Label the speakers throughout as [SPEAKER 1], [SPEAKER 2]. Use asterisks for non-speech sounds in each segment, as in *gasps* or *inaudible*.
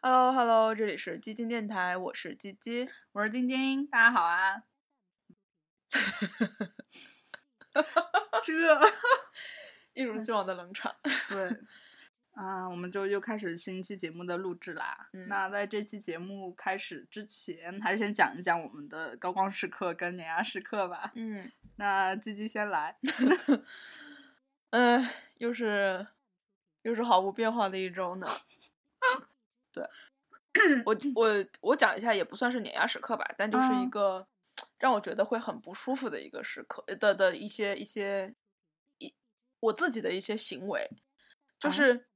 [SPEAKER 1] Hello，Hello，这里是基金电台，我是基基。
[SPEAKER 2] 我是晶晶，大家好啊！
[SPEAKER 1] 这一如既往的冷场。
[SPEAKER 2] *laughs* 对，啊、我们就又开始新一期节目的录制啦。
[SPEAKER 1] 嗯
[SPEAKER 2] 那在这期节目开始之前，还是先讲一讲我们的高光时刻跟碾压时刻吧。
[SPEAKER 1] 嗯
[SPEAKER 2] 那鸡鸡先来， *laughs*
[SPEAKER 1] 嗯，又是又是毫无变化的一周呢。 *laughs* 对，我我我讲一下，也不算是碾压时刻吧，但就是一
[SPEAKER 2] 嗯
[SPEAKER 1] 个让我觉得会很不舒服的一个时刻呃的的一些一些一我自己的一些行为，就
[SPEAKER 2] 啊
[SPEAKER 1] 是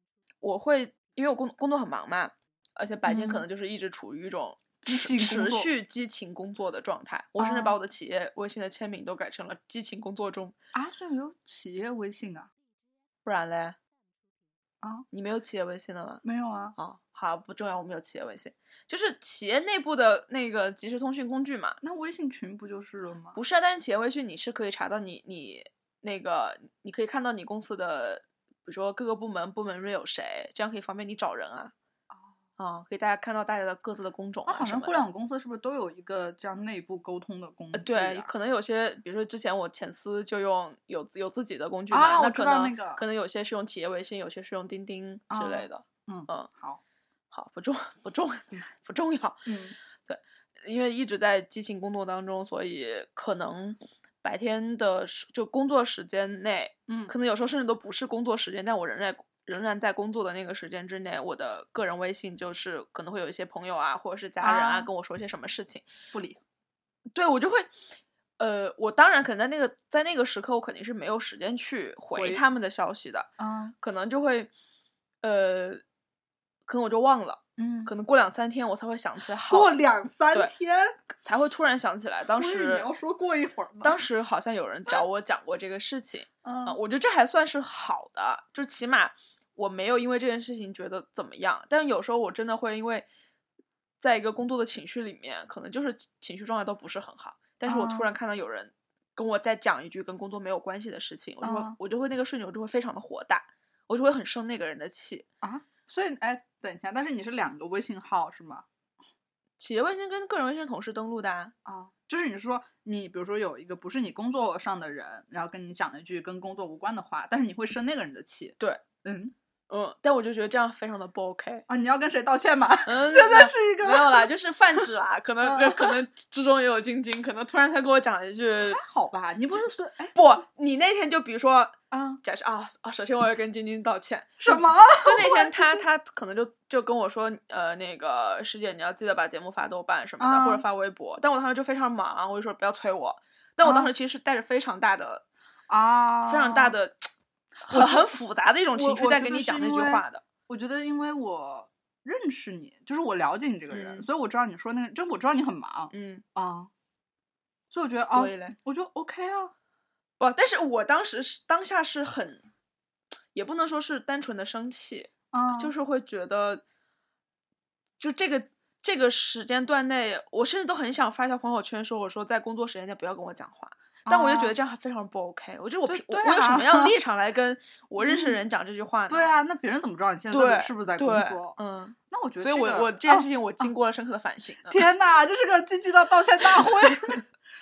[SPEAKER 1] 我会因为我工工作很忙嘛，而且白天可
[SPEAKER 2] 嗯
[SPEAKER 1] 能就是一直处于一种
[SPEAKER 2] 激
[SPEAKER 1] 持
[SPEAKER 2] 情工
[SPEAKER 1] 持
[SPEAKER 2] 作
[SPEAKER 1] 续激情工作的状态。我甚至把
[SPEAKER 2] 啊
[SPEAKER 1] 我的企业微信的签名都改成了“激情工作中
[SPEAKER 2] 啊，虽然有企业微信啊，”，
[SPEAKER 1] 不然嘞，
[SPEAKER 2] 啊，
[SPEAKER 1] 你没有企业微信了吗？
[SPEAKER 2] 没有啊，
[SPEAKER 1] 哦，好，不重要，我们有企业微信，就是企业内部的那个即时通讯工具嘛。
[SPEAKER 2] 那微信群不就是了吗？
[SPEAKER 1] 不是啊，但是企业微信你是可以查到你你那个，你可以看到你公司的，比如说各个部门部门里面有谁，这样可以方便你找人啊。啊、可以大家看到大家的各自的工种
[SPEAKER 2] 啊，
[SPEAKER 1] 啊什么的、
[SPEAKER 2] 哦好像互联网公司是不是都有一个这样内部沟通的工具、
[SPEAKER 1] 呃
[SPEAKER 2] 啊？
[SPEAKER 1] 对，可能有些，比如说之前我前司就用有自有自己的工具
[SPEAKER 2] 啊
[SPEAKER 1] 嘛，
[SPEAKER 2] 我
[SPEAKER 1] 那
[SPEAKER 2] 知
[SPEAKER 1] 可
[SPEAKER 2] 道
[SPEAKER 1] 能
[SPEAKER 2] 那个
[SPEAKER 1] 可能有些是用企业微信，有些是用钉钉之
[SPEAKER 2] 啊
[SPEAKER 1] 类的。
[SPEAKER 2] 嗯
[SPEAKER 1] 嗯
[SPEAKER 2] 好，
[SPEAKER 1] 好，不重不重
[SPEAKER 2] 嗯
[SPEAKER 1] 不重要，
[SPEAKER 2] 嗯
[SPEAKER 1] 因为一直在激情工作当中，所以可能白天的时就工作时间内，
[SPEAKER 2] 嗯
[SPEAKER 1] 可能有时候甚至都不是工作时间，但我仍然仍然在工作的那个时间之内，我的个人微信就是可能会有一些朋友啊，或者是家人啊
[SPEAKER 2] 啊
[SPEAKER 1] 跟我说一些什么事情。
[SPEAKER 2] 不理，
[SPEAKER 1] 对我就会，呃，我当然可能在那个在那个时刻，我肯定是没有时间去回
[SPEAKER 2] 回
[SPEAKER 1] 他们的消息的，
[SPEAKER 2] 啊
[SPEAKER 1] 可能就会，呃，可能我就忘了，
[SPEAKER 2] 嗯，
[SPEAKER 1] 可能过两三天我才会想起来，好，
[SPEAKER 2] 过两三
[SPEAKER 1] 对
[SPEAKER 2] 天，嗯
[SPEAKER 1] 才会突然想起来，当
[SPEAKER 2] 我以为
[SPEAKER 1] 时
[SPEAKER 2] 你要说过一会儿呢
[SPEAKER 1] 当时好像有人找我讲过这个事情
[SPEAKER 2] *laughs*
[SPEAKER 1] 啊、
[SPEAKER 2] 嗯
[SPEAKER 1] 我觉得这还算是好的，就起码我没有因为这件事情觉得怎么样，但有时候我真的会因为。在一个工作的情绪里面，可能就是情绪状态都不是很好，但是我突
[SPEAKER 2] 啊
[SPEAKER 1] 然看到有人跟我在讲一句跟工作没有关系的事情，我就会、
[SPEAKER 2] 啊
[SPEAKER 1] 我就会那个瞬间我就会非常的火大，我就会很生那个人的气。
[SPEAKER 2] 啊，所以哎，等一下，但是你是两个微信号是吗？
[SPEAKER 1] 企业微信跟个人微信是同时登录的、啊，
[SPEAKER 2] 啊，就是你说你比如说有一个不是你工作上的人，然后跟你讲了一句跟工作无关的话，但是你会生那个人的气。
[SPEAKER 1] 对，哦
[SPEAKER 2] 嗯
[SPEAKER 1] 嗯，但我就觉得这样非常的不 OK。
[SPEAKER 2] 啊，你要跟谁道歉吗？
[SPEAKER 1] 嗯，
[SPEAKER 2] *laughs* 现在是一个
[SPEAKER 1] 没有啦，就是泛指啦，可能
[SPEAKER 2] 啊
[SPEAKER 1] 可能之中也有晶晶，可能突然他跟我讲了一句，
[SPEAKER 2] 还好吧？你不是说哎
[SPEAKER 1] 不，你那天就比如说， *laughs*
[SPEAKER 2] 啊
[SPEAKER 1] 假设啊啊，首先我要跟晶晶道歉，嗯
[SPEAKER 2] 什么？
[SPEAKER 1] 就那天他他可能就就跟我说，呃，那个师姐你要记得把节目发豆瓣什么的，或者
[SPEAKER 2] 啊
[SPEAKER 1] 发微博。但我当时就非常忙，我就说不要催我。但我当
[SPEAKER 2] 啊
[SPEAKER 1] 时其实是带着非常大的、
[SPEAKER 2] 啊，
[SPEAKER 1] 非常大。的、
[SPEAKER 2] 我
[SPEAKER 1] 很
[SPEAKER 2] 觉
[SPEAKER 1] 很复杂的一种情
[SPEAKER 2] 我
[SPEAKER 1] 绪
[SPEAKER 2] 我
[SPEAKER 1] 在
[SPEAKER 2] 觉
[SPEAKER 1] 给
[SPEAKER 2] 得
[SPEAKER 1] 你讲
[SPEAKER 2] 是
[SPEAKER 1] 那
[SPEAKER 2] 因
[SPEAKER 1] 句
[SPEAKER 2] 为
[SPEAKER 1] 话的。
[SPEAKER 2] 我觉得因为我认识你，就是我了解你这个人，
[SPEAKER 1] 嗯
[SPEAKER 2] 所以我知道你说那个，就是我知道你很忙
[SPEAKER 1] 嗯，
[SPEAKER 2] 啊，所以我觉得啊
[SPEAKER 1] 所，以嘞，
[SPEAKER 2] 我觉得 OK 啊，
[SPEAKER 1] 不，但是我当时是当下是很，也不能说是单纯的生气，
[SPEAKER 2] 啊，
[SPEAKER 1] 就是会觉得，就这个。这个时间段内，我甚至都很想发一条朋友圈，说我说在工作时间内不要跟我讲话，但我就觉
[SPEAKER 2] 啊
[SPEAKER 1] 得这样非常不 OK。我觉得我
[SPEAKER 2] 对
[SPEAKER 1] 凭我
[SPEAKER 2] 对
[SPEAKER 1] 我有什
[SPEAKER 2] 啊嗯
[SPEAKER 1] 么样的立场来跟我认识的人讲这句话呢？
[SPEAKER 2] 对啊，那别人怎么知道你现在到
[SPEAKER 1] 对，
[SPEAKER 2] 底是不是在工
[SPEAKER 1] 对
[SPEAKER 2] 作？
[SPEAKER 1] 嗯，
[SPEAKER 2] 那我觉得
[SPEAKER 1] 所以
[SPEAKER 2] 这
[SPEAKER 1] 我
[SPEAKER 2] 个
[SPEAKER 1] 我这件
[SPEAKER 2] 啊 *laughs*
[SPEAKER 1] 事情我经过了深刻的反省。嗯
[SPEAKER 2] 天呐，这是个积极的道歉
[SPEAKER 1] *laughs*
[SPEAKER 2] 大会。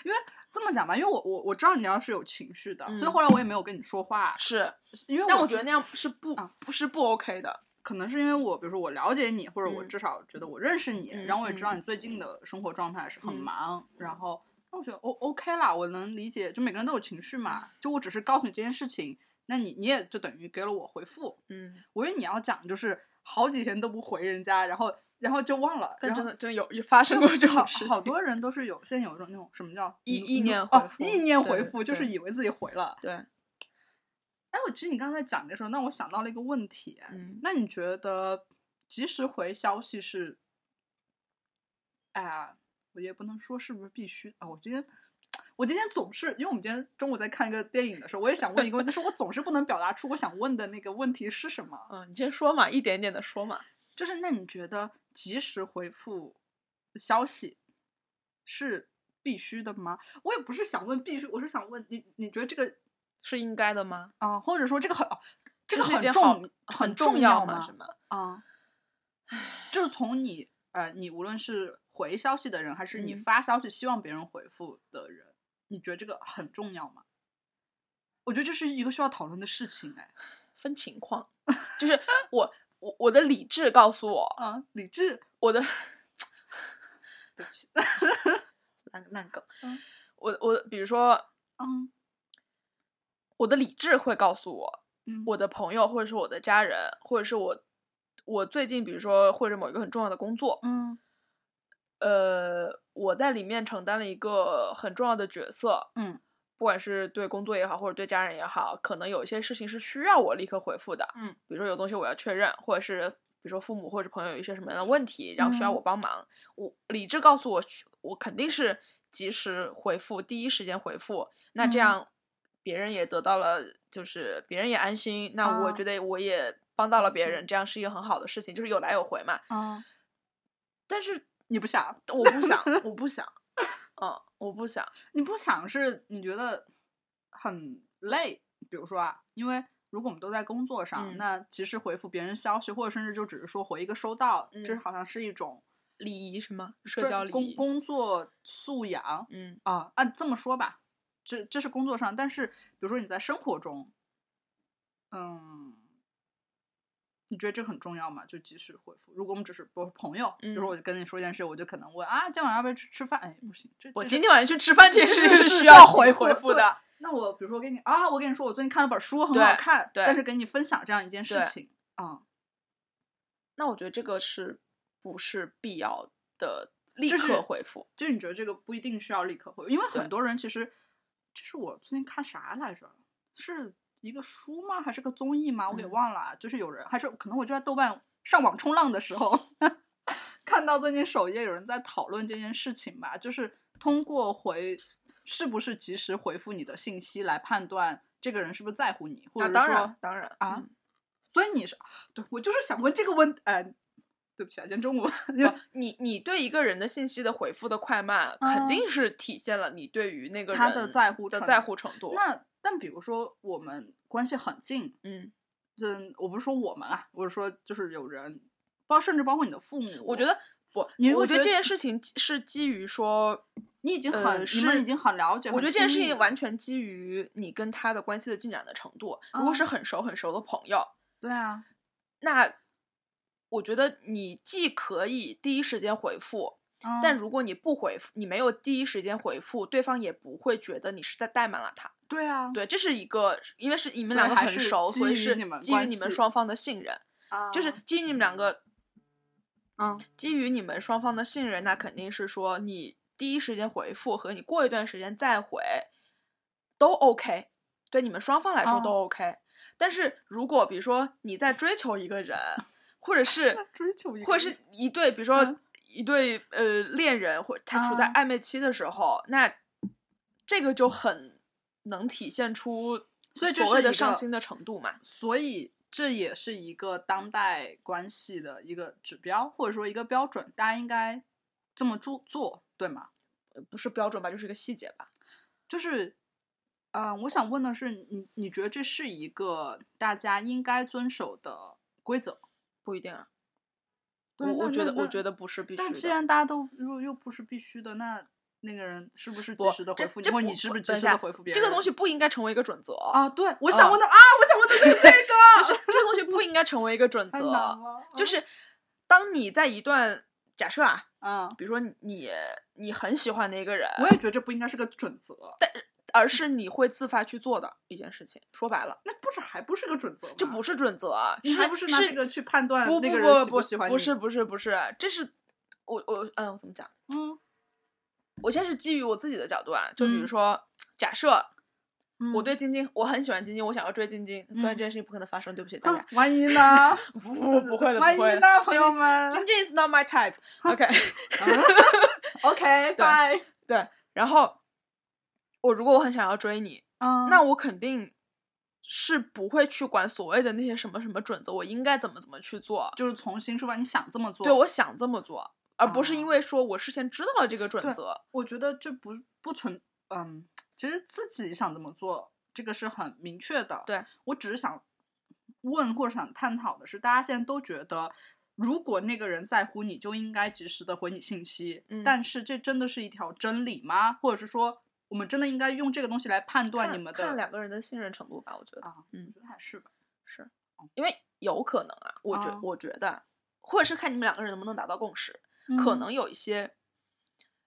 [SPEAKER 2] 因为这么讲吧，因为我我我知道你要是有情绪的，所以
[SPEAKER 1] 嗯
[SPEAKER 2] 后来我也没有跟你说话，
[SPEAKER 1] 是，
[SPEAKER 2] 因为
[SPEAKER 1] 但
[SPEAKER 2] 我
[SPEAKER 1] 我觉得那样是不
[SPEAKER 2] 啊
[SPEAKER 1] 不是不 OK 的。
[SPEAKER 2] 可能是因为我，比如说我了解你，或者我
[SPEAKER 1] 嗯
[SPEAKER 2] 至少觉得我认识你，
[SPEAKER 1] 嗯
[SPEAKER 2] 然后我也知道
[SPEAKER 1] 嗯
[SPEAKER 2] 你最近的生活状态是很
[SPEAKER 1] 嗯
[SPEAKER 2] 忙，然后那我觉得 O OK 啦，我能理解，就每个人都有情绪嘛，
[SPEAKER 1] 嗯
[SPEAKER 2] 就我只是告诉你这件事情，那你你也就等于给了我回复。
[SPEAKER 1] 嗯，
[SPEAKER 2] 我以为你要讲就是好几天都不回人家，然后然后就忘了，
[SPEAKER 1] 但
[SPEAKER 2] 然后
[SPEAKER 1] 真的真的有也发生过这种
[SPEAKER 2] 好
[SPEAKER 1] 事情。
[SPEAKER 2] 好多人都是有现在有一种那种什么叫
[SPEAKER 1] 意
[SPEAKER 2] 努
[SPEAKER 1] 意
[SPEAKER 2] 努
[SPEAKER 1] 念
[SPEAKER 2] 哦
[SPEAKER 1] 回复
[SPEAKER 2] 意念
[SPEAKER 1] 对
[SPEAKER 2] 回复就是
[SPEAKER 1] 对
[SPEAKER 2] 以为自己回了。
[SPEAKER 1] 对，
[SPEAKER 2] 哎，我其实你刚才讲的时候，那我想到了一个问题，
[SPEAKER 1] 嗯，
[SPEAKER 2] 那你觉得及时回消息是？哎呀，我也不能说是不是必须啊、我今天。我今天总是，因为我们今天中午在看一个电影的时候，我也想问一个问题，但是我总是不能表达出我想问的那个问题是什么。
[SPEAKER 1] 嗯，你先说嘛，一点点的说嘛。
[SPEAKER 2] 就是那你觉得及时回复消息是必须的吗？我也不是想问必须，我是想问你，你觉得这个
[SPEAKER 1] 是应该的吗？
[SPEAKER 2] 啊、或者说这个很、这个
[SPEAKER 1] 是一
[SPEAKER 2] 很
[SPEAKER 1] 件好
[SPEAKER 2] 重
[SPEAKER 1] 很
[SPEAKER 2] 重
[SPEAKER 1] 要吗？
[SPEAKER 2] 吗
[SPEAKER 1] 是？吗？
[SPEAKER 2] 啊、就是从你呃，你无论是回消息的人，还是你
[SPEAKER 1] 嗯
[SPEAKER 2] 发消息希望别人回复的人，你觉得这个很重要吗？我觉得这是一个需要讨论的事情，哎，
[SPEAKER 1] 分情况，就是我我我的理智告诉我，
[SPEAKER 2] 啊，理智，
[SPEAKER 1] 我的
[SPEAKER 2] 对不起， *laughs*
[SPEAKER 1] 烂烂梗
[SPEAKER 2] 嗯，
[SPEAKER 1] 我我比如说
[SPEAKER 2] 嗯
[SPEAKER 1] 我的理智会告诉我，
[SPEAKER 2] 嗯，
[SPEAKER 1] 我的朋友或者是我的家人，或者是我我最近比如说或者某一个很重要的工作，
[SPEAKER 2] 嗯
[SPEAKER 1] 呃，我在里面承担了一个很重要的角色，
[SPEAKER 2] 嗯
[SPEAKER 1] 不管是对工作也好，或者对家人也好，可能有一些事情是需要我立刻回复的，
[SPEAKER 2] 嗯，
[SPEAKER 1] 比如说有东西我要确认，或者是比如说父母或者朋友有一些什么样的问题，然后需要
[SPEAKER 2] 嗯
[SPEAKER 1] 我帮忙，我理智告诉我去，我肯定是及时回复，第一时间回复，那这
[SPEAKER 2] 嗯
[SPEAKER 1] 样别人也得到了，就是别人也安心，那我
[SPEAKER 2] 啊
[SPEAKER 1] 觉得我也帮到了别
[SPEAKER 2] 是
[SPEAKER 1] 人，这样是一个很好的事情，就是有来有回嘛，
[SPEAKER 2] 啊，
[SPEAKER 1] 但是。
[SPEAKER 2] 你不想，
[SPEAKER 1] 我不想，我不
[SPEAKER 2] *laughs*
[SPEAKER 1] 想，嗯，我不想，
[SPEAKER 2] 你不想是你觉得很累，比如说啊，因为如果我们都在工作上，
[SPEAKER 1] 嗯
[SPEAKER 2] 那及时回复别人消息，或者甚至就只是说回一个收到，这
[SPEAKER 1] 嗯
[SPEAKER 2] 好像是一种
[SPEAKER 1] 礼仪是吗？社
[SPEAKER 2] 专
[SPEAKER 1] 交礼
[SPEAKER 2] 工
[SPEAKER 1] 仪，
[SPEAKER 2] 工作素养
[SPEAKER 1] 嗯
[SPEAKER 2] 啊。按这么说吧，这这是工作上，但是比如说你在生活中，嗯。你觉得这很重要吗？就及时回复。如果我们只是不朋友，比如说
[SPEAKER 1] 嗯
[SPEAKER 2] 我就跟你说一件事，我就可能问啊，今天晚上要不要去吃饭？哎，不行，这
[SPEAKER 1] 我
[SPEAKER 2] 这
[SPEAKER 1] 今
[SPEAKER 2] 是
[SPEAKER 1] 天晚上去吃饭这件
[SPEAKER 2] 这
[SPEAKER 1] 事
[SPEAKER 2] 是
[SPEAKER 1] 情
[SPEAKER 2] 是
[SPEAKER 1] 需
[SPEAKER 2] 要
[SPEAKER 1] 要
[SPEAKER 2] 急
[SPEAKER 1] 回
[SPEAKER 2] 迫
[SPEAKER 1] 回复
[SPEAKER 2] 对
[SPEAKER 1] 的，
[SPEAKER 2] 那我比如说我跟你啊，我跟你说，我最近看了本书，很
[SPEAKER 1] 对
[SPEAKER 2] 好看，
[SPEAKER 1] 对
[SPEAKER 2] 但是给你分享这样一件事
[SPEAKER 1] 对
[SPEAKER 2] 情啊，
[SPEAKER 1] 那我觉得这个是不是必要的立
[SPEAKER 2] 就是
[SPEAKER 1] 刻回复？
[SPEAKER 2] 就是你觉得这个不一定需要立刻回，因为
[SPEAKER 1] 对
[SPEAKER 2] 很多人其实，这是我最近看啥来着？是一个书吗？还是个综艺吗？我给
[SPEAKER 1] 嗯
[SPEAKER 2] 忘了啊。就是有人，还是可能我就在豆瓣上网冲浪的时候， *laughs* 看到最近首页有人在讨论这件事情吧，就是通过回是不是及时回复你的信息来判断这个人是不是在乎你，
[SPEAKER 1] 那
[SPEAKER 2] 或
[SPEAKER 1] 啊
[SPEAKER 2] 者
[SPEAKER 1] 当
[SPEAKER 2] 说
[SPEAKER 1] 然，当然
[SPEAKER 2] 啊
[SPEAKER 1] 嗯
[SPEAKER 2] 所以你是，对我就是想问这个问，哎、对不起啊，今天中午，
[SPEAKER 1] 哦
[SPEAKER 2] 因为
[SPEAKER 1] 不你你对一个人的信息的回复的快慢，肯
[SPEAKER 2] 嗯
[SPEAKER 1] 定是体现了你对于那个
[SPEAKER 2] 他的
[SPEAKER 1] 人
[SPEAKER 2] 在乎
[SPEAKER 1] 的
[SPEAKER 2] 程
[SPEAKER 1] 在
[SPEAKER 2] 度
[SPEAKER 1] 乎程度。
[SPEAKER 2] 那但比如说我们关系很近，
[SPEAKER 1] 嗯，
[SPEAKER 2] 嗯，我不是说我们啊，我是说就是有人，包甚至包括你的父母，
[SPEAKER 1] 我觉得不，
[SPEAKER 2] 你如
[SPEAKER 1] 我
[SPEAKER 2] 果
[SPEAKER 1] 觉得这
[SPEAKER 2] 觉得
[SPEAKER 1] 件事情是基于说
[SPEAKER 2] 你已经很、
[SPEAKER 1] 呃
[SPEAKER 2] 你们
[SPEAKER 1] 是
[SPEAKER 2] 已经很了解，
[SPEAKER 1] 我
[SPEAKER 2] 很
[SPEAKER 1] 觉得这件事
[SPEAKER 2] 亲密
[SPEAKER 1] 情
[SPEAKER 2] 了
[SPEAKER 1] 完全基于你跟他的关系的进展的程度。如果是
[SPEAKER 2] 啊
[SPEAKER 1] 很熟很熟的朋友，
[SPEAKER 2] 对啊，
[SPEAKER 1] 那我觉得你既可以第一时间回复，
[SPEAKER 2] 嗯、
[SPEAKER 1] 但如果你不回复，你没有第一时间回复，对方也不会觉得你是在怠慢了他。
[SPEAKER 2] 对啊，
[SPEAKER 1] 对，这是一个，因为是你们
[SPEAKER 2] 所以
[SPEAKER 1] 两个
[SPEAKER 2] 还
[SPEAKER 1] 很
[SPEAKER 2] 是
[SPEAKER 1] 熟，所以
[SPEAKER 2] 基于
[SPEAKER 1] 是
[SPEAKER 2] 你们
[SPEAKER 1] 基于
[SPEAKER 2] 关
[SPEAKER 1] 你们
[SPEAKER 2] 系
[SPEAKER 1] 双方的信任，
[SPEAKER 2] 啊
[SPEAKER 1] 就是基于你们两个
[SPEAKER 2] 嗯
[SPEAKER 1] 基于你们双方的信任，那肯定是说你第一时间回复和你过一段时间再回都 OK，对你们双方来说都
[SPEAKER 2] 哦
[SPEAKER 1] OK。但是如果比如说你在追求一个人，或者是
[SPEAKER 2] 追求一个
[SPEAKER 1] 或者
[SPEAKER 2] 人
[SPEAKER 1] 是一对，比如说
[SPEAKER 2] 嗯
[SPEAKER 1] 一对呃恋人，或他处在
[SPEAKER 2] 啊嗯
[SPEAKER 1] 暧昧期的时候，那这个就很能体现出
[SPEAKER 2] 所以这
[SPEAKER 1] 所谓
[SPEAKER 2] 是
[SPEAKER 1] 的
[SPEAKER 2] 一
[SPEAKER 1] 上
[SPEAKER 2] 个
[SPEAKER 1] 心的程度嘛。
[SPEAKER 2] 所以这也是一个当代关系的一个指标，或者说一个标准，大家应该这么做做，对吗？
[SPEAKER 1] 呃不是标准吧，就是一个细节吧。
[SPEAKER 2] 就是，嗯、我想问的是，你你觉得这是一个大家应该遵守的规则？
[SPEAKER 1] 不一定啊，
[SPEAKER 2] 对
[SPEAKER 1] 我我
[SPEAKER 2] 那
[SPEAKER 1] 觉
[SPEAKER 2] 那
[SPEAKER 1] 得我
[SPEAKER 2] 那
[SPEAKER 1] 觉得不是必须的。
[SPEAKER 2] 但既然大家都又又不是必须的，那那个人是不是及
[SPEAKER 1] 不
[SPEAKER 2] 时的
[SPEAKER 1] 这
[SPEAKER 2] 回复你，
[SPEAKER 1] 这
[SPEAKER 2] 或者
[SPEAKER 1] 不
[SPEAKER 2] 你是不是及
[SPEAKER 1] 等一
[SPEAKER 2] 时的
[SPEAKER 1] 下
[SPEAKER 2] 回复别
[SPEAKER 1] 这
[SPEAKER 2] 人？
[SPEAKER 1] 个东西不应该成为一个准则，
[SPEAKER 2] 啊，对，我
[SPEAKER 1] 啊
[SPEAKER 2] 想问的啊，我想问的就是这个，
[SPEAKER 1] 就是 *laughs* 这个东西不应该成为一个
[SPEAKER 2] *laughs*
[SPEAKER 1] 准
[SPEAKER 2] 太
[SPEAKER 1] 则，
[SPEAKER 2] 难了
[SPEAKER 1] 就
[SPEAKER 2] 啊
[SPEAKER 1] 是当你在一段假设啊，
[SPEAKER 2] 啊，
[SPEAKER 1] 比如说你你你很喜欢的一个人，
[SPEAKER 2] 我也觉得这不应该是个准则，嗯
[SPEAKER 1] 而是你会自发去做的一件事情，说白了，
[SPEAKER 2] 那不是还不是个准则吗？
[SPEAKER 1] 这不是准则啊，
[SPEAKER 2] 你
[SPEAKER 1] 是
[SPEAKER 2] 还不是拿这个去判断
[SPEAKER 1] 不
[SPEAKER 2] 那
[SPEAKER 1] 不
[SPEAKER 2] 个人
[SPEAKER 1] 不
[SPEAKER 2] 喜
[SPEAKER 1] 不
[SPEAKER 2] 不喜欢
[SPEAKER 1] 不
[SPEAKER 2] 你
[SPEAKER 1] 是不是不是，这是我我嗯我怎么讲？
[SPEAKER 2] 嗯
[SPEAKER 1] 我现在是基于我自己的角度啊，就比如
[SPEAKER 2] 嗯
[SPEAKER 1] 说、假设。我
[SPEAKER 2] 嗯
[SPEAKER 1] 对晶晶，我很喜欢晶晶，我想要追晶晶。虽然
[SPEAKER 2] 嗯啊
[SPEAKER 1] 这件事情不可能发生，对不起大家。
[SPEAKER 2] *laughs* 万一呢？
[SPEAKER 1] *laughs* 不不不会的，
[SPEAKER 2] 万
[SPEAKER 1] 不
[SPEAKER 2] 一
[SPEAKER 1] 会的
[SPEAKER 2] 呢，朋友
[SPEAKER 1] 晶
[SPEAKER 2] 们
[SPEAKER 1] 晶晶 is not my
[SPEAKER 2] *laughs*
[SPEAKER 1] type。OK， *laughs*
[SPEAKER 2] ？OK，
[SPEAKER 1] 对
[SPEAKER 2] 拜。
[SPEAKER 1] 对。然后我如果我很想要追你，
[SPEAKER 2] 嗯
[SPEAKER 1] 那我肯定是不会去管所谓的那些什么什么准则，我应该怎么怎么去做。
[SPEAKER 2] 就是从心出发，你想这么做。
[SPEAKER 1] 对，我想这么做，而不是因
[SPEAKER 2] 啊
[SPEAKER 1] 为说我事先知道了这个准
[SPEAKER 2] 对
[SPEAKER 1] 则。
[SPEAKER 2] 我觉得这不不存，嗯，其实自己想怎么做，这个是很明确的。
[SPEAKER 1] 对
[SPEAKER 2] 我只是想问或者想探讨的是，大家现在都觉得如果那个人在乎你，就应该及时的回你信息。
[SPEAKER 1] 嗯
[SPEAKER 2] 但是这真的是一条真理吗？或者是说，我们真的应该用这个东西来判断
[SPEAKER 1] 看
[SPEAKER 2] 你们
[SPEAKER 1] 看
[SPEAKER 2] 的？
[SPEAKER 1] 两个人的信任程度吧，我觉得，
[SPEAKER 2] 啊
[SPEAKER 1] 嗯，
[SPEAKER 2] 不太是吧？
[SPEAKER 1] 是
[SPEAKER 2] 嗯
[SPEAKER 1] 因为有可能啊，我觉、
[SPEAKER 2] 啊
[SPEAKER 1] 我觉得啊，或者是看你们两个人能不能达到共识，可
[SPEAKER 2] 嗯
[SPEAKER 1] 能有一些，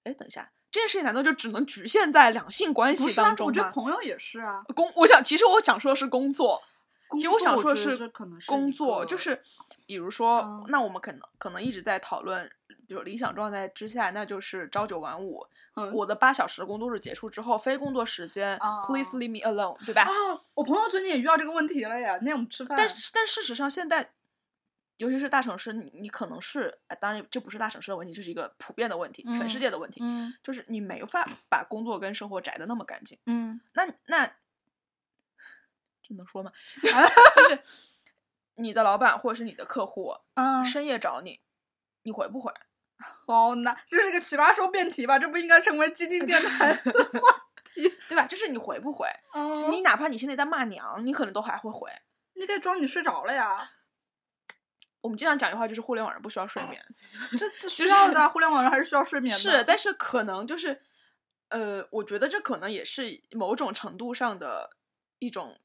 [SPEAKER 1] 哎，等一下，这件事情难道就只能局限在两性关
[SPEAKER 2] 不
[SPEAKER 1] 系
[SPEAKER 2] 是啊
[SPEAKER 1] 当，中
[SPEAKER 2] 我觉得
[SPEAKER 1] 吗？
[SPEAKER 2] 朋友也是啊。
[SPEAKER 1] 工，我想，其实我想说的是工作，
[SPEAKER 2] 工
[SPEAKER 1] 其实
[SPEAKER 2] 作
[SPEAKER 1] 我想说的
[SPEAKER 2] 觉得
[SPEAKER 1] 是
[SPEAKER 2] 这可能是
[SPEAKER 1] 工
[SPEAKER 2] 一
[SPEAKER 1] 作，
[SPEAKER 2] 个
[SPEAKER 1] 就是比如说，
[SPEAKER 2] 嗯
[SPEAKER 1] 那我们可能可能一直在讨论，比如理想状态之下，那就是朝九晚五。
[SPEAKER 2] 嗯
[SPEAKER 1] 我的八小时工作日结束之后，非工作时间、
[SPEAKER 2] 啊
[SPEAKER 1] p l e a s e leave me alone，对吧？
[SPEAKER 2] *laughs* 啊，我朋友最近也遇到这个问题了呀。那天我们吃饭，
[SPEAKER 1] 但是但事实上，现在尤其是大城市，你你可能是，哎当然这不是大城市的问题，这是一个普遍的问题，全世
[SPEAKER 2] 嗯
[SPEAKER 1] 界的问题，
[SPEAKER 2] 嗯
[SPEAKER 1] 就是你没法把工作跟生活摘的那么干净。
[SPEAKER 2] 嗯
[SPEAKER 1] 那那这能
[SPEAKER 2] *laughs*
[SPEAKER 1] 说吗？就是你的老板或者是你的客户
[SPEAKER 2] 嗯，
[SPEAKER 1] 深夜找你，你回不回？
[SPEAKER 2] 好难，哦这是个奇葩说辩题吧？这不应该成为激进电台 *laughs* 的话题。
[SPEAKER 1] 对吧？就是你回不回？
[SPEAKER 2] 嗯，
[SPEAKER 1] 你哪怕你现在在骂娘，你可能都还会回。
[SPEAKER 2] 你可以装你睡着了呀，
[SPEAKER 1] 我们经常讲一句话，就是互联网人不需要睡眠。
[SPEAKER 2] 这这需
[SPEAKER 1] 是
[SPEAKER 2] 要的，互联网人还是需要睡眠的。
[SPEAKER 1] 是，但是可能就是，呃，我觉得这可能也是某种程度上的一种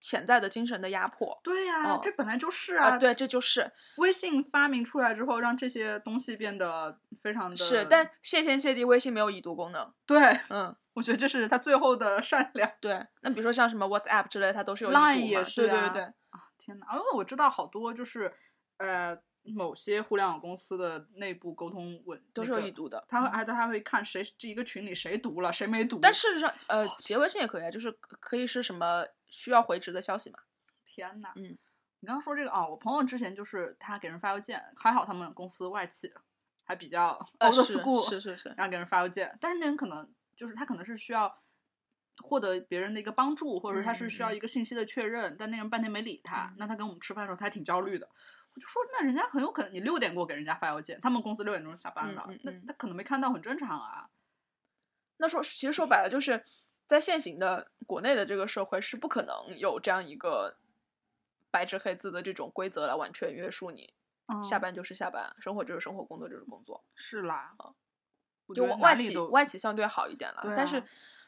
[SPEAKER 1] 潜在的精神的压迫
[SPEAKER 2] 对呀、
[SPEAKER 1] 哦
[SPEAKER 2] 这本来就是
[SPEAKER 1] 啊、
[SPEAKER 2] 啊。，
[SPEAKER 1] 对，这就是
[SPEAKER 2] 微信发明出来之后，让这些东西变得非常的
[SPEAKER 1] 是，但谢天谢地，微信没有已读功能。
[SPEAKER 2] 对，
[SPEAKER 1] 嗯，
[SPEAKER 2] 我觉得这是他最后的善良。
[SPEAKER 1] 对。那比如说像什么 WhatsApp 之类，它都是有已读
[SPEAKER 2] Line 也
[SPEAKER 1] 嘛
[SPEAKER 2] 是
[SPEAKER 1] 对
[SPEAKER 2] 啊
[SPEAKER 1] 对对对，
[SPEAKER 2] 啊，天哪！因为我知道好多就是，呃，某些互联网公司的内部沟通文
[SPEAKER 1] 都是
[SPEAKER 2] 那
[SPEAKER 1] 有
[SPEAKER 2] 个
[SPEAKER 1] 已读的。
[SPEAKER 2] 他会，
[SPEAKER 1] 嗯
[SPEAKER 2] 而且他会看谁这一个群里谁读了，谁没读。
[SPEAKER 1] 但事实上，呃，写微信也可以啊，就是可以是什么需要回执的消息嘛。
[SPEAKER 2] 天呐，
[SPEAKER 1] 嗯，
[SPEAKER 2] 你刚刚说这个啊、我朋友之前就是他给人发邮件，还好他们公司外企还比较
[SPEAKER 1] 呃，
[SPEAKER 2] old
[SPEAKER 1] 是
[SPEAKER 2] school，、
[SPEAKER 1] 是是是，
[SPEAKER 2] 然后给人发邮件，但是那人可能就是他可能是需要获得别人的一个帮助，或者他是需要
[SPEAKER 1] 嗯嗯
[SPEAKER 2] 一个信息的确认，但那人半天没理他，
[SPEAKER 1] 嗯
[SPEAKER 2] 那他跟我们吃饭的时候他还挺焦虑的。我就说，那人家很有可能你六点过给人家发邮件，他们公司六点钟下班
[SPEAKER 1] 嗯
[SPEAKER 2] 了，
[SPEAKER 1] 嗯嗯
[SPEAKER 2] 那他可能没看到，很正常啊。
[SPEAKER 1] 那说其实说白了，就是在现行的国内的这个社会是不可能有这样一个白纸黑字的这种规则来完全约束你，
[SPEAKER 2] 嗯
[SPEAKER 1] 下班就是下班，生活就是生活，工作就是工作。
[SPEAKER 2] 是啦，我
[SPEAKER 1] 哦就
[SPEAKER 2] 觉得
[SPEAKER 1] 外
[SPEAKER 2] 哪里
[SPEAKER 1] 企
[SPEAKER 2] 都
[SPEAKER 1] 外企相对好一点了
[SPEAKER 2] 对，
[SPEAKER 1] 但
[SPEAKER 2] 啊
[SPEAKER 1] 是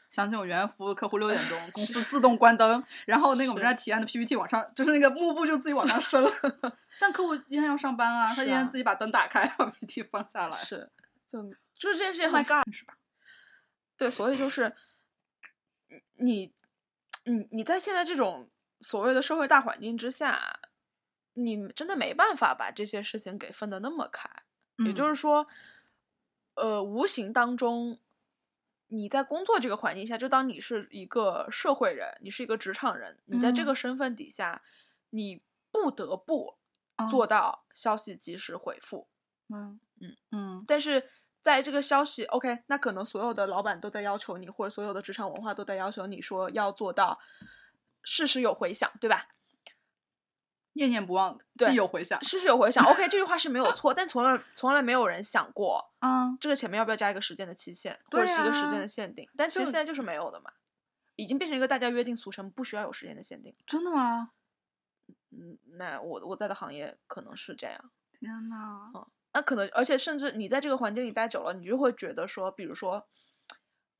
[SPEAKER 2] 想起我原来服务客户六点钟，公司自动关灯，然后那个我们
[SPEAKER 1] 是
[SPEAKER 2] 正在提案的 PPT 往上，就是那个幕布就自己往上升了。 *laughs* 但客户依然要上班啊，他
[SPEAKER 1] 是
[SPEAKER 2] 依然
[SPEAKER 1] 啊
[SPEAKER 2] 自己把灯打开，把 PPT 放下来。
[SPEAKER 1] 是就就是这件
[SPEAKER 2] ，Oh
[SPEAKER 1] 事情很
[SPEAKER 2] 是吧？
[SPEAKER 1] 对，所以就是你你你你在现在这种所谓的社会大环境之下，你真的没办法把这些事情给分得那么开。
[SPEAKER 2] 嗯
[SPEAKER 1] 也就是是说，呃，无形当中，你在工作这个环境下，就当你是一个社会人，你是一个职场人，你在这
[SPEAKER 2] 嗯
[SPEAKER 1] 个身份底下，你不得不做，到消息及时回复。
[SPEAKER 2] 嗯
[SPEAKER 1] 嗯
[SPEAKER 2] 嗯
[SPEAKER 1] 但是在这个消息，OK，那可能所有的老板都在要求你，或者所有的职场文化都在要求你说要做到事事有回响，对吧？
[SPEAKER 2] 念念不忘，
[SPEAKER 1] 对
[SPEAKER 2] 必有回响
[SPEAKER 1] 事事有回响，OK，这句话是没有错，但从来从来没有人想过，
[SPEAKER 2] 啊。
[SPEAKER 1] 这个前面要不要加一个时间的期限，
[SPEAKER 2] 对
[SPEAKER 1] 或者是一个时
[SPEAKER 2] 啊
[SPEAKER 1] 间的限定？但其实
[SPEAKER 2] 就
[SPEAKER 1] 现在就是没有的嘛，已经变成一个大家约定俗成，不需要有时间的限定。
[SPEAKER 2] 真的吗？
[SPEAKER 1] 嗯，那我我在的行业可能是这样，
[SPEAKER 2] 天呐，
[SPEAKER 1] 那可能而且甚至你在这个环境里待久了，你就会觉得说，比如说，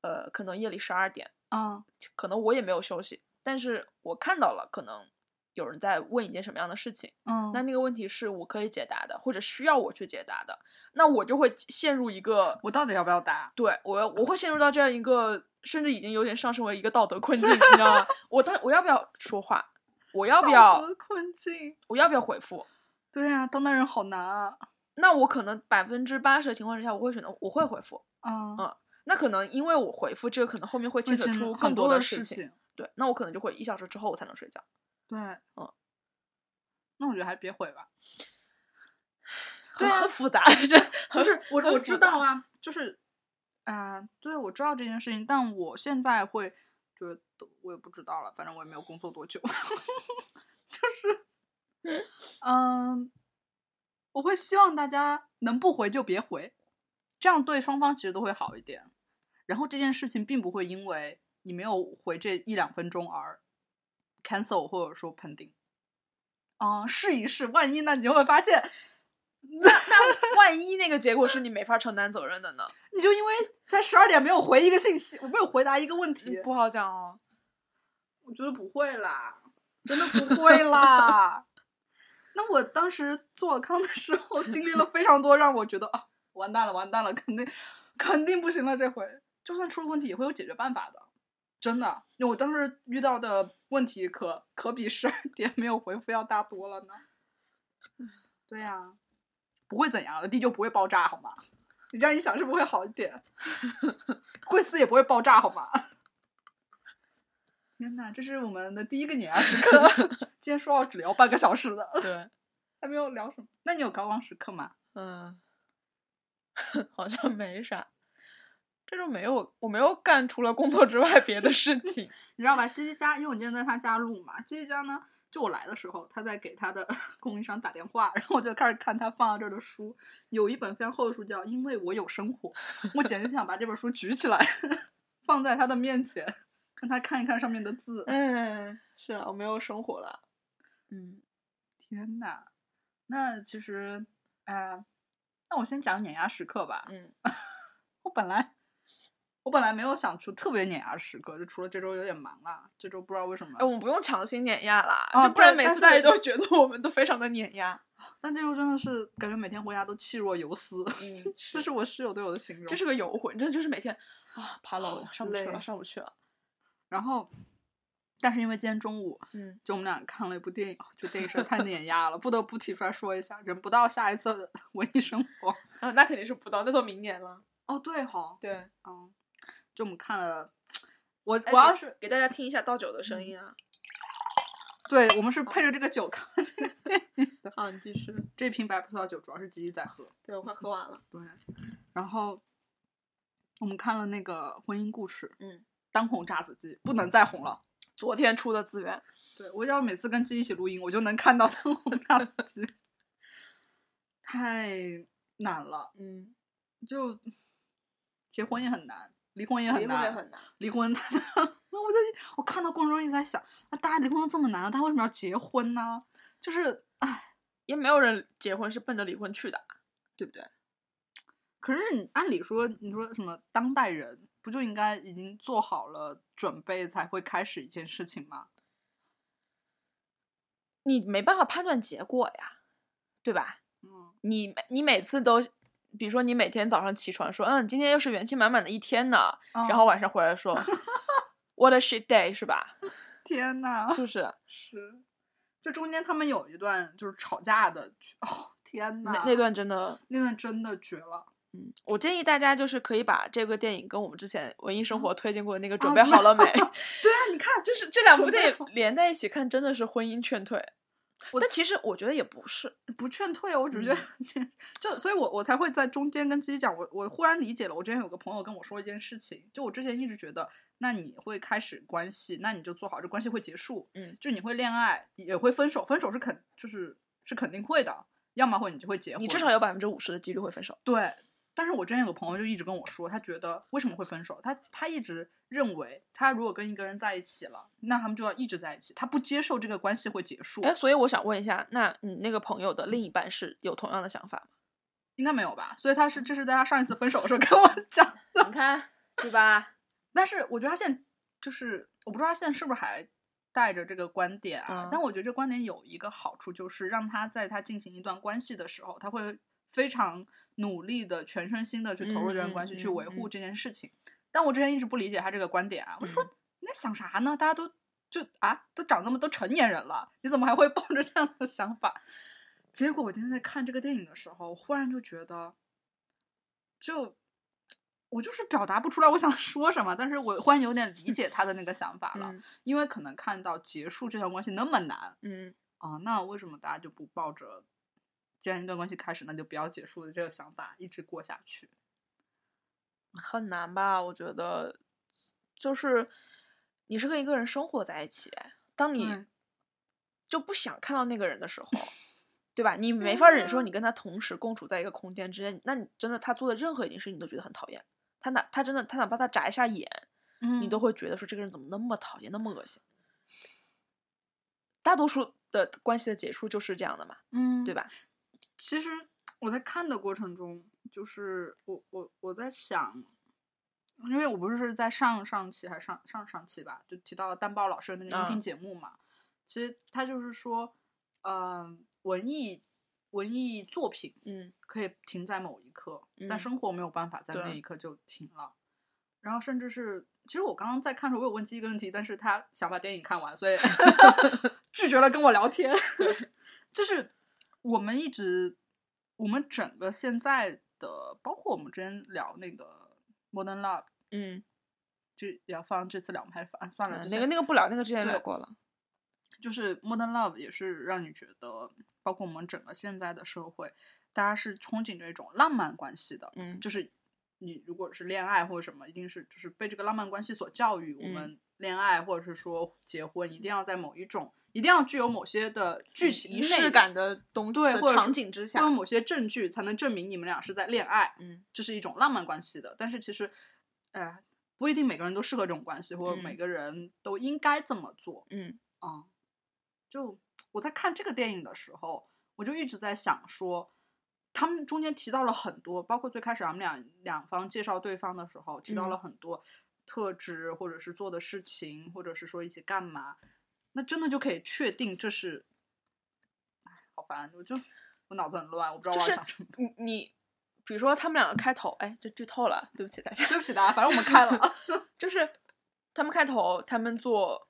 [SPEAKER 1] 呃，可能夜里十二点，
[SPEAKER 2] 啊，
[SPEAKER 1] 可能我也没有休息，但是我看到了可能有人在问一件什么样的事情，
[SPEAKER 2] 嗯，
[SPEAKER 1] 那那个问题是我可以解答的，或者需要我去解答的，那我就会陷入一个
[SPEAKER 2] 我到底要不要打？
[SPEAKER 1] 对我，我会陷入到这样一个，甚至已经有点上升为一个道德困境，你知道吗？我到我要不要说话？我要不
[SPEAKER 2] 道
[SPEAKER 1] 要？
[SPEAKER 2] 德困境？
[SPEAKER 1] 我要不要回复？
[SPEAKER 2] 对啊，当代人好难啊。
[SPEAKER 1] 那我可能百分之八十的情况之下，我会选择我会回复。
[SPEAKER 2] 啊，
[SPEAKER 1] 嗯那可能因为我回复这个，可能后面会
[SPEAKER 2] 会
[SPEAKER 1] 牵扯
[SPEAKER 2] 真
[SPEAKER 1] 出
[SPEAKER 2] 很
[SPEAKER 1] 更
[SPEAKER 2] 多
[SPEAKER 1] 的
[SPEAKER 2] 事
[SPEAKER 1] 情。。对，那我可能就会一小时之后我才能睡觉。
[SPEAKER 2] 对，
[SPEAKER 1] 嗯，
[SPEAKER 2] 那我觉得还是别回吧。
[SPEAKER 1] 很
[SPEAKER 2] 对啊
[SPEAKER 1] 很复杂，这
[SPEAKER 2] 不是我
[SPEAKER 1] 很复
[SPEAKER 2] 我知
[SPEAKER 1] 杂
[SPEAKER 2] 道啊，就是啊、对，我知道这件事情，但我现在会觉得我也不知道了，反正我也没有工作多久， *laughs* 就是嗯，我会希望大家能不回就别回，这样对双方其实都会好一点。然后这件事情并不会因为你没有回这一两分钟而 cancel 或者说 pending。嗯，试一试，万一呢，你就会发现
[SPEAKER 1] 那那万一那个结果是你没法承担责任的呢？
[SPEAKER 2] 你就因为才十二点没有回一个信息，我没有回答一个问题，
[SPEAKER 1] *laughs* 不好讲哦。
[SPEAKER 2] 我觉得不会啦，真的 *laughs* 不会啦。 *laughs* 那我当时做康的时候，经历了非常多让我觉得啊，完蛋了，完蛋了，肯定肯定不行了，这回就算出了问题也会有解决办法的，真的。因为我当时遇到的问题可可比十二点没有回复要大多了呢。对呀、不会怎样的，地球不会爆炸好吗？你这样一想是不是会好一点？ *laughs* 贵司也不会爆炸好吗？天呐，这是我们的第一个碾压时刻。今天说好只聊半个小时的，
[SPEAKER 1] *laughs* 对，
[SPEAKER 2] 还没有聊什么。那你有高光时刻吗？
[SPEAKER 1] 嗯， *laughs* 好像没啥。这周没有，我没有干除了工作之外别的事情。
[SPEAKER 2] 你知道吧？鸡鸡家，因为我今天在他家录嘛，鸡鸡家呢，就我来的时候，他在给他的 *laughs* 供应商打电话，然后我就开始看他放到这儿的书，有一本非常厚的书叫《因为我有生活》，我简直就想把这本书举起来，放在他的面前，让他看一看上面
[SPEAKER 1] *laughs*
[SPEAKER 2] 的字。
[SPEAKER 1] *laughs* 嗯，是啊，我没有生活了。嗯，
[SPEAKER 2] 天呐，那其实，呃，那我先讲碾压时刻吧。
[SPEAKER 1] 嗯，
[SPEAKER 2] 我本来我本来没有想出特别碾压的时刻，就除了这周有点忙啦，这周不知道为什么
[SPEAKER 1] 哎，，我们不用强行碾压啦，
[SPEAKER 2] 哦
[SPEAKER 1] 就不然
[SPEAKER 2] 对
[SPEAKER 1] 每
[SPEAKER 2] 但
[SPEAKER 1] 次大家
[SPEAKER 2] 是
[SPEAKER 1] 都觉得我们都非常的碾压。
[SPEAKER 2] 但这周真的是感觉每天回家都气若游丝， *laughs*
[SPEAKER 1] 嗯，
[SPEAKER 2] 这是我室友对我的形
[SPEAKER 1] *laughs*
[SPEAKER 2] 容。
[SPEAKER 1] 这是个游魂，真的就是每天啊爬楼
[SPEAKER 2] 好
[SPEAKER 1] 上不去了，
[SPEAKER 2] 累
[SPEAKER 1] 上不去了。
[SPEAKER 2] 然后，但是因为今天中午
[SPEAKER 1] 嗯，
[SPEAKER 2] 就我们俩看了一部电影，就电影实在太碾压了，不得不提出来说一下，人不到下一次的 *laughs* 文艺生活。
[SPEAKER 1] 啊，那肯定是不到，那都明年了。
[SPEAKER 2] 哦，对哈、
[SPEAKER 1] 对，
[SPEAKER 2] 嗯，就我们看了，我
[SPEAKER 1] 哎
[SPEAKER 2] 我要
[SPEAKER 1] 给
[SPEAKER 2] 是
[SPEAKER 1] 给大家听一下倒酒的声音啊。
[SPEAKER 2] 对我们是配着这个酒看这个电影的。
[SPEAKER 1] 啊好，你继续。
[SPEAKER 2] 这瓶白葡萄酒主要是吉吉在喝，
[SPEAKER 1] 对，我快喝完了。
[SPEAKER 2] 对。然后我们看了那个《婚姻故事》，
[SPEAKER 1] 嗯，
[SPEAKER 2] 当红炸子鸡不能再红了。
[SPEAKER 1] 昨天出的资源，
[SPEAKER 2] 对我要每次跟鸡一起录音，我就能看到当红炸子鸡，太难了。
[SPEAKER 1] 嗯，
[SPEAKER 2] 就结婚也很难，离婚也
[SPEAKER 1] 离
[SPEAKER 2] 很
[SPEAKER 1] 婚也
[SPEAKER 2] 难，
[SPEAKER 1] 很难。
[SPEAKER 2] 离婚太难了。 *laughs* 我在我看到过程中一直在想，那大家离婚都这么难了，大家为什么要结婚呢？就是唉，
[SPEAKER 1] 也没有人结婚是奔着离婚去的，对不对？
[SPEAKER 2] 可是你按理说，你说什么当代人不就应该已经做好了准备才会开始一件事情吗？
[SPEAKER 1] 你没办法判断结果呀，对吧？
[SPEAKER 2] 嗯，
[SPEAKER 1] 你每你每次都，比如说你每天早上起床说，嗯，今天又是元气满满的一天呢，然后
[SPEAKER 2] 哦
[SPEAKER 1] 晚上回来
[SPEAKER 2] *laughs*
[SPEAKER 1] 说，What a shit day，是吧？
[SPEAKER 2] 天呐， *laughs*
[SPEAKER 1] 是不是？
[SPEAKER 2] 是，就中间他们有一段就是吵架的，哦天呐
[SPEAKER 1] 那，那段真的，
[SPEAKER 2] 那段真的绝了。
[SPEAKER 1] 嗯，我建议大家就是可以把这个电影跟我们之前文艺生活推荐过的那个准
[SPEAKER 2] 啊
[SPEAKER 1] 备好了没，
[SPEAKER 2] *laughs* 对啊，你看，
[SPEAKER 1] 就是这两
[SPEAKER 2] 准
[SPEAKER 1] 部
[SPEAKER 2] 备
[SPEAKER 1] 电影
[SPEAKER 2] 好
[SPEAKER 1] 连在一起看，真的是婚姻劝退。
[SPEAKER 2] 我
[SPEAKER 1] 但其实我觉得也不是，
[SPEAKER 2] 不劝退，我只是觉得
[SPEAKER 1] 嗯
[SPEAKER 2] *laughs* 这、就，所以我我才会在中间跟自己讲，我我忽然理解了，我之前有个朋友跟我说一件事情，就我之前一直觉得，那你会开始关系，那你就做好，这关系会结束，
[SPEAKER 1] 嗯，
[SPEAKER 2] 就你会恋爱，也会分手，分手是肯就是是肯定会的，要么会你就会结婚，
[SPEAKER 1] 你至少有百分之五十的几率会分手。
[SPEAKER 2] 对。但是我之前有个朋友就一直跟我说，他觉得为什么会分手？他他一直认为，他如果跟一个人在一起了，那他们就要一直在一起，他不接受这个关系会结束，
[SPEAKER 1] 哎，所以我想问一下，那你那个朋友的另一半是有同样的想法吗？
[SPEAKER 2] 应该没有吧？所以他
[SPEAKER 1] 嗯
[SPEAKER 2] 是这是在他上一次分手的时候跟我讲
[SPEAKER 1] *laughs* 你看，对吧？
[SPEAKER 2] 但是我觉得他现在就是，我不知道他现在是不是还带着这个观点啊。
[SPEAKER 1] 嗯
[SPEAKER 2] 但我觉得这观点有一个好处，就是让他在他进行一段关系的时候，他会非常努力的、全身心的去投入这段
[SPEAKER 1] 嗯
[SPEAKER 2] 关系，
[SPEAKER 1] 嗯
[SPEAKER 2] 去
[SPEAKER 1] 嗯
[SPEAKER 2] 维护
[SPEAKER 1] 嗯
[SPEAKER 2] 这件事情。但我之前一直不理解他这个观点啊，我就说
[SPEAKER 1] 嗯
[SPEAKER 2] 你在想啥呢？大家都就啊，都长这么都成年人了，你怎么还会抱着这样的想法？结果我今天在看这个电影的时候，忽然就觉得，就我就是表达不出来我想 *laughs* 说什么，但是我忽然有点理解他的那个想法了，
[SPEAKER 1] 嗯
[SPEAKER 2] 因为可能看到结束这段关系那么难
[SPEAKER 1] 嗯，
[SPEAKER 2] 啊，那为什么大家就不抱着既然一段关系开始，那就不要结束的这个想法一直过下去？
[SPEAKER 1] 很难吧？我觉得，就是你是跟一个人生活在一起，当你
[SPEAKER 2] 对
[SPEAKER 1] 就不想看到那个人的 *laughs* 时候，对吧？你没法忍受你跟他同时共处在一个空间之间，那你真的他做的任何一件事，你都觉得很讨厌。他哪他真的他哪怕他眨一下眼，
[SPEAKER 2] 嗯
[SPEAKER 1] 你都会觉得说这个人怎么那么讨厌，那么恶心。大多数的关系的结束就是这样的嘛，
[SPEAKER 2] 嗯
[SPEAKER 1] 对吧？
[SPEAKER 2] 其实我在看的过程中，就是我我我在想，因为我不是在上上期还是上上上期吧，就提到了丹豹老师的那个音频
[SPEAKER 1] 嗯
[SPEAKER 2] 节目嘛。其实他就是说，嗯、文艺文艺作品
[SPEAKER 1] 嗯
[SPEAKER 2] 可以停在某一刻，但
[SPEAKER 1] 嗯
[SPEAKER 2] 生活没有办法在那
[SPEAKER 1] 对
[SPEAKER 2] 一刻就停了。然后甚至是，其实我刚刚在看的时候，我有问鸡一个问题，但是他想把电影看完，所以 *laughs* 拒绝了跟我聊天。就是我们一直，我们整个现在的，包括我们之前聊那个《Modern Love》，
[SPEAKER 1] *laughs* 嗯，
[SPEAKER 2] 就要放这次聊吗？还是放啊算
[SPEAKER 1] 嗯
[SPEAKER 2] 了？之
[SPEAKER 1] 那
[SPEAKER 2] 前
[SPEAKER 1] 个那个不聊，那个之前
[SPEAKER 2] 对
[SPEAKER 1] 聊过了。
[SPEAKER 2] 就是《Modern Love》也是让你觉得，包括我们整个现在的社会，大家是憧憬着一种浪漫关系的，
[SPEAKER 1] 嗯
[SPEAKER 2] 就是你如果是恋爱或者什么，一定是就是被这个浪漫关系所教育，我
[SPEAKER 1] 嗯
[SPEAKER 2] 们恋爱或者是说结婚一定要在某一种，一定要具有某些的剧情
[SPEAKER 1] 嗯仪
[SPEAKER 2] 内
[SPEAKER 1] 式
[SPEAKER 2] 容
[SPEAKER 1] 感的东
[SPEAKER 2] 对
[SPEAKER 1] 的
[SPEAKER 2] 或者
[SPEAKER 1] 场
[SPEAKER 2] 是
[SPEAKER 1] 景之
[SPEAKER 2] 或
[SPEAKER 1] 下
[SPEAKER 2] 者，某些证据才能证明你们俩是在恋爱，
[SPEAKER 1] 嗯
[SPEAKER 2] 这是一种浪漫关系的。但是其实，呃，不一定每个人都适合这种关系，或者
[SPEAKER 1] 嗯
[SPEAKER 2] 每个人都应该这么做。
[SPEAKER 1] 嗯
[SPEAKER 2] 啊，就我在看这个电影的时候，我就一直在想说，他们中间提到了很多，包括最开始他们俩两方介绍对方的时候，提到了
[SPEAKER 1] 嗯
[SPEAKER 2] 很多特质，或者是做的事情，或者是说一起干嘛，那真的就可以确定这是，哎，好烦，我就我脑子很乱，我不知道
[SPEAKER 1] 就
[SPEAKER 2] 我要
[SPEAKER 1] 是
[SPEAKER 2] 讲什么。
[SPEAKER 1] 你你，比如说他们两个开头，哎，这剧透了，对不起大家。
[SPEAKER 2] 对不起大家， *laughs* 反正我们开了啊
[SPEAKER 1] *laughs* 就是他们开头，他们做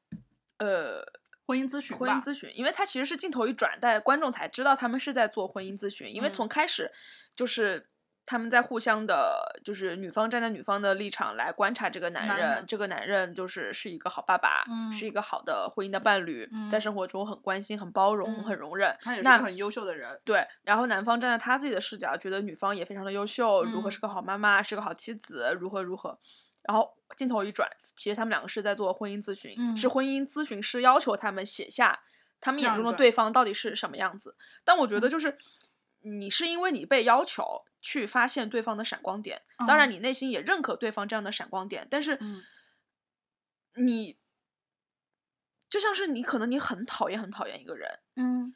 [SPEAKER 1] 呃
[SPEAKER 2] 婚姻咨询吧，
[SPEAKER 1] 婚姻咨询，因为他其实是镜头一转，带观众才知道他们是在做婚姻咨询，因为
[SPEAKER 2] 嗯
[SPEAKER 1] 从开始就是。他们在互相的，就是女方站在女方的立场来观察这个男
[SPEAKER 2] 男
[SPEAKER 1] 人，
[SPEAKER 2] 人
[SPEAKER 1] 这个男人就是是一个好爸爸，
[SPEAKER 2] 嗯
[SPEAKER 1] 是一个好的婚姻的伴侣，在
[SPEAKER 2] 嗯
[SPEAKER 1] 生活中很关心、很包容、
[SPEAKER 2] 嗯
[SPEAKER 1] 很容忍。
[SPEAKER 2] 他也是
[SPEAKER 1] 那
[SPEAKER 2] 个很优秀的人，
[SPEAKER 1] 对，然后男方站在他自己的视角，觉得女方也非常的优秀，如何
[SPEAKER 2] 嗯
[SPEAKER 1] 是个好妈妈，是个好妻子，如何如何。然后镜头一转，其实他们两个是在做婚姻咨询，是
[SPEAKER 2] 嗯
[SPEAKER 1] 婚姻咨询师要求他们写下他们
[SPEAKER 2] 这
[SPEAKER 1] 眼
[SPEAKER 2] 样嗯
[SPEAKER 1] 中
[SPEAKER 2] 一
[SPEAKER 1] 的
[SPEAKER 2] 段
[SPEAKER 1] 对方到底是什么样子。但我觉得就是，你是因为你被要求去发现对方的闪光点，当然
[SPEAKER 2] 嗯
[SPEAKER 1] 你内心也认可对方这样的闪光点，但是
[SPEAKER 2] 嗯
[SPEAKER 1] 你就像是你可能你很讨厌很讨厌一个人，
[SPEAKER 2] 嗯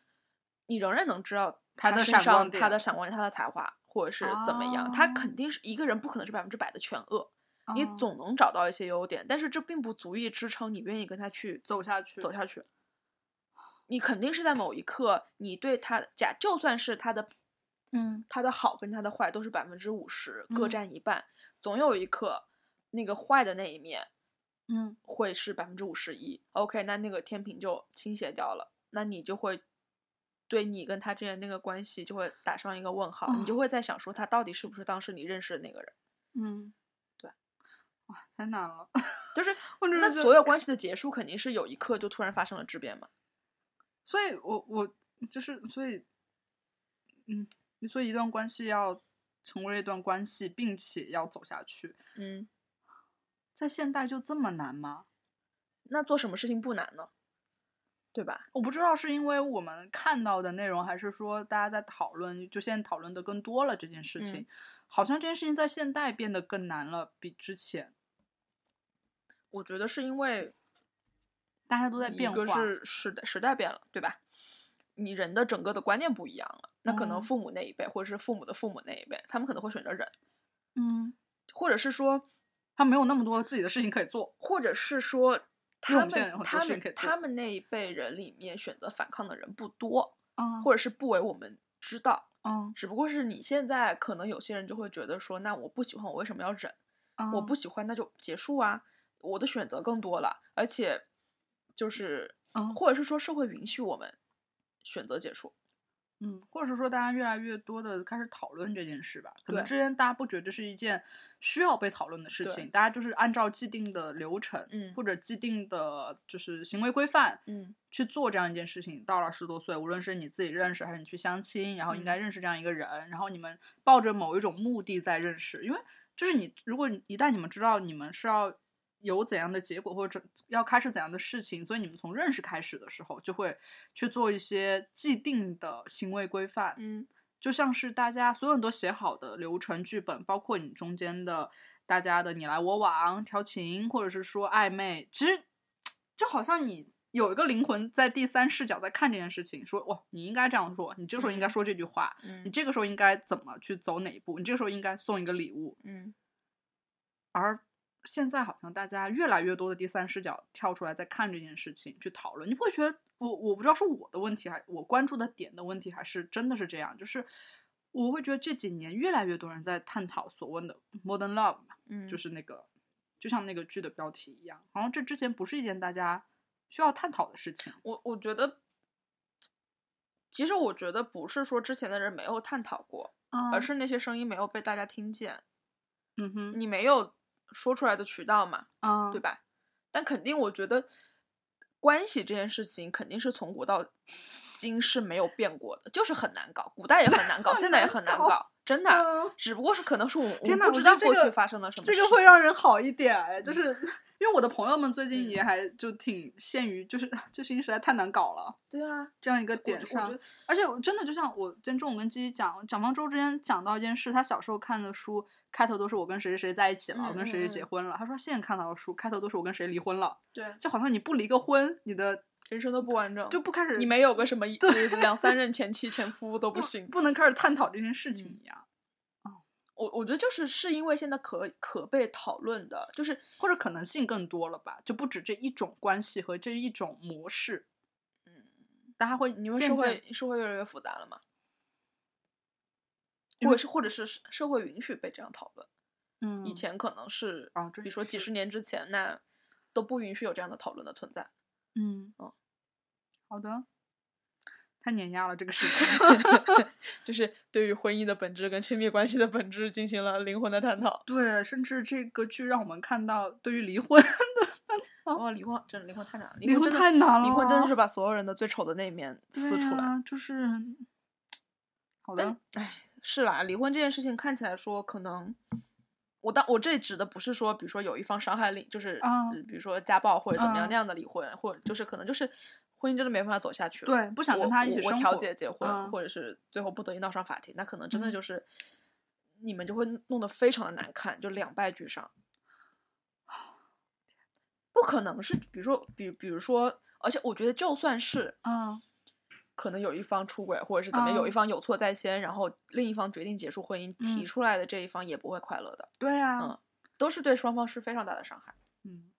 [SPEAKER 1] 你仍然能知道
[SPEAKER 2] 他的
[SPEAKER 1] 身
[SPEAKER 2] 闪
[SPEAKER 1] 上
[SPEAKER 2] 光
[SPEAKER 1] 他
[SPEAKER 2] 点
[SPEAKER 1] 的闪光点、他的才华，或者是怎么样。他
[SPEAKER 2] 哦
[SPEAKER 1] 肯定是一个人，不可能是百分之百的全恶，你
[SPEAKER 2] 哦
[SPEAKER 1] 总能找到一些优点，但是这并不足以支撑你愿意跟他去
[SPEAKER 2] 走下去，
[SPEAKER 1] 走下去。你肯定是在某一刻，你对他假，就算是他的
[SPEAKER 2] 嗯。
[SPEAKER 1] 他的好跟他的坏都是百分之五十，各
[SPEAKER 2] 嗯
[SPEAKER 1] 占一半，总有一刻那个坏的那一面
[SPEAKER 2] 嗯
[SPEAKER 1] 会是百分之五十一。OK，那那个天平就倾斜掉了，那你就会对你跟他之间那个关系就会打上一个问号，
[SPEAKER 2] 啊
[SPEAKER 1] 你就会在想说他到底是不是当时你认识的那个人？
[SPEAKER 2] 嗯，对，哇，太难了。
[SPEAKER 1] 就是
[SPEAKER 2] *laughs* 我真
[SPEAKER 1] 那
[SPEAKER 2] 的觉
[SPEAKER 1] 所
[SPEAKER 2] 得
[SPEAKER 1] 有关系的结束肯定是有一刻就突然发生了质变嘛。
[SPEAKER 2] 所以我我就是所以，嗯，你说一段关系要成为一段关系，并且要走下去，
[SPEAKER 1] 嗯，
[SPEAKER 2] 在现代就这么难吗？
[SPEAKER 1] 那做什么事情不难呢？对吧？
[SPEAKER 2] 我不知道是因为我们看到的内容，还是说大家在讨论，就现在讨论的更多了这件事情，
[SPEAKER 1] 嗯
[SPEAKER 2] 好像这件事情在现代变得更难了，比之前
[SPEAKER 1] 我觉得是因为
[SPEAKER 2] 大家都在变
[SPEAKER 1] 一个
[SPEAKER 2] 化。
[SPEAKER 1] 是时代时代变了，对吧？你人的整个的观念不一样了，那可能
[SPEAKER 2] 嗯
[SPEAKER 1] 父母那一辈，或者是父母的父母那一辈，他们可能会选择忍，
[SPEAKER 2] 嗯，
[SPEAKER 1] 或者是说
[SPEAKER 2] 他没有那么多自己的事情可以做。
[SPEAKER 1] 或者是说
[SPEAKER 2] 因为
[SPEAKER 1] 他
[SPEAKER 2] 我们现在有
[SPEAKER 1] 们
[SPEAKER 2] 很多
[SPEAKER 1] 他
[SPEAKER 2] 事情可
[SPEAKER 1] 们
[SPEAKER 2] 以做
[SPEAKER 1] 他们那一辈人里面选择反抗的人不多，
[SPEAKER 2] 嗯
[SPEAKER 1] 或者是不为我们知道，
[SPEAKER 2] 嗯
[SPEAKER 1] 只不过是你现在可能有些人就会觉得说，那我不喜欢，我为什么要忍？
[SPEAKER 2] 嗯，
[SPEAKER 1] 我不喜欢，那就结束啊，我的选择更多了，而且就是
[SPEAKER 2] 嗯
[SPEAKER 1] 或者是说社会允许我们选择结束，
[SPEAKER 2] 嗯，或者是说大家越来越多的开始讨论这件事吧。可能
[SPEAKER 1] 对
[SPEAKER 2] 之前大家不觉得这是一件需要被讨论的事
[SPEAKER 1] 对
[SPEAKER 2] 情，大家就是按照既定的流程，
[SPEAKER 1] 嗯
[SPEAKER 2] 或者既定的就是行为规范，
[SPEAKER 1] 嗯，
[SPEAKER 2] 去做这样一件事情。到了十多岁，无论是你自己认识还是你去相亲，然后应该认识这样一个人，然后你们抱着某一种目的在认识，因为就是你，如果你一旦你们知道你们是要有怎样的结果，或者要开始怎样的事情，所以你们从认识开始的时候，就会去做一些既定的行为规范，
[SPEAKER 1] 嗯
[SPEAKER 2] 就像是大家所有人都写好的流程剧本，包括你中间的大家的你来我往、调情，或者是说暧昧，其实就好像你有一个灵魂在第三视角在看这件事情，说哇，你应该这样做，你这个时候应该
[SPEAKER 1] 嗯
[SPEAKER 2] 说这句话，你
[SPEAKER 1] 嗯
[SPEAKER 2] 这个时候应该怎么去走哪一步，你这个时候应该送一个礼物。
[SPEAKER 1] 嗯
[SPEAKER 2] 而现在好像大家越来越多的第三视角跳出来在看这件事情去讨论，你会觉得我我不知道是我的问题还我关注的点的问题，还是真的是这样，就是我会觉得这几年越来越多人在探讨所谓的 modern love 嘛，
[SPEAKER 1] 嗯，
[SPEAKER 2] 就是那个就像那个剧的标题一样，好像这之前不是一件大家需要探讨的事情。
[SPEAKER 1] 我我觉得，其实我觉得不是说之前的人没有探讨过，
[SPEAKER 2] 啊
[SPEAKER 1] 而是那些声音没有被大家听见，
[SPEAKER 2] 嗯哼，
[SPEAKER 1] 你没有说出来的渠道嘛，
[SPEAKER 2] 啊，
[SPEAKER 1] 对吧？但肯定，我觉得关系这件事情肯定是从古到今是没有变过的，就是很难搞，古代也很难
[SPEAKER 2] *laughs*
[SPEAKER 1] 搞，现在也很难
[SPEAKER 2] 难搞
[SPEAKER 1] 搞，真的。
[SPEAKER 2] 嗯
[SPEAKER 1] 只不过是可能是我我
[SPEAKER 2] 天
[SPEAKER 1] 们
[SPEAKER 2] 呐，
[SPEAKER 1] 不
[SPEAKER 2] 我
[SPEAKER 1] 知
[SPEAKER 2] 觉
[SPEAKER 1] 道
[SPEAKER 2] 得这
[SPEAKER 1] 过去
[SPEAKER 2] 个
[SPEAKER 1] 发生了什么事
[SPEAKER 2] 这
[SPEAKER 1] 情，嗯
[SPEAKER 2] 个会让人好一点哎，就是 *laughs* 因为我的朋友们最近也还就挺限于，就是 *laughs* 这事情实在太难搞了
[SPEAKER 1] 对啊，
[SPEAKER 2] 这样一个
[SPEAKER 1] 我觉
[SPEAKER 2] 点
[SPEAKER 1] 我觉
[SPEAKER 2] 上
[SPEAKER 1] 得。
[SPEAKER 2] 而且我真的就像我今天中午跟鸡鸡讲，蒋方舟之前讲到一件事，他小时候看的书开头都是我跟谁谁谁在一起了，
[SPEAKER 1] 嗯
[SPEAKER 2] 我跟谁谁结
[SPEAKER 1] 嗯嗯
[SPEAKER 2] 婚了。他说现在看到的书开头都是我跟谁离婚了，
[SPEAKER 1] 对
[SPEAKER 2] 就好像你不离个婚，你的
[SPEAKER 1] 人生都不完整，
[SPEAKER 2] 就嗯不开始
[SPEAKER 1] 你没有个什
[SPEAKER 2] *laughs*
[SPEAKER 1] 么一两三任前妻前夫都
[SPEAKER 2] 不
[SPEAKER 1] 不行。
[SPEAKER 2] 不能开始探讨这件事情
[SPEAKER 1] 嗯
[SPEAKER 2] 一样，
[SPEAKER 1] 我我觉得就是是因为现在可可被讨论的，就是
[SPEAKER 2] 或者可能性更多了吧，就不止这一种关系和这一种模式。大家会
[SPEAKER 1] 你
[SPEAKER 2] 你
[SPEAKER 1] 们社嗯会社会越来越复杂了嘛，或者是或者是社社会允许被这样讨论，
[SPEAKER 2] 嗯
[SPEAKER 1] 以前可能是
[SPEAKER 2] 啊这
[SPEAKER 1] 比如说几
[SPEAKER 2] 是
[SPEAKER 1] 十年之前那都不允许有这样的讨论的存
[SPEAKER 2] *laughs*
[SPEAKER 1] 在。
[SPEAKER 2] 嗯
[SPEAKER 1] 哦，
[SPEAKER 2] 好的，太碾压了这个 *laughs* 事情。
[SPEAKER 1] 就是对于婚姻的本质跟亲密关系的本质进行了灵魂的探讨。
[SPEAKER 2] 对，甚至这个剧让我们看到，对于离婚
[SPEAKER 1] 哇，离婚哦真的离婚太难了，离
[SPEAKER 2] 离
[SPEAKER 1] 婚真
[SPEAKER 2] 婚
[SPEAKER 1] 的
[SPEAKER 2] 哦太难
[SPEAKER 1] 离婚真的
[SPEAKER 2] 了
[SPEAKER 1] 是把所有人的最丑的那一面撕出来。
[SPEAKER 2] 来，就是 *sniffs* 哎好的
[SPEAKER 1] 但，唉，是啦，离婚这件事情看起来说可能。我当我这里指的不是说，比如说有一方伤害另，就是、
[SPEAKER 2] 啊
[SPEAKER 1] 比如说家暴或者怎么样
[SPEAKER 2] 啊
[SPEAKER 1] 那样的离婚，或者就是可能就是婚姻真的没办法走下去了，
[SPEAKER 2] 对不想跟
[SPEAKER 1] 我
[SPEAKER 2] 他一
[SPEAKER 1] 我
[SPEAKER 2] 起
[SPEAKER 1] 我
[SPEAKER 2] 生
[SPEAKER 1] 调
[SPEAKER 2] 活
[SPEAKER 1] 解结婚，
[SPEAKER 2] 啊
[SPEAKER 1] 或者是最后不得已闹上法庭，那可能真的
[SPEAKER 2] 嗯
[SPEAKER 1] 就是、你们就会弄得非常的难看，就两败俱
[SPEAKER 2] *sighs*
[SPEAKER 1] 伤。不可能是，比如说，比比如说，而且我觉得就算是，
[SPEAKER 2] 嗯
[SPEAKER 1] 可能有一方出轨，或者是怎么样，有一
[SPEAKER 2] 嗯
[SPEAKER 1] 方有错在先，然后另一方决定结束婚姻，提
[SPEAKER 2] 嗯
[SPEAKER 1] 出来的这一方也不会快乐的，
[SPEAKER 2] 对啊
[SPEAKER 1] 嗯，都是对双方是非常大的伤害，
[SPEAKER 2] 嗯，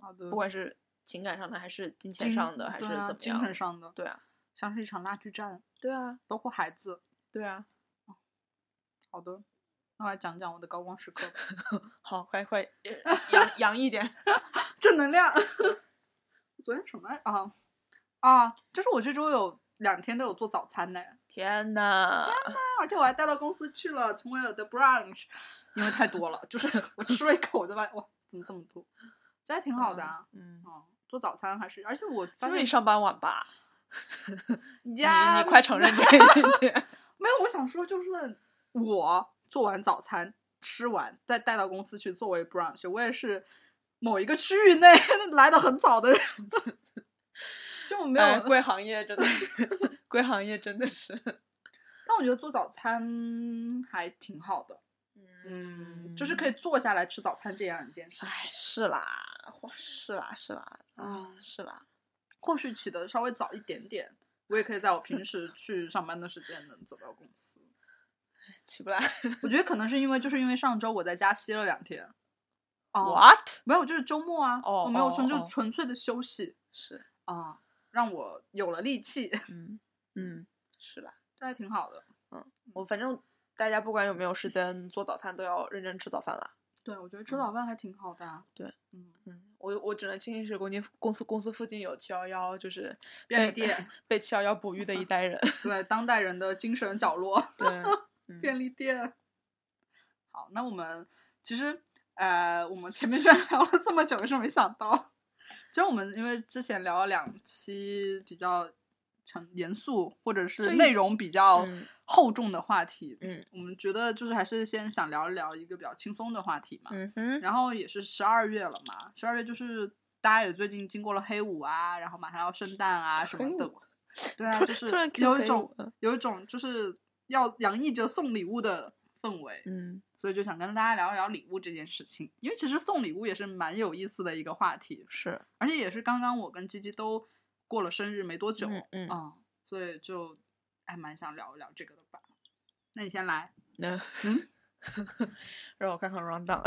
[SPEAKER 2] 好的，
[SPEAKER 1] 不管是情感上的，还是金钱
[SPEAKER 2] 精
[SPEAKER 1] 上的，还是
[SPEAKER 2] 对
[SPEAKER 1] 怎
[SPEAKER 2] 啊
[SPEAKER 1] 么样，
[SPEAKER 2] 精神上的，
[SPEAKER 1] 对啊，
[SPEAKER 2] 像是一场拉锯战，
[SPEAKER 1] 对啊，
[SPEAKER 2] 包括孩子。
[SPEAKER 1] 对啊，
[SPEAKER 2] 好的，那我来讲讲我的高光时刻
[SPEAKER 1] *laughs*
[SPEAKER 2] 吧，
[SPEAKER 1] 好，快快
[SPEAKER 2] *laughs*
[SPEAKER 1] 呃扬扬一点，
[SPEAKER 2] 正能量。 *laughs* 昨天什么来啊啊？就是我这周有两天都有做早餐呢。
[SPEAKER 1] 天呐，
[SPEAKER 2] 而且我还带到公司去了，成为了 the brunch，因为太多了，就是 *laughs* 我吃了一口我就发现哇，怎么这么多？这还挺好的啊，
[SPEAKER 1] 嗯，
[SPEAKER 2] 嗯，做早餐还是，而且我发
[SPEAKER 1] 因
[SPEAKER 2] 现
[SPEAKER 1] 为你上班晚吧，你
[SPEAKER 2] 呀
[SPEAKER 1] 你快承认这一点，
[SPEAKER 2] *laughs* 没有，我想说就是我做完早餐吃完，再带到公司去作为 brunch，我也是某一个区域内 *laughs* 来的很早的人， *laughs* 就 *laughs* 没有、
[SPEAKER 1] 哎贵行业真的是，贵行业真的是，
[SPEAKER 2] 但我觉得做早餐还挺好的，嗯，就是可以坐下来吃早餐这样一件事情。
[SPEAKER 1] 哎，是啦，哇是啦，是啦，啊
[SPEAKER 2] 嗯，
[SPEAKER 1] 是啦，
[SPEAKER 2] 或许起得稍微早一点点，我也可以在我平时去上班的时间能走到公司。
[SPEAKER 1] 起不来。
[SPEAKER 2] 我觉得可能是因为，就是因为上周我在家歇了两天，哦、 *laughs*
[SPEAKER 1] What？
[SPEAKER 2] 没有，就是周末啊
[SPEAKER 1] 哦
[SPEAKER 2] 我没有
[SPEAKER 1] 哦
[SPEAKER 2] 纯就
[SPEAKER 1] 哦
[SPEAKER 2] 纯粹的休息
[SPEAKER 1] 是，
[SPEAKER 2] 啊、让我有了力气，
[SPEAKER 1] 嗯嗯，是啦。
[SPEAKER 2] 这还挺好的。嗯
[SPEAKER 1] 我反正大家不管有没有时间做早餐，都要认真吃早饭啦。
[SPEAKER 2] 对，我觉得吃早饭还挺好的、啊。
[SPEAKER 1] 对，
[SPEAKER 2] 嗯，
[SPEAKER 1] 嗯，我我只能庆幸是公司公司公司附近有七幺幺，就是
[SPEAKER 2] 便
[SPEAKER 1] 被
[SPEAKER 2] 利店，
[SPEAKER 1] 被七幺幺哺育的一
[SPEAKER 2] *laughs*
[SPEAKER 1] 代人。
[SPEAKER 2] 对，当代人的精神角落。 *laughs*
[SPEAKER 1] 对，嗯
[SPEAKER 2] 便利店。嗯好，那我们其实呃，我们前面居 *laughs* 然聊了这么久，是没想到。其实我们因为之前聊了两期比较成严肃或者是
[SPEAKER 1] 对
[SPEAKER 2] 内容比较
[SPEAKER 1] 嗯
[SPEAKER 2] 厚重的话题，
[SPEAKER 1] 嗯，
[SPEAKER 2] 我们觉得就是还是先想聊一聊一个比较轻松的话题嘛。
[SPEAKER 1] 嗯哼，
[SPEAKER 2] 然后也是十二月了嘛，十二月就是大家也最近经过了黑五啊，然后马上要圣诞啊什么
[SPEAKER 1] 黑
[SPEAKER 2] 的
[SPEAKER 1] 五，
[SPEAKER 2] 对啊，
[SPEAKER 1] 突
[SPEAKER 2] 就是
[SPEAKER 1] 突然 cue
[SPEAKER 2] 有一
[SPEAKER 1] 黑
[SPEAKER 2] 种
[SPEAKER 1] 五嗯
[SPEAKER 2] 有一种就是要洋溢着送礼物的氛围，
[SPEAKER 1] 嗯，
[SPEAKER 2] 所以就想跟大家聊一聊礼物这件事情，因为其实送礼物也是蛮有意思的一个话题，
[SPEAKER 1] 是，
[SPEAKER 2] 而且也是刚刚我跟鸡鸡都过了生日没多久，
[SPEAKER 1] 嗯嗯，
[SPEAKER 2] 嗯，所以就还蛮想聊一聊这个的吧。那你先来，
[SPEAKER 1] 那
[SPEAKER 2] 嗯
[SPEAKER 1] *laughs* 让我看看 round down。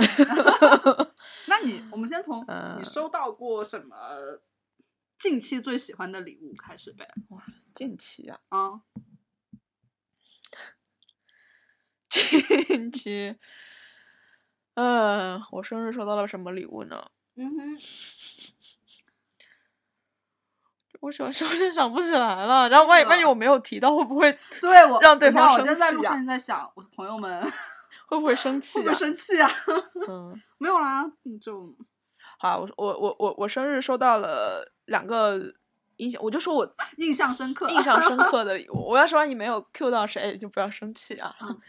[SPEAKER 1] *laughs*
[SPEAKER 2] 那你我们先从
[SPEAKER 1] 嗯
[SPEAKER 2] 你收到过什么近期最喜欢的礼物开始呗。
[SPEAKER 1] 近期啊，
[SPEAKER 2] 啊，
[SPEAKER 1] 近期，嗯、我生日收到了什么礼物呢？
[SPEAKER 2] 嗯哼，
[SPEAKER 1] 我想瞬间 *laughs* 想不起来了。然后万一万一
[SPEAKER 2] 是的
[SPEAKER 1] 我没有提到，会不会
[SPEAKER 2] 对我
[SPEAKER 1] 让对
[SPEAKER 2] 你看
[SPEAKER 1] 方
[SPEAKER 2] 我今天
[SPEAKER 1] 生
[SPEAKER 2] 在路
[SPEAKER 1] 气呀
[SPEAKER 2] 上在想，我的朋友
[SPEAKER 1] *laughs*
[SPEAKER 2] 们
[SPEAKER 1] 会不会生 *laughs* 气
[SPEAKER 2] 会不会
[SPEAKER 1] 啊？
[SPEAKER 2] 生气啊？
[SPEAKER 1] 嗯，
[SPEAKER 2] 没有啦，嗯就
[SPEAKER 1] 好，我我我我我生日收到了两个印象，我就说我 *laughs*
[SPEAKER 2] 印象深刻。啊
[SPEAKER 1] 印象深刻的礼物。我要是万一没有 Q 到谁，就不要生气啊。
[SPEAKER 2] 嗯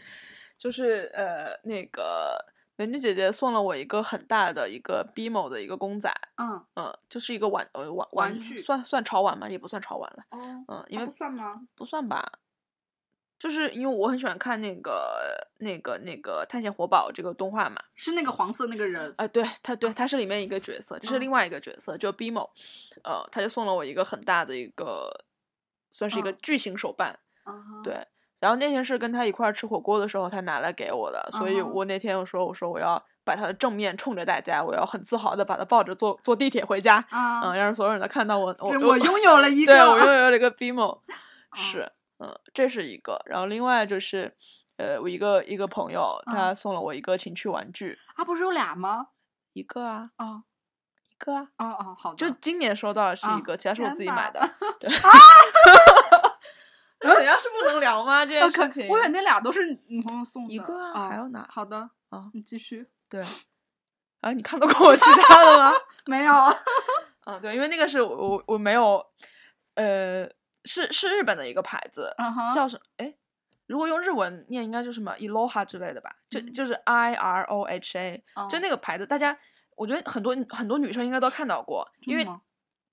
[SPEAKER 1] 就是呃，那个美女姐姐送了我一个很大的一个 BMO 的一个公仔，
[SPEAKER 2] 嗯
[SPEAKER 1] 嗯，就是一个玩呃玩
[SPEAKER 2] 玩具
[SPEAKER 1] 算算潮玩吗？也不算潮玩了，
[SPEAKER 2] 哦，
[SPEAKER 1] 嗯，因
[SPEAKER 2] 它
[SPEAKER 1] 为
[SPEAKER 2] 不算吗？
[SPEAKER 1] 不算吧。就是因为我很喜欢看那个、那个、那个《探险活宝》这个动画嘛，
[SPEAKER 2] 是那个黄色那个人
[SPEAKER 1] 啊、对他，对他是里面一个角色，这是
[SPEAKER 2] 嗯
[SPEAKER 1] 另外一个角色，就 BMO，呃，他就送了我一个很大的一个，算是一个
[SPEAKER 2] 嗯
[SPEAKER 1] 巨型手办，
[SPEAKER 2] 啊哈，
[SPEAKER 1] 对，然后那天是跟他一块儿吃火锅的时候，他拿来给我的，所以
[SPEAKER 2] 嗯哼
[SPEAKER 1] 我那天我说我说我要把他的正面冲着大家，我要很自豪的把他抱着坐坐地铁回家，
[SPEAKER 2] 啊
[SPEAKER 1] 嗯，，让所有人都看到我我
[SPEAKER 2] 这
[SPEAKER 1] 我 *laughs*
[SPEAKER 2] 我拥有了一个，
[SPEAKER 1] 对我拥有了一个 BMO，
[SPEAKER 2] *laughs* 啊
[SPEAKER 1] 是嗯，这是一个，然后另外就是呃，我一个一个朋友
[SPEAKER 2] 嗯
[SPEAKER 1] 他送了我一个情趣玩具，
[SPEAKER 2] 啊，不是有俩吗？
[SPEAKER 1] 一个啊
[SPEAKER 2] 啊
[SPEAKER 1] 一个啊，
[SPEAKER 2] 啊啊，好的，
[SPEAKER 1] 就今年收到的是一个，
[SPEAKER 2] 啊
[SPEAKER 1] 其他是我
[SPEAKER 2] 天
[SPEAKER 1] 自己
[SPEAKER 2] 哪
[SPEAKER 1] 买的，对。怎样是不能聊吗？
[SPEAKER 2] *laughs*
[SPEAKER 1] 这件
[SPEAKER 2] 呃
[SPEAKER 1] 事
[SPEAKER 2] 可
[SPEAKER 1] 情，
[SPEAKER 2] 我以为那俩都是你朋友送的，嗯
[SPEAKER 1] 一个啊还有哪
[SPEAKER 2] 好的，
[SPEAKER 1] 啊
[SPEAKER 2] 你继
[SPEAKER 1] *laughs*
[SPEAKER 2] 续。
[SPEAKER 1] 对。啊，你看到过我其他的吗？ *laughs*
[SPEAKER 2] 没有，
[SPEAKER 1] 啊，对，因为那个是我我我没有，呃，是是日本的一个牌子，
[SPEAKER 2] 嗯哼，
[SPEAKER 1] 叫什么？哎，如果用日文念，应该就是什么 Eloha 之类的吧？就
[SPEAKER 2] 嗯
[SPEAKER 1] 就是 I R O H A，就那
[SPEAKER 2] 个，
[SPEAKER 1] 个牌子，大家我觉得很多很多女生应该都看到过，因
[SPEAKER 2] 真
[SPEAKER 1] 为
[SPEAKER 2] 的吗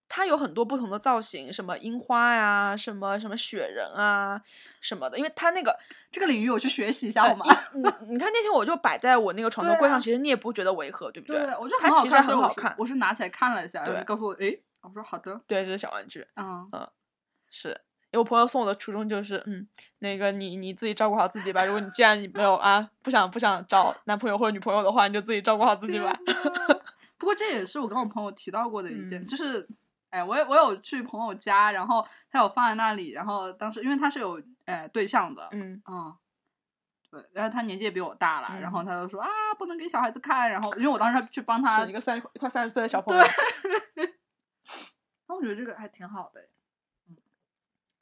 [SPEAKER 1] 它有很多不同的造型，什么樱花呀、什么什么雪人啊什么的，因为它那个
[SPEAKER 2] 这个领域我去学习一下好 *laughs* 吗？
[SPEAKER 1] 你你看那天我就摆在我那个床头
[SPEAKER 2] 对
[SPEAKER 1] 柜
[SPEAKER 2] 啊
[SPEAKER 1] 上，其实你也不觉得违和，对不
[SPEAKER 2] 对，我觉得很
[SPEAKER 1] 它
[SPEAKER 2] 好
[SPEAKER 1] 其实
[SPEAKER 2] 看，所以
[SPEAKER 1] 很
[SPEAKER 2] 我
[SPEAKER 1] 好
[SPEAKER 2] 是
[SPEAKER 1] 看。
[SPEAKER 2] 我是拿起来看了一下，然后
[SPEAKER 1] 对
[SPEAKER 2] 就告诉我，诶，我说好的，
[SPEAKER 1] 对，这是小玩具，
[SPEAKER 2] 嗯，
[SPEAKER 1] 是因为我朋友送我的初衷就是，嗯，那个你你自己照顾好自己吧。如果你既然你没有啊，不想不想找男朋友或者女朋友的话，你就自己照顾好自己吧。
[SPEAKER 2] 天哪 *laughs* 不过这也是我跟我朋友提到过的一件，
[SPEAKER 1] 嗯
[SPEAKER 2] 就是，哎，我也我有去朋友家，然后他有放在那里，然后当时因为他是有呃对象的，
[SPEAKER 1] 嗯，
[SPEAKER 2] 嗯，对，然后他年纪也比我大了，然后
[SPEAKER 1] 嗯
[SPEAKER 2] 他就说啊，不能给小孩子看，然后因为我当时还去帮他
[SPEAKER 1] 是一个三快三十岁的小朋
[SPEAKER 2] 对 *laughs*
[SPEAKER 1] 友。，
[SPEAKER 2] 啊那我觉得这个还挺好的，嗯，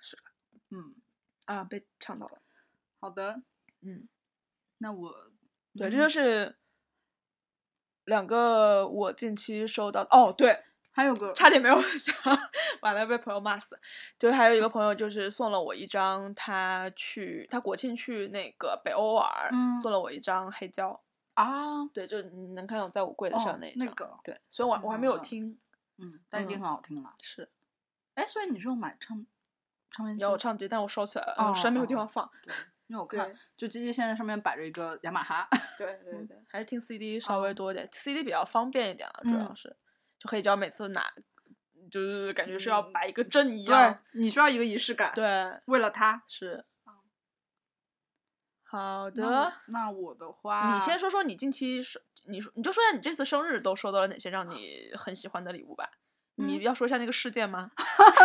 [SPEAKER 1] 是
[SPEAKER 2] 的，嗯，
[SPEAKER 1] 啊，被呛到了。
[SPEAKER 2] 好的，
[SPEAKER 1] 嗯，
[SPEAKER 2] 那我
[SPEAKER 1] 对，这
[SPEAKER 2] 嗯
[SPEAKER 1] 就是两个我近期收到的哦，对，
[SPEAKER 2] 还有个
[SPEAKER 1] 差点没有 *laughs* 讲，完了被朋友骂死。就是还有一个朋友，就是送了我一张他去他国庆去那个北欧玩儿，
[SPEAKER 2] 嗯
[SPEAKER 1] 送了我一张黑胶。
[SPEAKER 2] 啊，
[SPEAKER 1] 对，就你能看到在我柜子
[SPEAKER 2] 哦
[SPEAKER 1] 上那一
[SPEAKER 2] 那
[SPEAKER 1] 张。
[SPEAKER 2] 个
[SPEAKER 1] 对，所以我
[SPEAKER 2] 嗯
[SPEAKER 1] 我还没有
[SPEAKER 2] 嗯嗯
[SPEAKER 1] 听，
[SPEAKER 2] 嗯，但一定
[SPEAKER 1] 嗯
[SPEAKER 2] 很好听了。
[SPEAKER 1] 是
[SPEAKER 2] 哎，所以你是有买唱唱片机？
[SPEAKER 1] 你要我唱机，但我收起来了，呃我实在没有地
[SPEAKER 2] 嗯哦
[SPEAKER 1] 方放。
[SPEAKER 2] 对，因为我
[SPEAKER 1] 对
[SPEAKER 2] 看就机器现在上面摆着一个雅马哈，
[SPEAKER 1] 对对
[SPEAKER 2] 嗯
[SPEAKER 1] 对，还是听 CD 稍
[SPEAKER 2] 哦
[SPEAKER 1] 微多一点、c d 比较方便一点了，主要
[SPEAKER 2] 嗯
[SPEAKER 1] 是就黑胶每次拿，就是感觉是要
[SPEAKER 2] 嗯
[SPEAKER 1] 摆一个阵一样。，
[SPEAKER 2] *laughs* 你需要一个仪式感，，
[SPEAKER 1] 对，
[SPEAKER 2] 为了它。
[SPEAKER 1] 是。好
[SPEAKER 2] 哦那
[SPEAKER 1] 的
[SPEAKER 2] 我，啊那我的话，
[SPEAKER 1] 你先说说你近期是，你说你就说一下你这次生日都收到了哪些让你很喜欢的礼物吧。你
[SPEAKER 2] 嗯
[SPEAKER 1] 要说一下那个事件吗？
[SPEAKER 2] *laughs*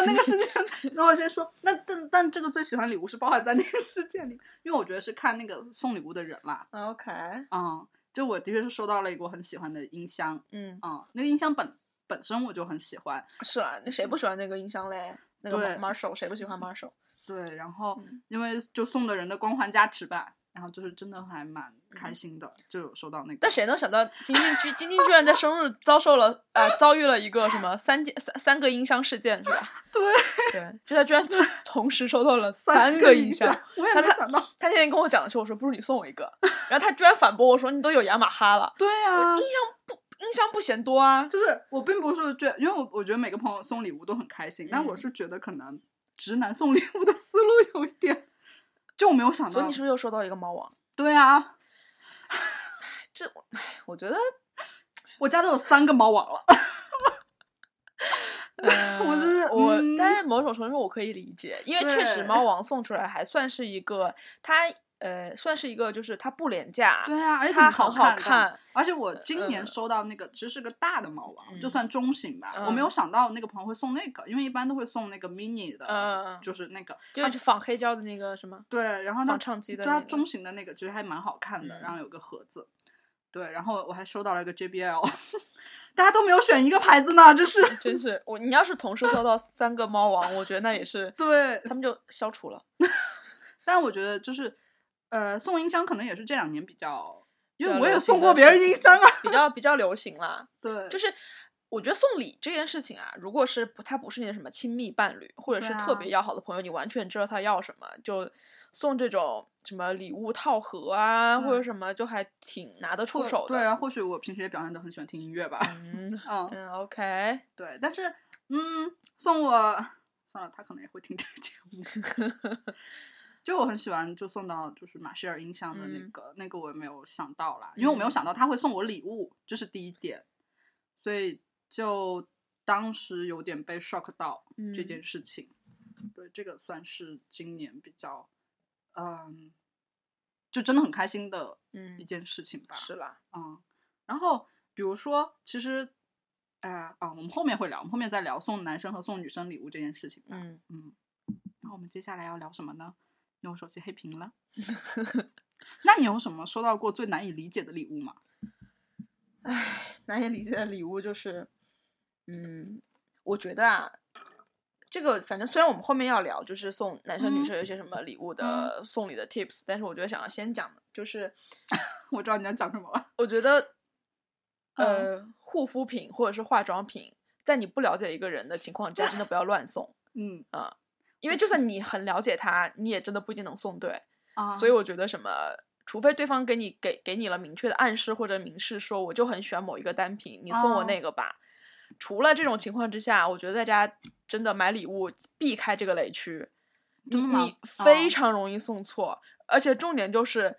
[SPEAKER 2] 那个事件，那我先说，那但但这个最喜欢礼物是包含在那个事件里，因为我觉得是看那个送礼物的人啦。
[SPEAKER 1] OK，
[SPEAKER 2] 嗯，就我的确是收到了一个我很喜欢的音箱，
[SPEAKER 1] 嗯，
[SPEAKER 2] 嗯，那个音箱本本身我就很喜欢，
[SPEAKER 1] 是啊，那谁不喜欢那个音箱嘞？那个
[SPEAKER 2] 对
[SPEAKER 1] Mar- Marshall，谁不喜欢 Marshall？
[SPEAKER 2] 对，然后
[SPEAKER 1] 嗯
[SPEAKER 2] 因为就送的人的光环加持吧，然后就是真的还蛮开心的，就有收到那个。
[SPEAKER 1] 嗯但谁能想到晶晶居晶晶居然在生日遭受了啊、遭遇了一个什么三件三三个音箱事件是
[SPEAKER 2] *laughs*
[SPEAKER 1] 吧？ *laughs*
[SPEAKER 2] 对
[SPEAKER 1] 对，就他居然同时收到了三
[SPEAKER 2] 个
[SPEAKER 1] 个音
[SPEAKER 2] 箱
[SPEAKER 1] 箱。，
[SPEAKER 2] 我也
[SPEAKER 1] 他
[SPEAKER 2] 没
[SPEAKER 1] 他 *laughs*
[SPEAKER 2] 想到。
[SPEAKER 1] 他那天跟我讲的时候，我说不如你送我一个，然后他居然反驳我说你都有雅马哈了，
[SPEAKER 2] 对
[SPEAKER 1] 我
[SPEAKER 2] 啊
[SPEAKER 1] 音，箱不音箱不嫌多啊。
[SPEAKER 2] 就是我并不是觉得，因为我我觉得每个朋友送礼物都很开心，但我
[SPEAKER 1] 嗯
[SPEAKER 2] 是觉得可能直男送礼物的思路有一点，就我没有想到。
[SPEAKER 1] 所以你是不是又收到一个猫王？
[SPEAKER 2] 对啊，
[SPEAKER 1] 这我我觉得 *laughs*
[SPEAKER 2] 我家都有三个猫王了。我就是
[SPEAKER 1] 呃我，
[SPEAKER 2] 嗯
[SPEAKER 1] 但是某种程度上我可以理解，因为确实
[SPEAKER 2] 对
[SPEAKER 1] 猫王送出来还算是一个，它呃算是一个，就是它不廉价，
[SPEAKER 2] 对啊，而且
[SPEAKER 1] 它
[SPEAKER 2] 很
[SPEAKER 1] 很
[SPEAKER 2] 看
[SPEAKER 1] 好
[SPEAKER 2] 的。
[SPEAKER 1] 看，
[SPEAKER 2] 而且我今年
[SPEAKER 1] 嗯
[SPEAKER 2] 收到那个其实是个大的猫王，就
[SPEAKER 1] 嗯
[SPEAKER 2] 算中型吧。我没有
[SPEAKER 1] 嗯
[SPEAKER 2] 想到那个朋友会送那个，因为一般都会送那个 mini 的，
[SPEAKER 1] 嗯
[SPEAKER 2] 就是那个
[SPEAKER 1] 就是仿黑胶的那个什么
[SPEAKER 2] 对，然后它
[SPEAKER 1] 仿唱机的
[SPEAKER 2] 对
[SPEAKER 1] 那
[SPEAKER 2] 它
[SPEAKER 1] 个，
[SPEAKER 2] 中型的那个其实还蛮好看的，
[SPEAKER 1] 嗯
[SPEAKER 2] 然后有个盒子。对，然后我还收到了一个 JBL，大家都没有选一个牌子呢，就是
[SPEAKER 1] *laughs*
[SPEAKER 2] *laughs*
[SPEAKER 1] 真是我，你要是同时搜到三个猫王，我觉得那也是，
[SPEAKER 2] 对。
[SPEAKER 1] 他们就消除了。
[SPEAKER 2] 但我觉得就是，呃，送音箱可能也是这两年比较，因为
[SPEAKER 1] 比较
[SPEAKER 2] 我也
[SPEAKER 1] 流行
[SPEAKER 2] 送
[SPEAKER 1] 的
[SPEAKER 2] 过别人
[SPEAKER 1] 事
[SPEAKER 2] 音
[SPEAKER 1] 情
[SPEAKER 2] 箱啊。
[SPEAKER 1] 比较比较流行啦。
[SPEAKER 2] *laughs* 对，
[SPEAKER 1] 就是我觉得送礼这件事情啊，如果是不他不是你的什么亲密伴侣，或者
[SPEAKER 2] 对
[SPEAKER 1] 是
[SPEAKER 2] 啊
[SPEAKER 1] 特别要好的朋友，你完全知道他要什么，就送这种什么礼物套盒啊，或
[SPEAKER 2] 对
[SPEAKER 1] 者什么，就还挺拿得出
[SPEAKER 2] 或
[SPEAKER 1] 手的。
[SPEAKER 2] 嗯对啊，或许我平时也表现的很喜欢听音乐吧。
[SPEAKER 1] *laughs* 嗯
[SPEAKER 2] 嗯，
[SPEAKER 1] 嗯，OK， *laughs*
[SPEAKER 2] 对，但是嗯，送我算了，他可能也会听这个节目。就我很喜欢，就送到就是马歇尔音箱的那
[SPEAKER 1] 嗯
[SPEAKER 2] 个、那个，我也没有想到啦，因为我没有
[SPEAKER 1] 嗯
[SPEAKER 2] 想到他会送我礼物，这是第一点，所以就当时有点被 shock 到这件
[SPEAKER 1] 嗯
[SPEAKER 2] 事情。对，这个算是今年比较，嗯，就真的很开心的
[SPEAKER 1] 嗯
[SPEAKER 2] 一，件事情吧。
[SPEAKER 1] 是啦，
[SPEAKER 2] 嗯，然后比如说，其实，哎、啊，我们后面会聊，我们后面再聊送男生和送女生礼物这件事情吧。
[SPEAKER 1] 嗯，
[SPEAKER 2] 嗯，然后我们接下来要聊什么呢？因为我手机黑
[SPEAKER 1] *laughs*
[SPEAKER 2] 屏了。那你有什么收到过最难以理解的礼物吗？ *laughs*
[SPEAKER 1] 唉，难以理解的礼物就是，嗯，我觉得啊。这个反正虽然我们后面要聊，就是送男生女
[SPEAKER 2] 嗯
[SPEAKER 1] 生有一些什么礼物的、送礼的 tips，但是我觉得想要先讲的就是，
[SPEAKER 2] 我知道你要讲什么了。
[SPEAKER 1] 我觉得，
[SPEAKER 2] 嗯
[SPEAKER 1] 呃，护肤品或者是化妆品，在你不了解一个人的情况之下，真的不要乱送，
[SPEAKER 2] 嗯
[SPEAKER 1] 因为就算你很了解他，你也真的不一定能送对。
[SPEAKER 2] 啊，
[SPEAKER 1] 所以我觉得什么，除非对方给你给给你了明确的暗示或者明示说，我就很喜欢某一个单品，你送我
[SPEAKER 2] 哦
[SPEAKER 1] 那个吧。除了这种情况之下，我觉得大家真的买礼物避开这个雷区，你
[SPEAKER 2] 真的吗
[SPEAKER 1] 你非
[SPEAKER 2] 哦
[SPEAKER 1] 常容易送错，而且重点就是。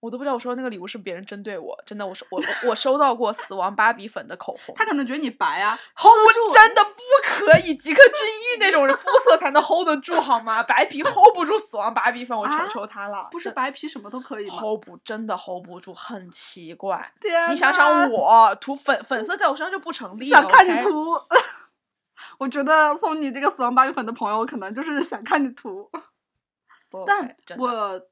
[SPEAKER 1] 我都不知道我收到那个礼物是别人针对我，真的，我收我我我收到过死亡芭比粉的口红，
[SPEAKER 2] 他可能觉得你白啊，hold 得住。
[SPEAKER 1] 真的不可以，吉克隽逸那种人肤色才能 hold 得住好
[SPEAKER 2] *laughs*
[SPEAKER 1] 吗？白皮 hold 不住死亡芭比粉，我
[SPEAKER 2] 啊
[SPEAKER 1] 求求他了，
[SPEAKER 2] 不是
[SPEAKER 1] 真
[SPEAKER 2] 白皮什么都可以吗？
[SPEAKER 1] hold 不真的 hold 不住，很奇怪。
[SPEAKER 2] 天
[SPEAKER 1] 你想
[SPEAKER 2] 呐
[SPEAKER 1] 想我涂粉粉色在我身上就不成立了，
[SPEAKER 2] 想看你
[SPEAKER 1] OK？
[SPEAKER 2] 涂。 *laughs* 我觉得送你这个死亡芭比粉的朋友，可能就是想看你涂。
[SPEAKER 1] 不 OK，
[SPEAKER 2] 但
[SPEAKER 1] 真的
[SPEAKER 2] 我，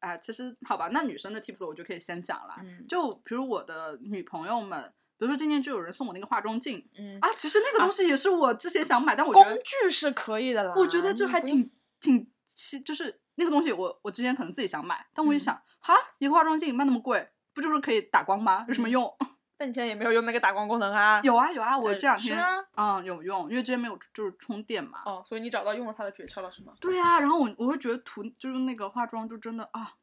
[SPEAKER 2] 哎，其实好吧，那女生的 tips 我就可以先讲了。
[SPEAKER 1] 嗯
[SPEAKER 2] 就比如我的女朋友们，比如说今天就有人送我那个化妆镜
[SPEAKER 1] 嗯，
[SPEAKER 2] 啊，其实那个东西也是我之前想买，但我觉
[SPEAKER 1] 工
[SPEAKER 2] 得
[SPEAKER 1] 具是可以的啦，
[SPEAKER 2] 我觉得这
[SPEAKER 1] 啊你
[SPEAKER 2] 还
[SPEAKER 1] 不用
[SPEAKER 2] 挺挺奇，就是那个东西我我之前可能自己想买，但我一
[SPEAKER 1] 嗯
[SPEAKER 2] 想，哈，一个化妆镜卖那么贵，不就是可以打光吗？有什么
[SPEAKER 1] 嗯
[SPEAKER 2] 用？ *laughs*
[SPEAKER 1] 但你现在也没有用那个打光功能啊，
[SPEAKER 2] 有啊有啊，我
[SPEAKER 1] 呃
[SPEAKER 2] 这两
[SPEAKER 1] 是
[SPEAKER 2] 天
[SPEAKER 1] 啊
[SPEAKER 2] 嗯有用，因为之前没有就是充电嘛，
[SPEAKER 1] 哦，所以你找到用了它的诀窍了是吗？ *laughs*
[SPEAKER 2] 对啊呀、然后我我会觉得涂就是那个化妆就真的啊，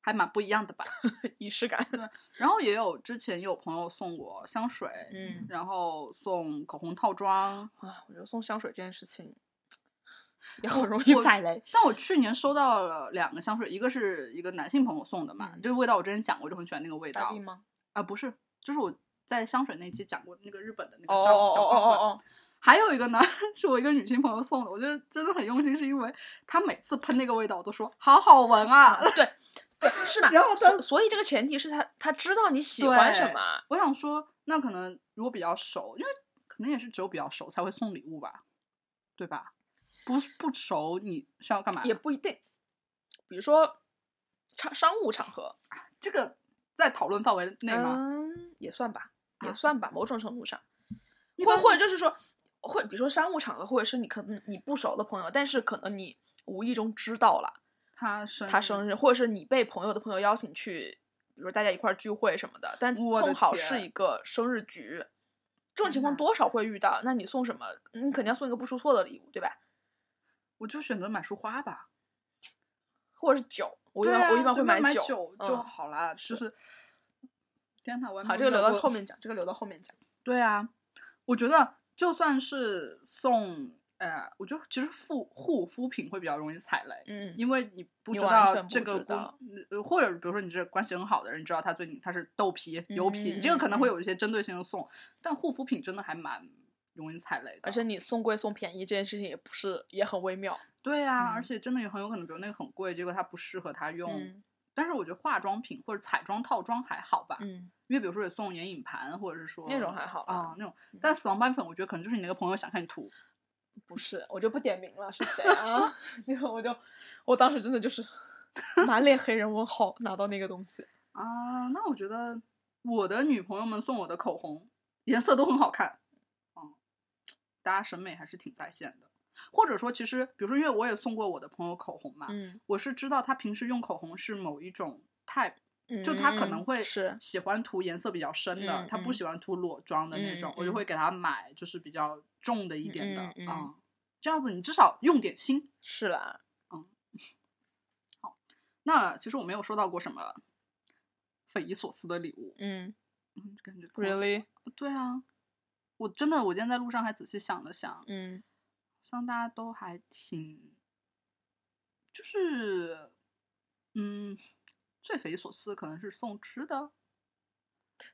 [SPEAKER 2] 还蛮不一样的吧。
[SPEAKER 1] 仪式感，
[SPEAKER 2] 然后也有之前有朋友送我香水，
[SPEAKER 1] 嗯，
[SPEAKER 2] 然后送口红套装。
[SPEAKER 1] *laughs* 啊，我觉得送香水这件事情也
[SPEAKER 2] 我
[SPEAKER 1] 很容易
[SPEAKER 2] 我
[SPEAKER 1] 踩雷，
[SPEAKER 2] 但我去年收到了两个香水，一个是一个男性朋友送的嘛，
[SPEAKER 1] 嗯
[SPEAKER 2] 这个味道我之前讲过，就很喜欢那个味
[SPEAKER 1] 咋
[SPEAKER 2] 道
[SPEAKER 1] 地吗？
[SPEAKER 2] 啊，不是，就是我在香水那期讲过那个日本的那
[SPEAKER 1] 哦
[SPEAKER 2] 个
[SPEAKER 1] 哦
[SPEAKER 2] 香
[SPEAKER 1] 哦
[SPEAKER 2] 小
[SPEAKER 1] 哦
[SPEAKER 2] 罐罐。
[SPEAKER 1] 哦哦，
[SPEAKER 2] 还有一个呢， *laughs* 是我一个女性朋友送的，我觉得真的很用心，是因为她每次喷那个味道，我都说好好闻啊。
[SPEAKER 1] 哦对。对，是吧？
[SPEAKER 2] 然后
[SPEAKER 1] 所
[SPEAKER 2] 他
[SPEAKER 1] 所以这个前提是他他知道你喜欢什
[SPEAKER 2] 对
[SPEAKER 1] 么，
[SPEAKER 2] 我想说，那可能如果比较熟，因为可能也是只有比较熟才会送礼物吧，对吧？不是不熟，你是要干嘛？
[SPEAKER 1] 也不一定。比如说场商务场合，
[SPEAKER 2] 这个在讨论范围内吗？
[SPEAKER 1] 嗯，也算吧，也
[SPEAKER 2] 啊
[SPEAKER 1] 算吧，某种程度上，
[SPEAKER 2] 一
[SPEAKER 1] 或
[SPEAKER 2] 般
[SPEAKER 1] 或者就是说，或比如说商务场合，或者是你可能你不熟的朋友，但是可能你无意中知道了
[SPEAKER 2] 他生
[SPEAKER 1] 他生
[SPEAKER 2] 日，
[SPEAKER 1] 日，或者是你被朋友的朋友邀请去，比如说大家一块儿聚会什么的，但
[SPEAKER 2] 我的
[SPEAKER 1] 正好是
[SPEAKER 2] 天嗯
[SPEAKER 1] 一个生日局，这种情
[SPEAKER 2] 天
[SPEAKER 1] 况
[SPEAKER 2] 呐
[SPEAKER 1] 多少会遇到。那你送什么？你肯定要送一个不出错的礼物，对吧？
[SPEAKER 2] 我就选择买束花吧。
[SPEAKER 1] 或者是酒，我一
[SPEAKER 2] 对
[SPEAKER 1] 般、
[SPEAKER 2] 啊，
[SPEAKER 1] 我一般
[SPEAKER 2] 对
[SPEAKER 1] 会
[SPEAKER 2] 买
[SPEAKER 1] 酒，
[SPEAKER 2] 酒就
[SPEAKER 1] 嗯
[SPEAKER 2] 好啦，就是。天呐，我还没
[SPEAKER 1] 好，
[SPEAKER 2] 有
[SPEAKER 1] 这个
[SPEAKER 2] 遇
[SPEAKER 1] 留到
[SPEAKER 2] 过
[SPEAKER 1] 后面讲，这个留到后面讲。
[SPEAKER 2] 对啊，我觉得就算是送，呃，我觉得其实护护肤品会比较容易踩雷，
[SPEAKER 1] 嗯，
[SPEAKER 2] 因为你不
[SPEAKER 1] 你
[SPEAKER 2] 知
[SPEAKER 1] 完
[SPEAKER 2] 道
[SPEAKER 1] 全
[SPEAKER 2] 这
[SPEAKER 1] 不
[SPEAKER 2] 个
[SPEAKER 1] 知
[SPEAKER 2] 姑
[SPEAKER 1] 道
[SPEAKER 2] 呃或者比如说你这关系很好的人，你知道他对你他是豆皮、油皮，
[SPEAKER 1] 嗯
[SPEAKER 2] 你这个可能
[SPEAKER 1] 嗯
[SPEAKER 2] 会
[SPEAKER 1] 嗯
[SPEAKER 2] 有一些针对性的送，但护肤品真的还蛮容易踩雷的。
[SPEAKER 1] 而且你送贵送便宜这件事情也不是也很微妙。
[SPEAKER 2] 对呀、
[SPEAKER 1] 嗯
[SPEAKER 2] 而且真的也很有可能，比如那个很贵，结果它不适合他用。
[SPEAKER 1] 嗯
[SPEAKER 2] 但是我觉得化妆品或者彩妆套装还好吧，
[SPEAKER 1] 嗯，
[SPEAKER 2] 因为比如说有送眼影盘，或者是说
[SPEAKER 1] 那种还好吧嗯
[SPEAKER 2] 啊、那种。但死亡斑粉，我觉得可能就是你那个朋友想看你涂，
[SPEAKER 1] 不是，我就不点名了，是
[SPEAKER 2] *laughs*
[SPEAKER 1] 谁啊？ *laughs* 那个我就，我当时真的就是 *laughs* 满脸黑人问号拿到那个东西。
[SPEAKER 2] 啊，那我觉得我的女朋友们送我的口红颜色都很好看，嗯，大家审美还是挺在线的。或者说，其实比如说，因为我也送过我的朋友口红嘛，
[SPEAKER 1] 嗯，
[SPEAKER 2] 我是知道她平时用口红是某一种 type，、就她可能会
[SPEAKER 1] 嗯是
[SPEAKER 2] 喜欢涂颜色比较深的，
[SPEAKER 1] 嗯
[SPEAKER 2] 她不
[SPEAKER 1] 嗯
[SPEAKER 2] 喜欢涂裸妆的那
[SPEAKER 1] 嗯
[SPEAKER 2] 种，
[SPEAKER 1] 嗯
[SPEAKER 2] 我就会给她买就是比较重的一点的啊、
[SPEAKER 1] 嗯嗯嗯
[SPEAKER 2] 这样子你至少用点心。
[SPEAKER 1] 是啦，
[SPEAKER 2] 那其实我没有收到过什么匪夷所思的礼物，
[SPEAKER 1] 嗯
[SPEAKER 2] 嗯，感觉可能
[SPEAKER 1] ，really，
[SPEAKER 2] 对啊，我真的，我今天在路上还仔细想了想，
[SPEAKER 1] 嗯
[SPEAKER 2] 像大家都还挺，就是，嗯，最匪夷所思的可能是送吃的。
[SPEAKER 1] 嗯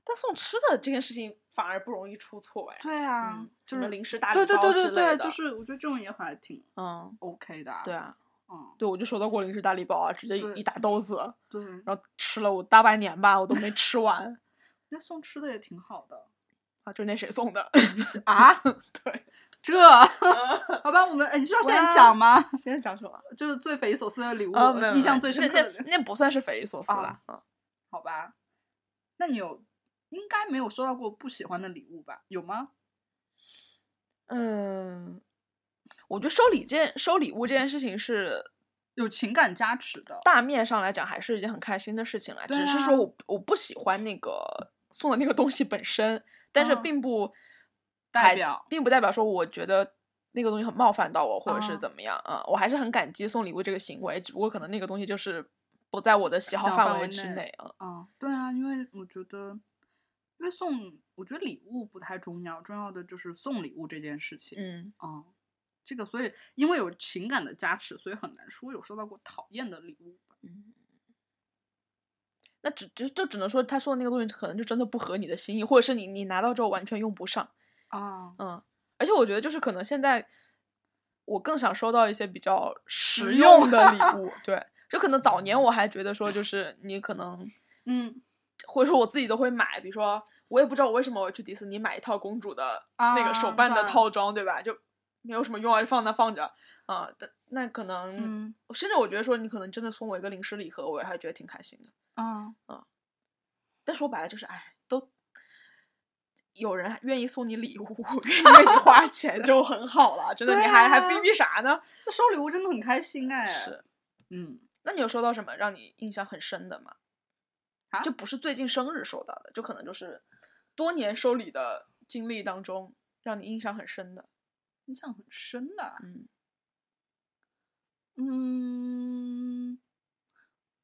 [SPEAKER 1] 但送吃的这件事情反而不容易出错哎。
[SPEAKER 2] 对啊，
[SPEAKER 1] 嗯，
[SPEAKER 2] 就
[SPEAKER 1] 什么
[SPEAKER 2] 是
[SPEAKER 1] 零食大礼
[SPEAKER 2] 对对
[SPEAKER 1] 包
[SPEAKER 2] 对
[SPEAKER 1] 之
[SPEAKER 2] 对
[SPEAKER 1] 类
[SPEAKER 2] 对，
[SPEAKER 1] 的
[SPEAKER 2] 就是我觉得这种也还挺
[SPEAKER 1] 嗯，
[SPEAKER 2] OK 的。
[SPEAKER 1] 对，啊，
[SPEAKER 2] 嗯，
[SPEAKER 1] 对我就收到过零食大礼包啊，直接
[SPEAKER 2] 对
[SPEAKER 1] 一大兜子，
[SPEAKER 2] 对，
[SPEAKER 1] 然后吃了我大半年吧，我都没吃完
[SPEAKER 2] 那送吃的也挺
[SPEAKER 1] *laughs*
[SPEAKER 2] 好的
[SPEAKER 1] 啊，就那谁送的？ *laughs*
[SPEAKER 2] 啊。
[SPEAKER 1] 对， *laughs*
[SPEAKER 2] 这，好吧，我们哎，你是要现在讲吗？ *laughs*
[SPEAKER 1] 现在讲什么？
[SPEAKER 2] 就是最匪夷所思的礼物，
[SPEAKER 1] 啊，没有
[SPEAKER 2] 印象
[SPEAKER 1] 没
[SPEAKER 2] 最
[SPEAKER 1] 有
[SPEAKER 2] 深刻
[SPEAKER 1] 那
[SPEAKER 2] 的礼物
[SPEAKER 1] 那那不算是匪夷所思吧？嗯。
[SPEAKER 2] 好吧？那你有应该没有收到过不喜欢的礼物吧？有吗？
[SPEAKER 1] 嗯，我觉得收礼这件收礼物这件事情是
[SPEAKER 2] 有情感加持的，
[SPEAKER 1] 大面上来讲还是一件很开心的事情啦，
[SPEAKER 2] 对
[SPEAKER 1] 只是
[SPEAKER 2] 啊
[SPEAKER 1] 说我我不喜欢那个送的那个东西本身，但是
[SPEAKER 2] 嗯
[SPEAKER 1] 并不
[SPEAKER 2] 代
[SPEAKER 1] 排
[SPEAKER 2] 表
[SPEAKER 1] 并不代表说我觉得。那个东西很冒犯到我，或者是
[SPEAKER 2] 嗯
[SPEAKER 1] 怎么样啊、我还是很感激送礼物这个行为，只不过可能那个东西就是不在我的喜好
[SPEAKER 2] 想
[SPEAKER 1] 范
[SPEAKER 2] 范
[SPEAKER 1] 围
[SPEAKER 2] 围
[SPEAKER 1] 之
[SPEAKER 2] 内
[SPEAKER 1] 内啊。
[SPEAKER 2] 啊，对啊，因为我觉得，因为送，我觉得礼物不太重要，重要的就是送礼物这件事情。
[SPEAKER 1] 嗯，
[SPEAKER 2] 啊，这个所以因为有情感的加持，所以很难说有收到过讨厌的礼物吧。
[SPEAKER 1] 那只只就只能说他说的那个东西可能就真的不合你的心意，或者是你你拿到之后完全用不上。
[SPEAKER 2] 啊，
[SPEAKER 1] 嗯，而且我觉得就是可能现在我更想收到一些比较实
[SPEAKER 2] 实用
[SPEAKER 1] 用的礼物，对，就可能早年我还觉得说就是你可能
[SPEAKER 2] 嗯，
[SPEAKER 1] 或者说我自己都会买，比如说我也不知道我为什么我要去迪士尼买一套公主的
[SPEAKER 2] 啊
[SPEAKER 1] 那个手办的
[SPEAKER 2] 对
[SPEAKER 1] 套装，对吧？就没有什么用啊，就放那放着啊。但那可能，
[SPEAKER 2] 嗯
[SPEAKER 1] 甚至我觉得说你可能真的送我一个零食礼盒，我还觉得挺开心的。
[SPEAKER 2] 啊，
[SPEAKER 1] 但说白了就是，哎，都有人愿意送你礼物， *laughs* 愿意为你花钱就很好了。真的，
[SPEAKER 2] 对
[SPEAKER 1] 你还还
[SPEAKER 2] 啊
[SPEAKER 1] 逼逼啥呢？
[SPEAKER 2] 那收礼物真的很开心哎。，
[SPEAKER 1] 是，
[SPEAKER 2] 嗯，
[SPEAKER 1] 那你有收到什么让你印象很深的吗？
[SPEAKER 2] 啊
[SPEAKER 1] 就不是最近生日收到的，就可能就是多年收礼的经历当中让你印象很深的。
[SPEAKER 2] 印象很深的、
[SPEAKER 1] 嗯
[SPEAKER 2] 嗯，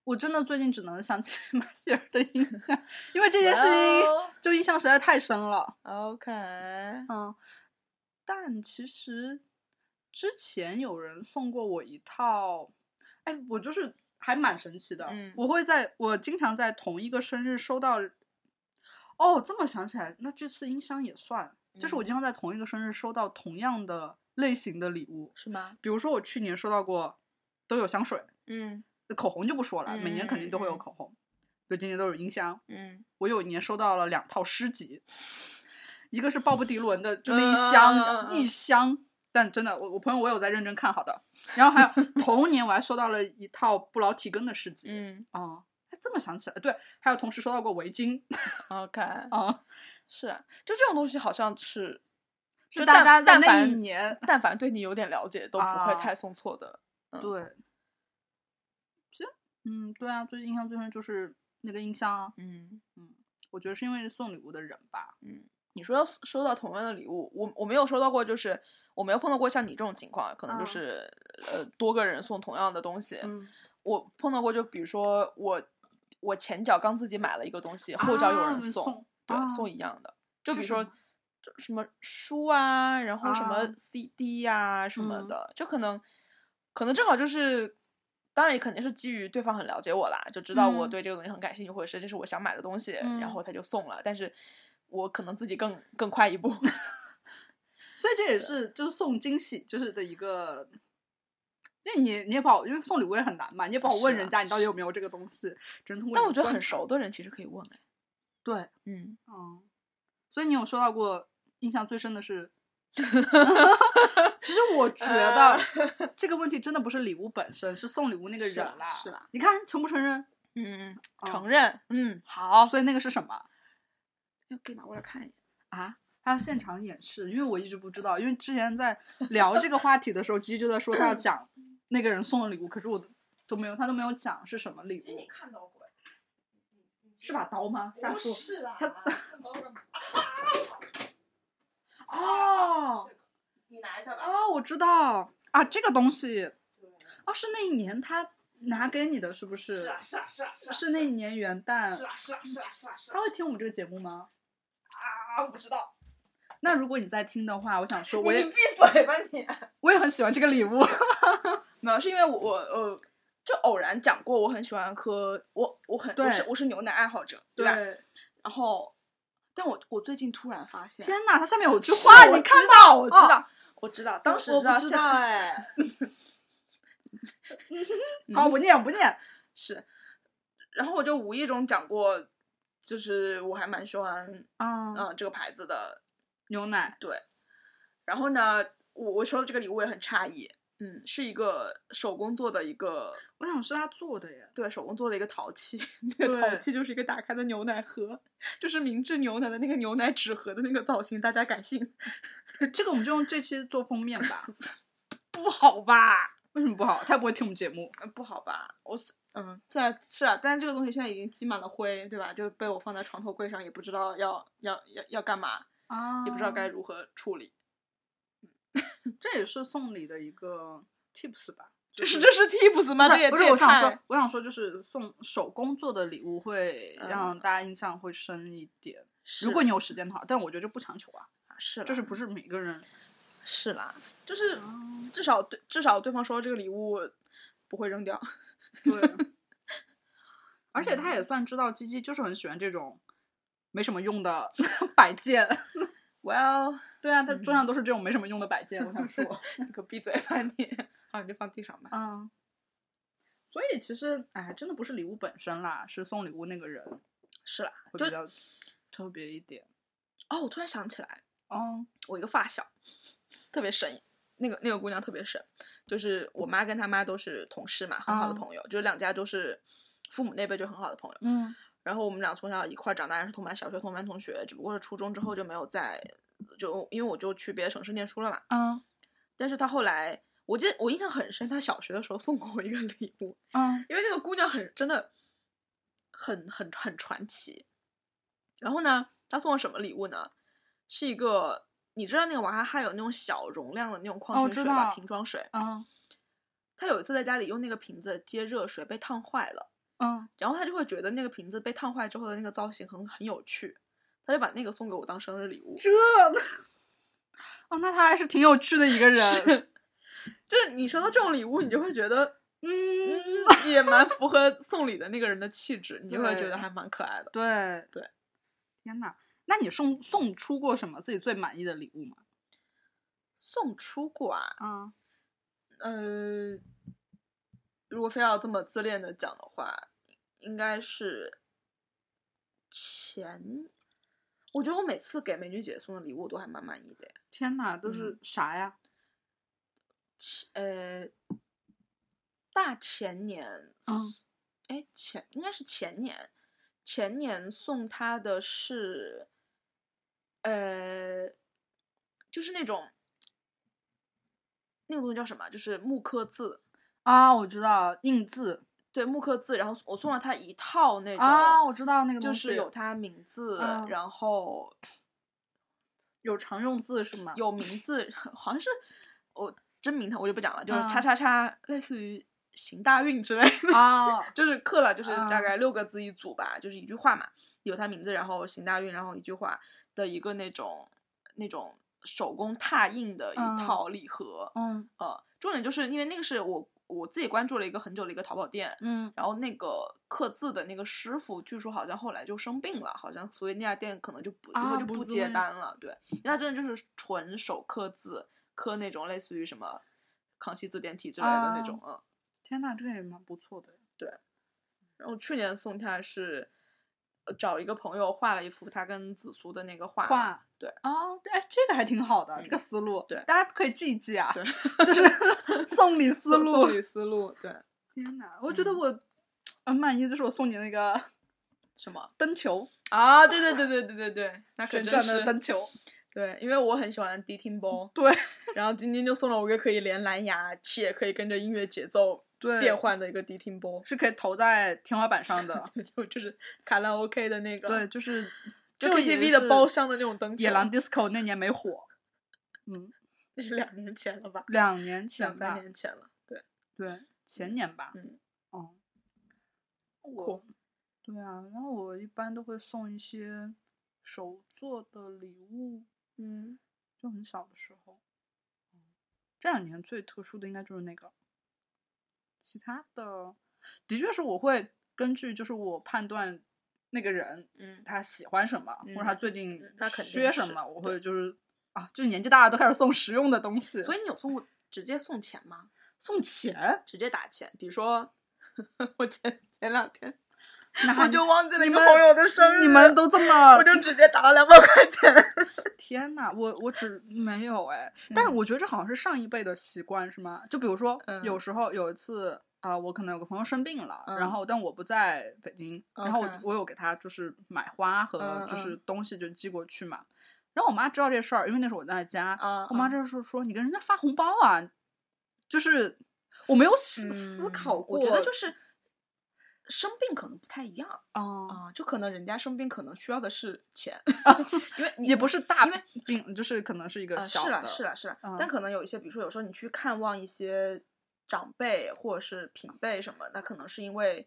[SPEAKER 2] 我真的最近只能想起 *laughs* 马歇尔的印象，因为这件事
[SPEAKER 1] 哦
[SPEAKER 2] 情就印象实在太深了。
[SPEAKER 1] ，OK，
[SPEAKER 2] 嗯，但其实之前有人送过我一套，哎，我就是还蛮神奇的。
[SPEAKER 1] 嗯
[SPEAKER 2] 我会在我经常在同一个生日收到。哦，这么想起来，那这次音箱也算，就是我
[SPEAKER 1] 嗯
[SPEAKER 2] 经常在同一个生日收到同样的类型的礼物。
[SPEAKER 1] 是吗？
[SPEAKER 2] 比如说我去年收到过都有香水，
[SPEAKER 1] 嗯
[SPEAKER 2] 口红就不说了，每年肯定都
[SPEAKER 1] 嗯
[SPEAKER 2] 会
[SPEAKER 1] 嗯
[SPEAKER 2] 有
[SPEAKER 1] 嗯
[SPEAKER 2] 口红，就今年都有音箱。
[SPEAKER 1] 嗯，
[SPEAKER 2] 我有一年收到了两套诗集，一个是鲍勃迪伦的，就那一箱、
[SPEAKER 1] 嗯嗯嗯嗯
[SPEAKER 2] 一箱，但真的我我朋友我有在认真看好的。然后还
[SPEAKER 1] *laughs*
[SPEAKER 2] 有同年我还收到了一套布劳提根的诗集，
[SPEAKER 1] 嗯
[SPEAKER 2] 啊、哎这么想起来，对，还有同时收到过围巾
[SPEAKER 1] 嗯，OK，
[SPEAKER 2] 啊、
[SPEAKER 1] 是啊，就这种东西好像是，
[SPEAKER 2] 是
[SPEAKER 1] 就
[SPEAKER 2] 大
[SPEAKER 1] 但
[SPEAKER 2] 家在
[SPEAKER 1] 但
[SPEAKER 2] 那
[SPEAKER 1] 凡
[SPEAKER 2] 一年
[SPEAKER 1] 但凡对你有点了解，都不会
[SPEAKER 2] 啊
[SPEAKER 1] 太送错的。嗯
[SPEAKER 2] 对，行，嗯，对啊，最印象最深就是那个音箱啊，
[SPEAKER 1] 嗯
[SPEAKER 2] 我觉得是因为是送礼物的人吧，
[SPEAKER 1] 嗯，你说要收到同样的礼物，我我没有收到过，就是我没有碰到过像你这种情况，可能就
[SPEAKER 2] 嗯
[SPEAKER 1] 是、呃多个人送同样的东西。
[SPEAKER 2] 嗯，
[SPEAKER 1] 我碰到过，就比如说我我前脚刚自己买了一个东西，后脚有
[SPEAKER 2] 啊
[SPEAKER 1] 人
[SPEAKER 2] 有人
[SPEAKER 1] 送，
[SPEAKER 2] 送
[SPEAKER 1] 对，
[SPEAKER 2] 啊
[SPEAKER 1] 送一样的，就是比如
[SPEAKER 2] 什
[SPEAKER 1] 说
[SPEAKER 2] 么
[SPEAKER 1] 就哦什么书啊，然后什么
[SPEAKER 2] 啊
[SPEAKER 1] CD 呀、什么
[SPEAKER 2] 嗯
[SPEAKER 1] 的，就可能可能正好就是。当然，也肯定是基于对方很了解我啦，就知道我
[SPEAKER 2] 嗯
[SPEAKER 1] 对这个东西很感兴趣，或者是这是我想买的东西，
[SPEAKER 2] 嗯
[SPEAKER 1] *laughs* 然后他就送了。但是，我可能自己更更快一步，
[SPEAKER 2] 所以这也是就是送惊喜就是的一个。因为你你也不好，因为送礼物也很难嘛，你也不好问
[SPEAKER 1] 是啊
[SPEAKER 2] 人家你到底有没有这个东西，只能通过。
[SPEAKER 1] 但我觉得很。熟的人其实可以问哎，
[SPEAKER 2] 对，
[SPEAKER 1] 嗯，
[SPEAKER 2] 嗯，所以你有收到过印象最深
[SPEAKER 1] *laughs*
[SPEAKER 2] 的是？其实我觉得这个问题真的不是礼物本身，是送礼物那个
[SPEAKER 1] 呃是
[SPEAKER 2] 人
[SPEAKER 1] 啦
[SPEAKER 2] 啦。
[SPEAKER 1] 是啦，
[SPEAKER 2] 你看承不承认？
[SPEAKER 1] 嗯嗯，
[SPEAKER 2] 嗯
[SPEAKER 1] 承认，嗯，好，
[SPEAKER 2] 所以那个是什么
[SPEAKER 1] 以可以拿过来看一眼。
[SPEAKER 2] 啊？他要现场演示，因为我一直不知道，因为之前在聊这个话题的时候，吉吉就在说
[SPEAKER 3] 嗯
[SPEAKER 2] 他要讲那个人送的礼物，可是我都都没有，他都没有讲是什么礼物，
[SPEAKER 3] 看到过，
[SPEAKER 2] 是把刀吗？夏
[SPEAKER 3] 不
[SPEAKER 2] 树
[SPEAKER 3] 是啦，
[SPEAKER 2] 他
[SPEAKER 3] 看到
[SPEAKER 1] *laughs*
[SPEAKER 3] 过吗
[SPEAKER 2] 哦
[SPEAKER 3] 你拿一下吧。
[SPEAKER 2] 哦，我知道啊，这个东西
[SPEAKER 3] 对
[SPEAKER 2] 哦，是那一年他拿给你的，是不是？
[SPEAKER 3] 是啊是啊是啊是啊
[SPEAKER 2] 是那一年元
[SPEAKER 1] 嗯
[SPEAKER 2] 旦
[SPEAKER 3] 是，啊是啊是啊是啊是啊
[SPEAKER 2] 他会听我们这个节目吗？
[SPEAKER 3] 啊！我不知道，
[SPEAKER 2] 那如果你在听的话，我想
[SPEAKER 3] *laughs*
[SPEAKER 2] 说，我
[SPEAKER 3] 你
[SPEAKER 2] 也
[SPEAKER 3] 闭嘴吧你！
[SPEAKER 2] 我也很喜欢这个礼物。
[SPEAKER 1] 没有，是因为我我呃，就偶然讲过，我很喜欢喝，我我很我
[SPEAKER 2] 对
[SPEAKER 1] 是我是牛奶爱好者，对吧？
[SPEAKER 2] 对，
[SPEAKER 1] 然后，但我我最近突然发现，
[SPEAKER 2] 天哪，它上面有句
[SPEAKER 1] 是
[SPEAKER 3] 啊
[SPEAKER 2] 话，
[SPEAKER 1] 我
[SPEAKER 2] 你
[SPEAKER 1] 知
[SPEAKER 2] 看到？
[SPEAKER 1] 道，我知
[SPEAKER 2] 哦
[SPEAKER 1] 道，我知道，当时
[SPEAKER 2] 我不
[SPEAKER 1] 现
[SPEAKER 2] 知
[SPEAKER 1] 在
[SPEAKER 2] 道 *laughs* 哎。
[SPEAKER 1] 嗯
[SPEAKER 2] 啊，我念不念？
[SPEAKER 1] 是，然后我就无意中讲过，就是我还蛮喜欢
[SPEAKER 2] 嗯
[SPEAKER 1] 嗯、这个牌子的，
[SPEAKER 2] 牛奶
[SPEAKER 1] 然后呢，我我收到这个礼物也很诧异，嗯，是一个手工做的一个。
[SPEAKER 2] 我想是他做的耶。
[SPEAKER 1] 对手工做了一个陶器， *laughs* 那个陶
[SPEAKER 2] 对
[SPEAKER 1] 器就是一个打开的牛奶盒，就是明治牛奶的那个牛奶纸盒的那个造型，大家感兴
[SPEAKER 2] 这个我们就用这期做封面 *laughs* 吧。
[SPEAKER 1] 不好吧？
[SPEAKER 2] 为什么不好？他不会听我们节目。
[SPEAKER 1] 呃不好吧？我是嗯，对啊，是啊，但是这个东西现在已经积满了灰，对吧？就被我放在床头柜上，也不知道要要要要干嘛，
[SPEAKER 2] 啊
[SPEAKER 1] 也不知道该如何处理。
[SPEAKER 2] 这也是送礼的一个 tips 吧。
[SPEAKER 1] 这
[SPEAKER 2] 就是
[SPEAKER 1] 这是 tips 吗？
[SPEAKER 2] 不
[SPEAKER 1] 这
[SPEAKER 2] 是
[SPEAKER 1] 也
[SPEAKER 2] 不
[SPEAKER 1] 这
[SPEAKER 2] 是，
[SPEAKER 1] 也
[SPEAKER 2] 我想说
[SPEAKER 1] 太，
[SPEAKER 2] 我想说，就是送手工做的礼物会
[SPEAKER 1] 嗯
[SPEAKER 2] 让大家印象会深一点。
[SPEAKER 1] 是
[SPEAKER 2] 如果你有时间的话，但我觉得这不强求啊，
[SPEAKER 1] 是啦
[SPEAKER 2] 就是不是每个人。
[SPEAKER 1] 是啦，就是至少对至少对方收到这个礼物不会扔掉。
[SPEAKER 2] *laughs* 对，而且他也算知道鸡鸡就是很喜欢这种没什么用的 *laughs* 摆件。
[SPEAKER 1] Well， *laughs*
[SPEAKER 2] 对啊，他桌上都是这种没什么用的摆件。我想 *laughs* 说，
[SPEAKER 1] 你可闭嘴吧你！好，你就放地上吧。
[SPEAKER 2] 嗯，所以其实哎，真的不是礼物本身啦，是送礼物那个人
[SPEAKER 1] 是啦，
[SPEAKER 2] 会
[SPEAKER 1] 就
[SPEAKER 2] 比较特别一点。
[SPEAKER 1] 哦，我突然想起来，
[SPEAKER 2] 哦，
[SPEAKER 1] 我一个发小，特别神，那个那个姑娘特别神，就是我妈跟她妈都是同事嘛，很好的
[SPEAKER 2] 啊
[SPEAKER 1] 朋友，就是两家都是父母那辈就很好的朋友。
[SPEAKER 2] 嗯
[SPEAKER 1] 然后我们俩从小一块儿长大，也是同班小学同班同学，只不过是初中之后就没有在，就因为我就去别的城市念书了嘛。
[SPEAKER 2] 嗯
[SPEAKER 1] 但是她后来，我记得我印象很深，她小学的时候送过我一个礼物，
[SPEAKER 2] 嗯
[SPEAKER 1] 因为这个姑娘很真的很很很传奇。然后呢，她送我什么礼物呢？是一个你知道那个娃哈哈有那种小容量的那种
[SPEAKER 2] 哦
[SPEAKER 1] 矿
[SPEAKER 2] 我
[SPEAKER 1] 泉
[SPEAKER 2] 知
[SPEAKER 1] 水吧，
[SPEAKER 2] 道
[SPEAKER 1] 瓶装水。
[SPEAKER 2] 嗯
[SPEAKER 1] 她有一次在家里用那个瓶子接热水，被烫坏了。
[SPEAKER 2] 嗯，
[SPEAKER 1] 然后他就会觉得那个瓶子被烫坏之后的那个造型很很有趣，他就把那个送给我当生日礼物。
[SPEAKER 2] 这哦，那他还是挺有趣的一个人。
[SPEAKER 1] 是， *laughs* 就是你收到这种礼物，你就会觉得，
[SPEAKER 2] *laughs* 嗯，
[SPEAKER 1] 嗯，也蛮符合送礼的那个人的气质，你就会觉
[SPEAKER 2] 对
[SPEAKER 1] 得还蛮可爱的。
[SPEAKER 2] 对
[SPEAKER 1] 对。
[SPEAKER 2] 天呐，那你送送出过什么自己最满意的礼物吗？
[SPEAKER 1] 送出过啊，
[SPEAKER 2] 嗯
[SPEAKER 1] 呃，如果非要这么自恋的讲的话，应该是钱。我觉得我每次给美女姐送的礼物都还蛮满意的。
[SPEAKER 2] 天呐，都是啥呀？
[SPEAKER 1] 前呃大前年，
[SPEAKER 2] 嗯，
[SPEAKER 1] 哎前应该是前年，前年送他的是，呃，就是那种那个东西叫什么？就是木刻字，
[SPEAKER 2] 啊，我知道印字
[SPEAKER 1] 对木刻字。然后我送了他一套那种，
[SPEAKER 2] 啊，我知道那个
[SPEAKER 1] 就
[SPEAKER 2] 东
[SPEAKER 1] 是
[SPEAKER 2] 西
[SPEAKER 1] 有他名字，
[SPEAKER 2] 嗯
[SPEAKER 1] 然后
[SPEAKER 2] 有常用字是吗？
[SPEAKER 1] 有名字， *laughs* 好像是我真名堂我就不讲了，就是
[SPEAKER 2] 嗯
[SPEAKER 1] 叉叉叉，类似于行大运之类的。
[SPEAKER 2] 啊，
[SPEAKER 1] 就是刻了，就是大
[SPEAKER 2] 嗯
[SPEAKER 1] 概六个字一组吧，就是一句话嘛，有他名字，然后行大运，然后一句话的一个那种那种手工拓印的一
[SPEAKER 2] 嗯
[SPEAKER 1] 套礼盒。
[SPEAKER 2] 嗯
[SPEAKER 1] 呃，重点就是因为那个是我我自己关注了一个很久的一个淘宝店，
[SPEAKER 2] 嗯
[SPEAKER 1] 然后那个刻字的那个师傅，据说好像后来就生病了，好像所以那家店可能就不、以
[SPEAKER 2] 啊
[SPEAKER 1] 后就
[SPEAKER 2] 不
[SPEAKER 1] 不
[SPEAKER 2] 做
[SPEAKER 1] 接
[SPEAKER 2] 了
[SPEAKER 1] 单了。对，因为他真的就是纯手刻字，刻那种类似于什么《康熙字典体》之类的那
[SPEAKER 2] 啊
[SPEAKER 1] 种。嗯，
[SPEAKER 2] 天呐，这个也蛮不错的。
[SPEAKER 1] 然后去年送他是呃找一个朋友画了一幅他跟紫苏的那个画嘛。
[SPEAKER 2] 画
[SPEAKER 1] 对
[SPEAKER 2] 哦，对，哎，这个还挺好的，
[SPEAKER 1] 嗯
[SPEAKER 2] 这个思路，
[SPEAKER 1] 对
[SPEAKER 2] 大家可以记一记啊，
[SPEAKER 1] 对，
[SPEAKER 2] 就是 *laughs* 送礼思
[SPEAKER 1] 送
[SPEAKER 2] 路
[SPEAKER 1] 送。礼思路，对，
[SPEAKER 2] 天呐，我觉得
[SPEAKER 1] 嗯
[SPEAKER 2] 我很满意，就是我送你那个 *laughs*
[SPEAKER 1] 什么
[SPEAKER 2] 灯球，
[SPEAKER 1] 啊？对对对对对对对，那可
[SPEAKER 2] 旋
[SPEAKER 1] 真
[SPEAKER 2] 转的
[SPEAKER 1] 是
[SPEAKER 2] 灯球，
[SPEAKER 1] 对，因为我很喜欢迪
[SPEAKER 2] *laughs*
[SPEAKER 1] 厅 ball，
[SPEAKER 2] 对
[SPEAKER 1] 然后晶晶就送了我一个可以连蓝牙且可以跟着音乐节奏
[SPEAKER 2] *laughs* 对，
[SPEAKER 1] 变换的一个迪厅 ball，，
[SPEAKER 2] 是可以投在天花板上 *laughs* 的
[SPEAKER 1] *laughs* 就就是卡拉 OK 的那个，
[SPEAKER 2] 对，，就是
[SPEAKER 1] 就
[SPEAKER 2] 这也
[SPEAKER 1] KTV 的
[SPEAKER 2] 是
[SPEAKER 1] 包厢的那种灯球
[SPEAKER 2] 野狼 disco 那年没火，嗯，
[SPEAKER 1] 那是两年前了吧，
[SPEAKER 2] 两年前
[SPEAKER 1] 两
[SPEAKER 2] 吧，
[SPEAKER 1] 三年前了，对，
[SPEAKER 2] 对，前年吧，
[SPEAKER 1] 嗯，
[SPEAKER 2] 哦，我
[SPEAKER 1] 酷，
[SPEAKER 2] 对啊，然后我一般都会送一些手做的礼物，
[SPEAKER 1] 嗯，
[SPEAKER 2] 就很小的时候，嗯这两年最特殊的应该就是那个，其他的的确是我会根据就是我判断那个人
[SPEAKER 1] 嗯，
[SPEAKER 2] 他喜欢什么，或者他
[SPEAKER 1] 嗯
[SPEAKER 2] 最近
[SPEAKER 1] 嗯那肯定
[SPEAKER 2] 缺什
[SPEAKER 1] 是
[SPEAKER 2] 么，我
[SPEAKER 1] 对
[SPEAKER 2] 会就是啊，就是年纪大了都开始送实用的东西，
[SPEAKER 1] 所以你有送
[SPEAKER 2] *laughs*
[SPEAKER 1] 过直接送钱吗？
[SPEAKER 2] 送钱
[SPEAKER 1] 直接打钱，比如说我前前两天
[SPEAKER 2] 那
[SPEAKER 1] 我就忘记了
[SPEAKER 2] 你
[SPEAKER 1] 一个
[SPEAKER 2] 们
[SPEAKER 1] 朋友的生日，啊
[SPEAKER 2] 你们都这么
[SPEAKER 1] 我就直接打了两百块钱。
[SPEAKER 2] 天呐，我我只没有哎，但我觉得这好像是上一辈的习惯是吗？就比如说，有
[SPEAKER 1] 嗯
[SPEAKER 2] 时候有一次啊、我可能有个朋友生病了，
[SPEAKER 1] 嗯
[SPEAKER 2] 然后但我不在北京，然后我
[SPEAKER 1] OK
[SPEAKER 2] 我有给他就是买花和
[SPEAKER 1] 嗯
[SPEAKER 2] 就是
[SPEAKER 1] 嗯
[SPEAKER 2] 东西就寄过去嘛。然后我妈知道这事儿，因为那时候我在家，
[SPEAKER 1] *laughs* 啊
[SPEAKER 2] 我妈这时候说：“你跟人家发红包啊，就是我没有思思考
[SPEAKER 1] 嗯我
[SPEAKER 2] 过，
[SPEAKER 1] 觉得就是生病可能不太一样
[SPEAKER 2] 啊，
[SPEAKER 1] 啊，就可能人家生病可能需要的是钱，因为你
[SPEAKER 2] 也不是大
[SPEAKER 1] 因为
[SPEAKER 2] 病，就是可能是一个
[SPEAKER 1] 呃
[SPEAKER 2] 小
[SPEAKER 1] 是啦
[SPEAKER 2] 的，
[SPEAKER 1] 是啦是啦，
[SPEAKER 2] 嗯
[SPEAKER 1] 但可能有一些，比如说有时候你去看望一些长辈或者是平辈什么，那可能是因为。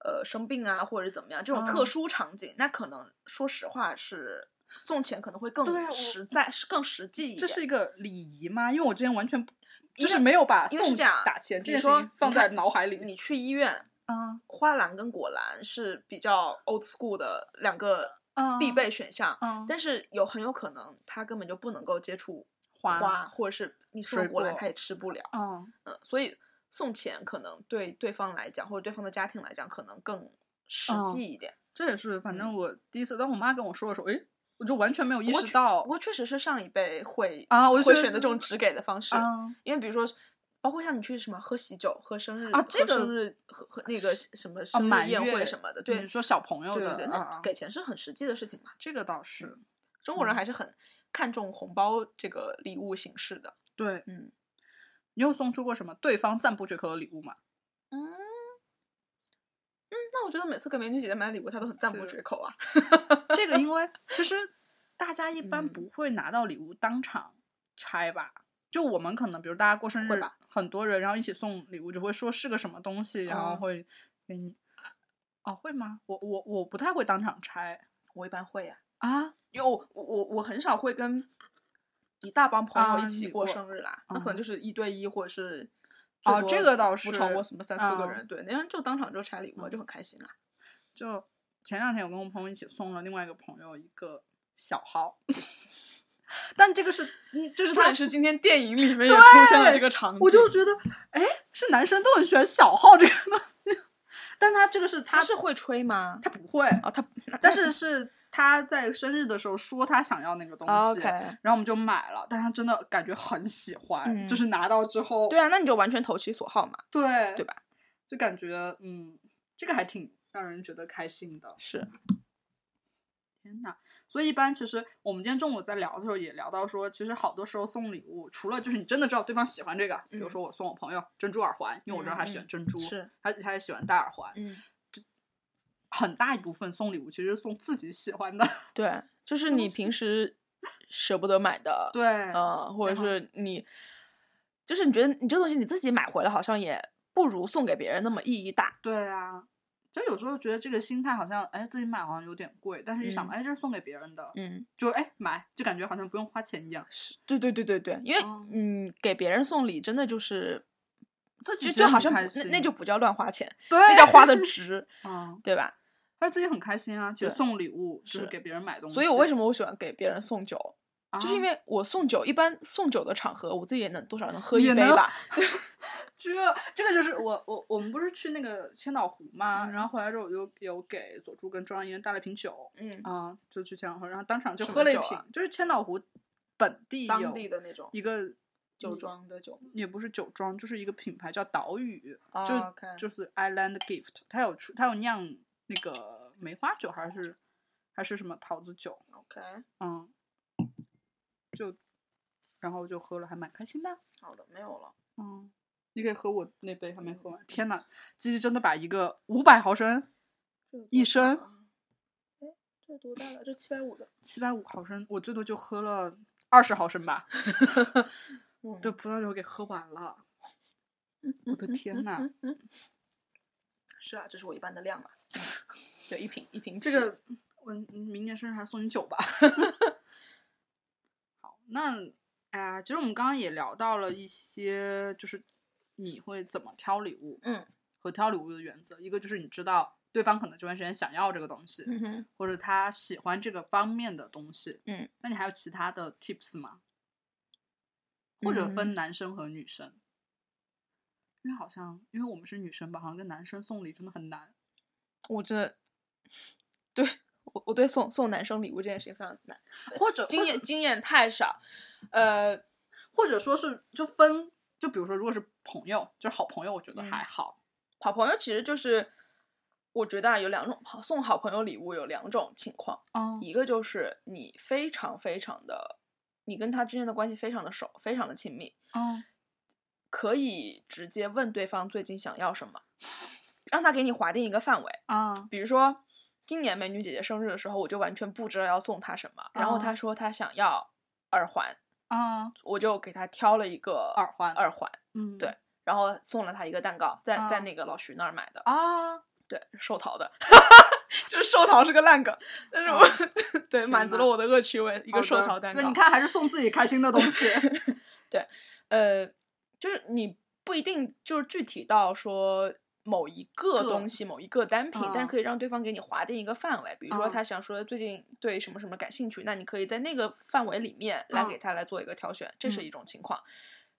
[SPEAKER 1] 呃，生病啊，或者怎么样，这种特
[SPEAKER 2] 嗯
[SPEAKER 1] 殊场景，那可能说实话是送钱可能会
[SPEAKER 2] 对啊我
[SPEAKER 1] 更实在，是更实际一点。
[SPEAKER 2] 这是一个礼仪吗？因为我之前完全不，
[SPEAKER 1] 因
[SPEAKER 2] 就
[SPEAKER 1] 为
[SPEAKER 2] 是没有把
[SPEAKER 1] 因
[SPEAKER 2] 送
[SPEAKER 1] 为是这样，
[SPEAKER 2] 打钱这
[SPEAKER 1] 比如
[SPEAKER 2] 件事
[SPEAKER 1] 说
[SPEAKER 2] 情放
[SPEAKER 1] 你
[SPEAKER 2] 在
[SPEAKER 1] 看
[SPEAKER 2] 脑海里。
[SPEAKER 1] 你去医院，
[SPEAKER 2] 啊
[SPEAKER 1] 花篮跟果篮是比较 old school 的两个
[SPEAKER 2] 啊
[SPEAKER 1] 必备选项，
[SPEAKER 2] 啊，
[SPEAKER 1] 但是有很有可能他根本就不能够接触
[SPEAKER 2] 花
[SPEAKER 1] 或者是你送
[SPEAKER 2] 水
[SPEAKER 1] 的果篮
[SPEAKER 2] 果
[SPEAKER 1] 他也吃不了，
[SPEAKER 2] 嗯
[SPEAKER 1] 嗯，所以送钱可能对对方来讲或者对方的家庭来讲可能更实
[SPEAKER 2] 嗯
[SPEAKER 1] 际一点。
[SPEAKER 2] 这也是反正
[SPEAKER 1] 嗯
[SPEAKER 2] 我第一次，当我妈跟我说的时候，诶，我就完全没有意
[SPEAKER 1] 不过
[SPEAKER 2] 识
[SPEAKER 1] 确
[SPEAKER 2] 到
[SPEAKER 1] 不过确实是上一辈会
[SPEAKER 2] 啊，我就
[SPEAKER 1] 会
[SPEAKER 2] 觉
[SPEAKER 1] 选择
[SPEAKER 2] 得
[SPEAKER 1] 这种直给的方式，
[SPEAKER 2] 啊
[SPEAKER 1] 因为比如说，包括像你去什么喝喜酒、喝生日
[SPEAKER 2] 啊
[SPEAKER 1] 喝
[SPEAKER 2] 这个
[SPEAKER 1] 生日和和那个什么
[SPEAKER 2] 啊
[SPEAKER 1] 生
[SPEAKER 2] 满
[SPEAKER 1] 日宴
[SPEAKER 2] 月
[SPEAKER 1] 会什么的，对
[SPEAKER 2] 你，说小朋友
[SPEAKER 1] 对
[SPEAKER 2] 的
[SPEAKER 1] 对对，
[SPEAKER 2] 啊
[SPEAKER 1] 那
[SPEAKER 2] 啊
[SPEAKER 1] 给钱是很实际的事情嘛。
[SPEAKER 2] 这个倒是
[SPEAKER 1] 中国人
[SPEAKER 2] 嗯
[SPEAKER 1] 还是很看重红包这个礼物形式的。
[SPEAKER 2] 对。
[SPEAKER 1] 嗯
[SPEAKER 2] 你有送出过什么对方赞不绝口的礼物吗？
[SPEAKER 1] 嗯嗯，那我觉得每次给美女姐姐买礼物，她都很赞不
[SPEAKER 2] 是
[SPEAKER 1] 绝口啊。
[SPEAKER 2] 这个因为其实大家一般
[SPEAKER 1] 嗯
[SPEAKER 2] 不会拿到礼物当场拆吧。就我们可能，比如大家过生
[SPEAKER 1] 会
[SPEAKER 2] 日
[SPEAKER 1] 吧，
[SPEAKER 2] 很多人然后一起送礼物，就会说是个什么东西，然后
[SPEAKER 1] 嗯
[SPEAKER 2] 会给你。哦，会吗？我我我不太会当场拆
[SPEAKER 1] 我一般会呀、
[SPEAKER 2] 啊。
[SPEAKER 1] 因为我我我我很少会跟一大帮朋友
[SPEAKER 2] 啊
[SPEAKER 1] 一起
[SPEAKER 2] 你
[SPEAKER 1] 过
[SPEAKER 2] 我
[SPEAKER 1] 生日啦，那可能
[SPEAKER 2] 嗯
[SPEAKER 1] 就是一对一或者是。
[SPEAKER 2] 哦这个倒
[SPEAKER 1] 不超
[SPEAKER 2] 是
[SPEAKER 1] 过什么三四个
[SPEAKER 2] 嗯
[SPEAKER 1] 人，对，那人就当场就拆礼物，就很开心啦。
[SPEAKER 2] 就前两天我跟我朋友一起送了另外一个朋友一个小号， *laughs* 但这个是，嗯这是
[SPEAKER 1] 重
[SPEAKER 2] 他
[SPEAKER 1] 点是今天电影里面也出现了这个场景，
[SPEAKER 2] 我就觉得，哎，是男生都很喜欢小号这个东西， *laughs* 但他这个是他
[SPEAKER 1] 他是会吹吗？
[SPEAKER 2] 他不会，
[SPEAKER 1] 哦，他
[SPEAKER 2] 但是是他在生日的时候说他想要那个东西，
[SPEAKER 1] 哦 OK，
[SPEAKER 2] 然后我们就买了，但他真的感觉很喜欢，
[SPEAKER 1] 嗯
[SPEAKER 2] 就是拿到之后，
[SPEAKER 1] 对啊，那你就完全投其所好嘛。
[SPEAKER 2] 对
[SPEAKER 1] 对吧？
[SPEAKER 2] 就感觉嗯，这个还挺让人觉得开心的。
[SPEAKER 1] 是，
[SPEAKER 2] 天呐，所以一般其实我们今天中午在聊的时候也聊到说，其实好多时候送礼物，除了就是你真的知道对方喜欢这个，比如
[SPEAKER 1] 嗯
[SPEAKER 2] 说我送我朋友珍珠耳环，因为我知道他喜欢
[SPEAKER 1] 嗯嗯
[SPEAKER 2] 珍珠，
[SPEAKER 1] 是
[SPEAKER 2] 他他也喜欢戴耳环，
[SPEAKER 1] 嗯，
[SPEAKER 2] 很大一部分送礼物其实是送自己喜欢的。 *laughs*
[SPEAKER 1] 对，就是
[SPEAKER 2] 东
[SPEAKER 1] 你
[SPEAKER 2] 西
[SPEAKER 1] 平时舍不得买的，
[SPEAKER 2] 对，
[SPEAKER 1] 呃，或者
[SPEAKER 2] 然后
[SPEAKER 1] 是你，就是你觉得你这东西你自己买回来好像也不如送给别人那么意义大。
[SPEAKER 2] 对啊，就有时候觉得这个心态好像，哎，自己买好像有点贵，但是一想，
[SPEAKER 1] 嗯
[SPEAKER 2] 哎，这是送给别人的，
[SPEAKER 1] 嗯，
[SPEAKER 2] 就哎买，就感觉好像不用花钱一样。
[SPEAKER 1] 是，对对对对对，因为
[SPEAKER 2] 哦
[SPEAKER 1] 嗯，给别人送礼真的就是
[SPEAKER 2] 自己
[SPEAKER 1] 就
[SPEAKER 2] 觉得
[SPEAKER 1] 就好
[SPEAKER 2] 很
[SPEAKER 1] 像不
[SPEAKER 2] 开
[SPEAKER 1] 那
[SPEAKER 2] 心
[SPEAKER 1] 那就不叫乱花钱，
[SPEAKER 2] 对，
[SPEAKER 1] 那叫花的值，
[SPEAKER 2] 嗯，
[SPEAKER 1] 对吧？
[SPEAKER 2] 而自己很开心啊，其实
[SPEAKER 1] 对
[SPEAKER 2] 送礼物就是
[SPEAKER 1] 是
[SPEAKER 2] 给别人买东西，啊
[SPEAKER 1] 所以我为什
[SPEAKER 2] 么
[SPEAKER 1] 么我喜欢给别人送酒，就是因
[SPEAKER 2] 为
[SPEAKER 1] 为我送酒，一般送酒的场合，我自己也能多少能喝一
[SPEAKER 2] 也
[SPEAKER 1] 杯
[SPEAKER 2] 能
[SPEAKER 1] 吧，
[SPEAKER 2] *laughs* 这这个就是我我我们不是去那个千岛湖嘛，
[SPEAKER 1] 嗯
[SPEAKER 2] 然后回来之后我就有给佐助跟庄一人带了瓶酒
[SPEAKER 1] 嗯，
[SPEAKER 2] 啊、就去千岛湖，然后当场就
[SPEAKER 1] 什
[SPEAKER 2] 喝
[SPEAKER 1] 么
[SPEAKER 2] 了一
[SPEAKER 1] 酒
[SPEAKER 2] 瓶，
[SPEAKER 1] 啊
[SPEAKER 2] 就是千岛湖本地有
[SPEAKER 1] 当地的那种
[SPEAKER 2] 一个
[SPEAKER 1] 酒庄的酒，
[SPEAKER 2] 也不是酒庄，就是一个品牌叫岛屿，就、
[SPEAKER 1] 啊，OK
[SPEAKER 2] 就是 Island Gift，它有出它有酿那个梅花酒还是还是什么桃子酒，
[SPEAKER 1] ，OK，
[SPEAKER 2] 嗯，就然后就喝了，还蛮开心的。
[SPEAKER 1] 好的，没有了，
[SPEAKER 2] 嗯，你可以喝我那杯还没喝完。天呐，鸡鸡真的把一个五百毫升、一升
[SPEAKER 1] 哎这多大了？这七百五的，
[SPEAKER 2] 七百五毫升，我最多就喝了二十毫升吧，
[SPEAKER 1] 嗯
[SPEAKER 2] 的葡萄酒给喝完了。我的天呐，
[SPEAKER 1] 嗯嗯，是啊，这是我一般的量啊，就一瓶一瓶
[SPEAKER 2] 这
[SPEAKER 1] 起
[SPEAKER 2] 个我嗯明年生日还是送你酒吧。 *laughs* 好，那哎呀，其实我们刚刚也聊到了一些，就是你会怎么挑礼物，
[SPEAKER 1] 嗯，
[SPEAKER 2] 和挑礼物的原则，一个就是你知道对方可能这段时间想要这个东西，
[SPEAKER 1] 嗯哼，
[SPEAKER 2] 或者他喜欢这个方面的东西，
[SPEAKER 1] 嗯，
[SPEAKER 2] 那你还有其他的 tips 吗？或者分
[SPEAKER 1] 嗯
[SPEAKER 2] 男生和女生？因为好像因为我们是女生吧，好像跟男生送礼真的很难。
[SPEAKER 1] 我真的对我我对送送男生礼物这件事情非常难，
[SPEAKER 2] 或者
[SPEAKER 1] 呃经 *laughs* 验经验太少，呃，
[SPEAKER 2] 或者说是就分，就比如说，如果是朋友，就是好朋友，我觉得
[SPEAKER 1] 嗯
[SPEAKER 2] 还好。
[SPEAKER 1] 好朋友其实就是。我觉得啊，有两种好送好朋友礼物有两种情况，
[SPEAKER 2] 嗯
[SPEAKER 1] 一个就是你非常非常的，你跟他之间的关系非常的熟，非常的亲密，
[SPEAKER 2] 嗯
[SPEAKER 1] 可以直接问对方最近想要什么，让他给你划定一个范围。
[SPEAKER 2] 啊
[SPEAKER 1] 比如说，今年美女姐姐生日的时候，我就完全不知道要送她什么，然后她
[SPEAKER 2] 哦
[SPEAKER 1] 说她想要耳环，
[SPEAKER 2] 啊，
[SPEAKER 1] 我就给她挑了一个
[SPEAKER 2] 耳环
[SPEAKER 1] 耳环，
[SPEAKER 2] 嗯，
[SPEAKER 1] 对然后送了她一个蛋糕，在在
[SPEAKER 2] 哦
[SPEAKER 1] 那个老徐那儿买的，
[SPEAKER 2] 啊，
[SPEAKER 1] 对，寿桃的。 *laughs* 就是寿桃是个烂梗，但是我、 *laughs* 对
[SPEAKER 2] 行
[SPEAKER 1] 满足
[SPEAKER 2] 吧
[SPEAKER 1] 了我的恶趣味，一
[SPEAKER 2] 哦好
[SPEAKER 1] 个寿
[SPEAKER 2] 的
[SPEAKER 1] 桃蛋糕。
[SPEAKER 2] 对，你看还是送自己开心的东西。
[SPEAKER 1] 呃，就是你不一定就是具体到说某一个
[SPEAKER 2] 个
[SPEAKER 1] 东西、某一个单品，但
[SPEAKER 2] 嗯
[SPEAKER 1] 是可以让对方给你划定一个范围。比如说
[SPEAKER 2] 嗯
[SPEAKER 1] 他想说最近对什么什么感兴趣，那你可以在那个范围里面来
[SPEAKER 2] 嗯
[SPEAKER 1] 给他来做一个挑选，这是
[SPEAKER 2] 嗯
[SPEAKER 1] 一种情况。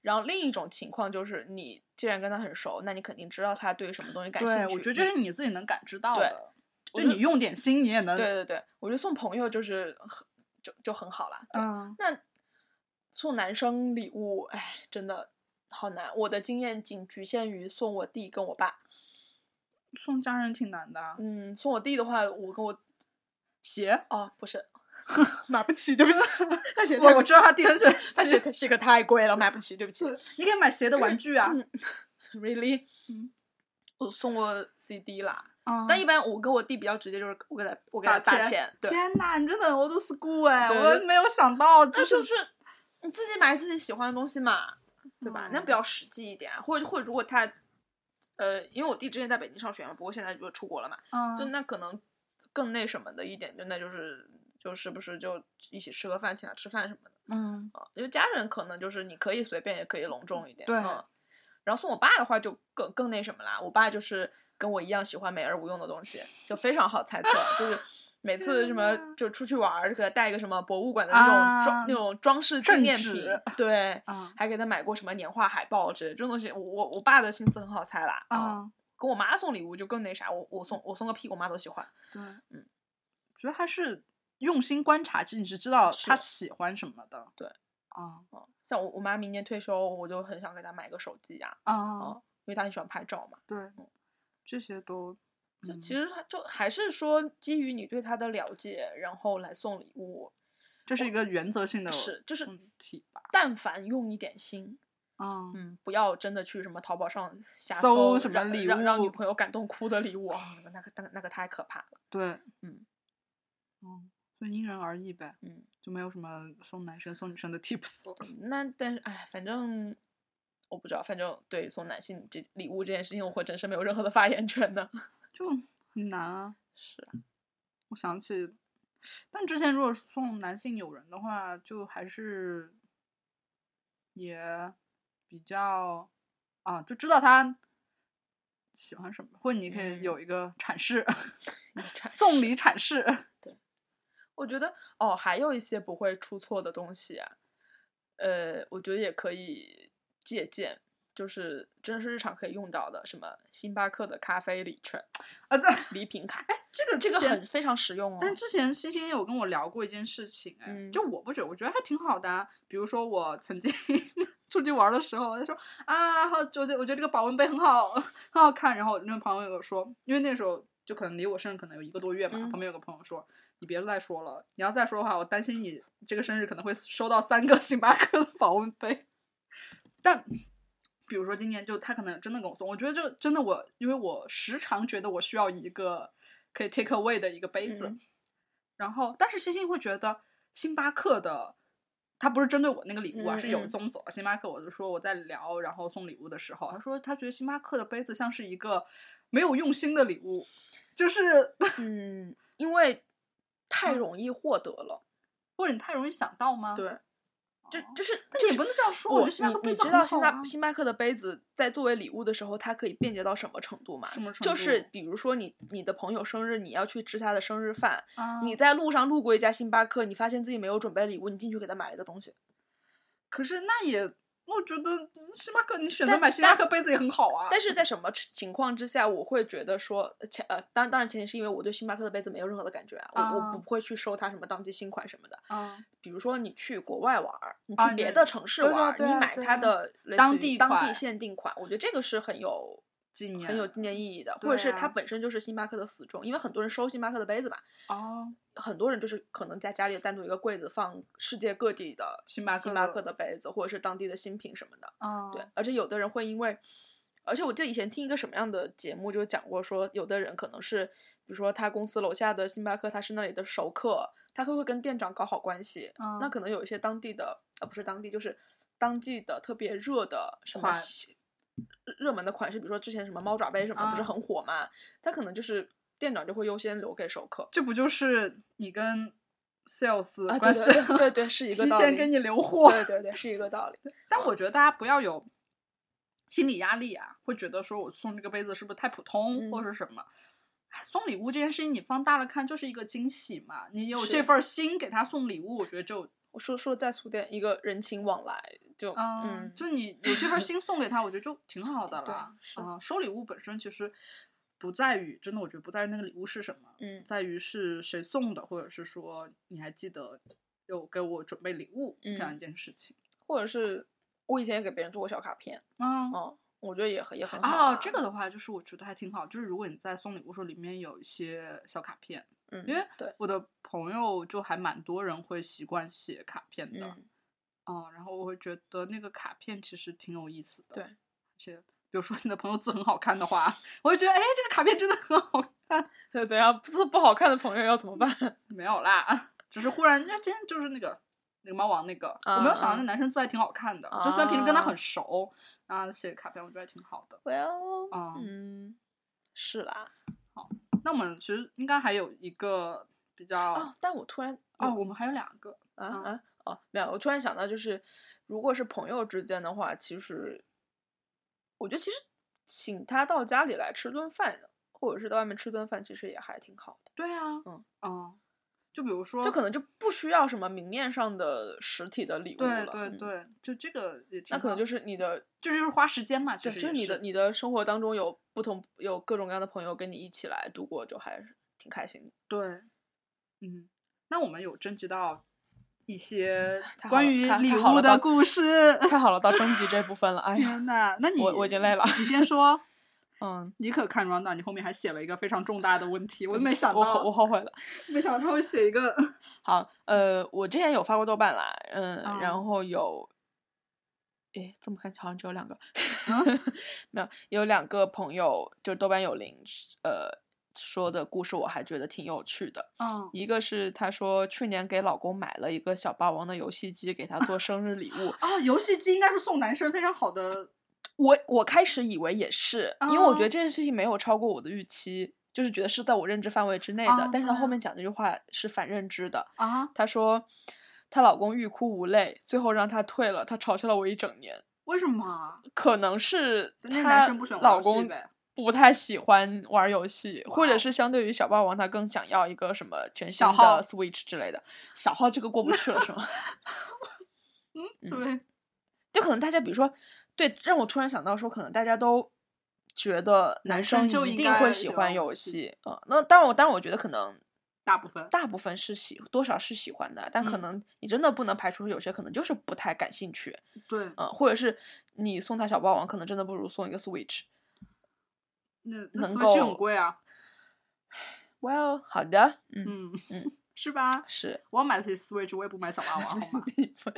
[SPEAKER 1] 然后另一种情况就是，你既然跟他很熟，那你肯定知道他对什么东 *laughs* 西感兴趣。
[SPEAKER 2] 对，我觉得这
[SPEAKER 1] 你
[SPEAKER 2] 是你自己能感知到
[SPEAKER 1] 对
[SPEAKER 2] 的，
[SPEAKER 1] 我
[SPEAKER 2] 就
[SPEAKER 1] 觉
[SPEAKER 2] 你用点心，你也能。
[SPEAKER 1] 对对对，我觉得送朋友就是很就就很好啦。对
[SPEAKER 2] 嗯，
[SPEAKER 1] 那送男生礼物，哎，真的好难。我的经验仅局限于送我弟跟我爸。
[SPEAKER 2] 送家人挺难的啊。
[SPEAKER 1] 嗯，送我弟的话，我跟我
[SPEAKER 2] 鞋，
[SPEAKER 1] 哦，不
[SPEAKER 2] *laughs*
[SPEAKER 1] 是，买不起，对不起，他鞋太
[SPEAKER 2] 我我
[SPEAKER 1] 贵，
[SPEAKER 2] 知道他第二选
[SPEAKER 1] 他鞋
[SPEAKER 2] 鞋，
[SPEAKER 1] 太鞋可太贵了，买不起，对不起。
[SPEAKER 2] *laughs*
[SPEAKER 1] 嗯
[SPEAKER 2] 你可以买鞋的玩具啊。
[SPEAKER 1] Really？
[SPEAKER 2] 嗯
[SPEAKER 1] 我送过 CD 啦，
[SPEAKER 2] 啊
[SPEAKER 1] 但一般我跟我弟比较直接，就是我给他我给他
[SPEAKER 2] 打
[SPEAKER 1] 打
[SPEAKER 2] 钱
[SPEAKER 1] 钱，对，
[SPEAKER 2] 天啊呐，你真的很 old school 哎，
[SPEAKER 1] 对
[SPEAKER 2] 我
[SPEAKER 1] 对
[SPEAKER 2] 没有想到，就
[SPEAKER 1] 那就是是你自己买自己喜欢的东西嘛，对吧？那
[SPEAKER 2] 嗯
[SPEAKER 1] 比较实际一点啊，或者或者如果他，呃，因为我弟之前在北京上学嘛，不过现在就出国了嘛，
[SPEAKER 2] 嗯
[SPEAKER 1] 就那可能更那什么的一点，就那就是就是不是就一起吃个饭，请他吃饭什么的
[SPEAKER 2] 嗯
[SPEAKER 1] 啊。因为家人可能就是你可以随便，也可以隆重一点，
[SPEAKER 2] 对
[SPEAKER 1] 嗯。然后送我爸的话就更更那什么啦，我爸就是跟我一样喜欢美而无用的东西，就非常好猜测，就是。
[SPEAKER 2] *laughs*
[SPEAKER 1] 每次什么
[SPEAKER 2] 天呐
[SPEAKER 1] 就出去玩儿，就给他带一个什么博物馆的那种装、
[SPEAKER 2] 啊
[SPEAKER 1] 那种装饰纪
[SPEAKER 2] 镇
[SPEAKER 1] 念
[SPEAKER 2] 纸
[SPEAKER 1] 品，对，
[SPEAKER 2] 啊
[SPEAKER 1] 还给他买过什么年画海报之类的这种东西。我我我爸的心思很好猜啦，嗯
[SPEAKER 2] 啊，
[SPEAKER 1] 给我妈送礼物就更那啥，我我送我送个屁，我妈都喜欢。
[SPEAKER 2] 对，
[SPEAKER 1] 嗯，
[SPEAKER 2] 觉得还是用心观察，其实你是知道
[SPEAKER 1] 是
[SPEAKER 2] 他喜欢什么的。
[SPEAKER 1] 对，
[SPEAKER 2] 啊
[SPEAKER 1] 嗯，像我我妈明年退休，我就很想给她买个手机呀、
[SPEAKER 2] 啊，
[SPEAKER 1] 因为她很喜欢拍照嘛。
[SPEAKER 2] 对，这些都
[SPEAKER 1] 嗯就其
[SPEAKER 2] 嗯
[SPEAKER 1] 实她就还是说基于你对她的了解，然后来送礼物，
[SPEAKER 2] 这是一个原则性的
[SPEAKER 1] 是就是
[SPEAKER 2] 问题吧？
[SPEAKER 1] 但凡用一点心，
[SPEAKER 2] 啊，
[SPEAKER 1] 嗯，不要真的去什么淘宝上瞎
[SPEAKER 2] 搜
[SPEAKER 1] 搜
[SPEAKER 2] 什么
[SPEAKER 1] 让
[SPEAKER 2] 礼
[SPEAKER 1] 让让女
[SPEAKER 2] 物
[SPEAKER 1] 朋友感动哭的礼
[SPEAKER 2] *laughs*
[SPEAKER 1] 物啊，那个那个那个太可怕了。
[SPEAKER 2] 对，
[SPEAKER 1] 嗯
[SPEAKER 2] 嗯，所以因人而异呗，
[SPEAKER 1] 嗯，
[SPEAKER 2] 就没有什么送男生送女生的 *laughs* tips 了。
[SPEAKER 1] 那但是哎，反正。我不知道，反正对送男性这礼物这件事情，我会真是没有任何的发言权的。
[SPEAKER 2] 就很难啊。
[SPEAKER 1] 是，
[SPEAKER 2] 我想起，但之前如果是送男性友人的话，就还是也比较啊，就知道他喜欢什么，或者你可以
[SPEAKER 1] 嗯
[SPEAKER 2] 有一个阐释，
[SPEAKER 1] 阐
[SPEAKER 2] 送礼阐释。 *laughs*
[SPEAKER 1] 我觉得哦，还有一些不会出错的东西啊，呃，我觉得也可以借鉴，就是真的是日常可以用到的，什么星巴克的咖啡礼券、
[SPEAKER 2] 啊，对，
[SPEAKER 1] 礼品
[SPEAKER 2] *laughs*
[SPEAKER 1] 卡，
[SPEAKER 2] 这个
[SPEAKER 1] 这个
[SPEAKER 2] 之前
[SPEAKER 1] 很非常实用哦。
[SPEAKER 2] 但之前欣欣也有跟我聊过一件事情，哎、
[SPEAKER 1] 嗯
[SPEAKER 2] 就我不觉得，我觉得还挺好的、啊。比如说我曾经 *laughs* 出去玩的时候，他说啊，好，就我觉得这个保温杯很好，很好看。然后那个朋友有说，因为那时候就可能离我生日可能有一个多月嘛，
[SPEAKER 1] 嗯
[SPEAKER 2] 旁边有个朋友说。你别再说了，你要再说的话，我担心你这个生日可能会收到三个星巴克的保温杯。但比如说今年就他可能真的给我送，我觉得这真的我，因为我时常觉得我需要一个可以 take away 的一个杯子，
[SPEAKER 1] 嗯
[SPEAKER 2] 然后但是欣欣会觉得星巴克的，他不是针对我那个礼物啊，
[SPEAKER 1] 嗯
[SPEAKER 2] 是有
[SPEAKER 1] 嗯
[SPEAKER 2] 宗旨啊。星巴克我就说我在聊，然后送礼物的时候，他说他觉得星巴克的杯子像是一个没有用心的礼物，就是 *laughs*
[SPEAKER 1] 嗯，因为太
[SPEAKER 2] 嗯
[SPEAKER 1] 容易获得了，
[SPEAKER 2] 或者你太容易想到吗？，
[SPEAKER 1] 对，就
[SPEAKER 2] 哦
[SPEAKER 1] 就是，
[SPEAKER 2] 但
[SPEAKER 1] 就
[SPEAKER 2] 也
[SPEAKER 1] 是
[SPEAKER 2] 不能这样说我
[SPEAKER 1] 我
[SPEAKER 2] 觉得星巴克
[SPEAKER 1] 你
[SPEAKER 2] 杯
[SPEAKER 1] 你
[SPEAKER 2] 子
[SPEAKER 1] 知
[SPEAKER 2] 很
[SPEAKER 1] 道星
[SPEAKER 2] 好
[SPEAKER 1] 巴
[SPEAKER 2] 啊
[SPEAKER 1] 星巴克的杯子在作为礼物的时候，它可以便捷到什么程度吗？
[SPEAKER 2] 什么程
[SPEAKER 1] 就
[SPEAKER 2] 度
[SPEAKER 1] 是比如说你你的朋友生日，你要去吃他的生日饭，
[SPEAKER 2] 啊、
[SPEAKER 1] 你在路上路过一家星巴克，你发现自己没有准备礼物，你进去给他买了一个东西。
[SPEAKER 2] 可是那也，我觉得星巴克你选择
[SPEAKER 1] 但
[SPEAKER 2] 买星巴
[SPEAKER 1] 但
[SPEAKER 2] 克杯子也很好啊。
[SPEAKER 1] 但是在什么情况之下，我会觉得说呃前呃，当当然前提是因为我对星巴克的杯子没有任何的感觉啊，我、
[SPEAKER 2] 啊
[SPEAKER 1] 我不会去收它什么当季新款什么的。
[SPEAKER 2] 嗯，
[SPEAKER 1] 比如说你去国外玩儿，你
[SPEAKER 2] 啊
[SPEAKER 1] 去别
[SPEAKER 2] 你
[SPEAKER 1] 的城市
[SPEAKER 2] 对
[SPEAKER 1] 玩
[SPEAKER 2] 对
[SPEAKER 1] 儿，
[SPEAKER 2] 对啊
[SPEAKER 1] 你买
[SPEAKER 2] 对
[SPEAKER 1] 它
[SPEAKER 2] 啊
[SPEAKER 1] 的类
[SPEAKER 2] 当
[SPEAKER 1] 似于
[SPEAKER 2] 地
[SPEAKER 1] 当地
[SPEAKER 2] 款
[SPEAKER 1] 限定款，我觉得这个是很有
[SPEAKER 2] 纪念
[SPEAKER 1] 很有纪念意义的，或者
[SPEAKER 2] 对
[SPEAKER 1] 是它
[SPEAKER 2] 啊
[SPEAKER 1] 本身就是星巴克的死忠，因为很多人收星巴克的杯子吧，
[SPEAKER 2] 哦，
[SPEAKER 1] 很多人就是可能在家里单独一个柜子放世界各地的
[SPEAKER 2] 星巴克
[SPEAKER 1] 星巴克的杯子，或者是当地的新品什么的。
[SPEAKER 2] 嗯，
[SPEAKER 1] 对，而且有的人会因为，而且我记得以前听一个什么样的节目就讲过说，有的人可能是，比如说他公司楼下的星巴克，他是那里的熟客，他会会跟店长搞好关系，
[SPEAKER 2] 嗯，
[SPEAKER 1] 那可能有一些当地的，呃，不是当地，就是当季的特别热的什么
[SPEAKER 2] 款
[SPEAKER 1] 西热门的款式，比如说之前什么猫爪杯什么的，不是
[SPEAKER 2] 啊
[SPEAKER 1] 很火嘛？它可能就是店长就会优先留给熟客。
[SPEAKER 2] 这不就是你跟 sales
[SPEAKER 1] 啊，对
[SPEAKER 2] 关系？
[SPEAKER 1] 对对对对，是一个
[SPEAKER 2] 提
[SPEAKER 1] 道理。
[SPEAKER 2] 前给你留货。
[SPEAKER 1] 对嗯对对，是一个道
[SPEAKER 2] *laughs*
[SPEAKER 1] 理。
[SPEAKER 2] 但我觉得大家不要有心理压力啊，会觉得说我送这个杯子是不是太普通、
[SPEAKER 1] 嗯
[SPEAKER 2] 或者什么。哎送礼物这件事情，你放大了看就是一个惊喜嘛。你有
[SPEAKER 1] 是
[SPEAKER 2] 这份儿心给他送礼物，我觉得就
[SPEAKER 1] 我说说再俗点，一个人情往来就
[SPEAKER 2] 嗯
[SPEAKER 1] 嗯，，
[SPEAKER 2] 就你有这份心送给他，我觉得就挺好的
[SPEAKER 1] 对
[SPEAKER 2] 了。
[SPEAKER 1] 是
[SPEAKER 2] 啊、收礼物本身其实不在于，真的我觉得不在于那个礼物是什么，
[SPEAKER 1] 嗯
[SPEAKER 2] 在于是谁送的，或者是说你还记得有给我准备礼物、这样一
[SPEAKER 1] 嗯
[SPEAKER 2] 件事情。
[SPEAKER 1] 或者是我以前也给别人做过小卡片，
[SPEAKER 2] 啊、
[SPEAKER 1] 嗯，我觉得也很也很好、啊
[SPEAKER 2] 哦，这个的话就是我觉得还挺好，就是如果你在送礼物时候里面有一些小卡片，
[SPEAKER 1] 嗯，
[SPEAKER 2] 因为
[SPEAKER 1] 对，
[SPEAKER 2] 我的朋友就还蛮多人会习惯写卡片的，
[SPEAKER 1] 嗯，
[SPEAKER 2] 哦，然后我会觉得那个卡片其实挺有意思的。
[SPEAKER 1] 对
[SPEAKER 2] 而且比如说你的朋友字很好看的话，我会觉得哎，这个卡片真的很好看。
[SPEAKER 1] *laughs*
[SPEAKER 2] *laughs*
[SPEAKER 1] 对，等一下字不好看的朋友要怎么办？ *laughs*
[SPEAKER 2] 没有啦，只是忽然，那今天就是那个那个猫王那个，我没有想到那
[SPEAKER 1] 啊
[SPEAKER 2] 男生字还挺好看的，就虽然平时跟他很熟，然后写卡片我觉得还挺好的。
[SPEAKER 1] Well，
[SPEAKER 2] 啊
[SPEAKER 1] 嗯，是啦。
[SPEAKER 2] 那我们其实应该还有一个比较
[SPEAKER 1] 啊，但我突然
[SPEAKER 2] 哦，我们还有两个
[SPEAKER 1] 啊
[SPEAKER 2] 啊
[SPEAKER 1] 啊哦，没有，我突然想到，就是如果是朋友之间的话，其实我觉得其实请他到家里来吃顿饭，或者是到外面吃顿饭，其实也还挺好的。
[SPEAKER 2] 对啊，
[SPEAKER 1] 嗯
[SPEAKER 2] 嗯，就比如说
[SPEAKER 1] 就可能就不需要什么明面上的实体的礼物
[SPEAKER 2] 对
[SPEAKER 1] 了。
[SPEAKER 2] 对
[SPEAKER 1] 嗯
[SPEAKER 2] 对，就这个也挺
[SPEAKER 1] 那可能
[SPEAKER 2] 好
[SPEAKER 1] 就是你的，
[SPEAKER 2] 这就是花时间嘛，其
[SPEAKER 1] 对，
[SPEAKER 2] 实
[SPEAKER 1] 就是
[SPEAKER 2] 也
[SPEAKER 1] 你的
[SPEAKER 2] 是
[SPEAKER 1] 你的生活当中有不同有各种各样的朋友跟你一起来度过，就还是挺开心的。
[SPEAKER 2] 对，嗯，那我们有征集到一些
[SPEAKER 1] 嗯太好
[SPEAKER 2] 关
[SPEAKER 1] 了
[SPEAKER 2] 于
[SPEAKER 1] 太
[SPEAKER 2] 礼
[SPEAKER 1] 太好
[SPEAKER 2] 物
[SPEAKER 1] 了
[SPEAKER 2] 的
[SPEAKER 1] 到
[SPEAKER 2] 故事。
[SPEAKER 1] 太好了，
[SPEAKER 2] *laughs*
[SPEAKER 1] 到征集这部分了，哎呀
[SPEAKER 2] 天，呐，那你
[SPEAKER 1] 我我已经累了
[SPEAKER 2] 你先说，
[SPEAKER 1] 嗯，
[SPEAKER 2] 你可看 round，down，你后面还写了一个非常重大的问题，我
[SPEAKER 1] 对
[SPEAKER 2] 没
[SPEAKER 1] 不起
[SPEAKER 2] 想
[SPEAKER 1] 我后我
[SPEAKER 2] 到，
[SPEAKER 1] 后悔了。
[SPEAKER 2] 没想到他会写一个，
[SPEAKER 1] *laughs* 好，呃，我之前有发过豆瓣啦，嗯，
[SPEAKER 2] 啊
[SPEAKER 1] 然后有，诶，这么看好像只有两个，
[SPEAKER 2] 嗯
[SPEAKER 1] *laughs* 没有，有两个朋友就是豆瓣有灵，呃，说的故事我还觉得挺有趣的。
[SPEAKER 2] 嗯，。
[SPEAKER 1] 一个是她说去年给老公买了一个小霸王的游戏机，给他做生日礼物
[SPEAKER 2] 啊，游戏机应该是送男生非常好的，
[SPEAKER 1] 我我开始以为也是，因为我觉
[SPEAKER 2] 哦
[SPEAKER 1] 得这件事情没有超过我的预期，就是觉得是在我认知范围之内的
[SPEAKER 2] 哦。
[SPEAKER 1] 但是她
[SPEAKER 2] 对
[SPEAKER 1] 后
[SPEAKER 2] 啊
[SPEAKER 1] 面讲这句话是反认知的，
[SPEAKER 2] 啊，
[SPEAKER 1] 她说她老公欲哭无泪，最后让她退了，她嘲笑了我一整年。
[SPEAKER 2] 为什么啊？
[SPEAKER 1] 可能是
[SPEAKER 2] 那男
[SPEAKER 1] 她
[SPEAKER 2] 生不喜欢玩
[SPEAKER 1] 老
[SPEAKER 2] 游戏
[SPEAKER 1] 公
[SPEAKER 2] 呗
[SPEAKER 1] 不太喜欢玩游戏，或
[SPEAKER 2] 哇哦
[SPEAKER 1] 者是相对于小霸王，他更想要一个什么全新
[SPEAKER 2] 小号
[SPEAKER 1] 的 Switch 之类的。小号这个过不去了是吗？ *laughs* 嗯
[SPEAKER 2] 对，
[SPEAKER 1] 就可能大家比如说，对，让我突然想到说，可能大家都觉得
[SPEAKER 2] 男
[SPEAKER 1] 男
[SPEAKER 2] 生
[SPEAKER 1] 生
[SPEAKER 2] 就
[SPEAKER 1] 一
[SPEAKER 2] 应
[SPEAKER 1] 定
[SPEAKER 2] 该
[SPEAKER 1] 会
[SPEAKER 2] 喜
[SPEAKER 1] 喜
[SPEAKER 2] 欢
[SPEAKER 1] 欢
[SPEAKER 2] 玩
[SPEAKER 1] 游
[SPEAKER 2] 游戏
[SPEAKER 1] 戏，嗯，那当然我当然我觉得可能
[SPEAKER 2] 大部分
[SPEAKER 1] 大部分是喜多少是喜欢的，但可
[SPEAKER 2] 嗯
[SPEAKER 1] 能你真的不能排除有些可能就是不太感兴趣，
[SPEAKER 2] 对，
[SPEAKER 1] 嗯，或者是你送他小霸王，可能真的不如送一个 Switch。
[SPEAKER 2] 那那
[SPEAKER 1] 能
[SPEAKER 2] Switch
[SPEAKER 1] 够
[SPEAKER 2] 很贵啊，
[SPEAKER 1] Well，好的，嗯，
[SPEAKER 2] 嗯
[SPEAKER 1] 嗯，
[SPEAKER 2] 是吧？
[SPEAKER 1] 是， *laughs*
[SPEAKER 2] 我要买得起 Switch，我也不买小霸王，好吗？ *laughs*
[SPEAKER 1] 什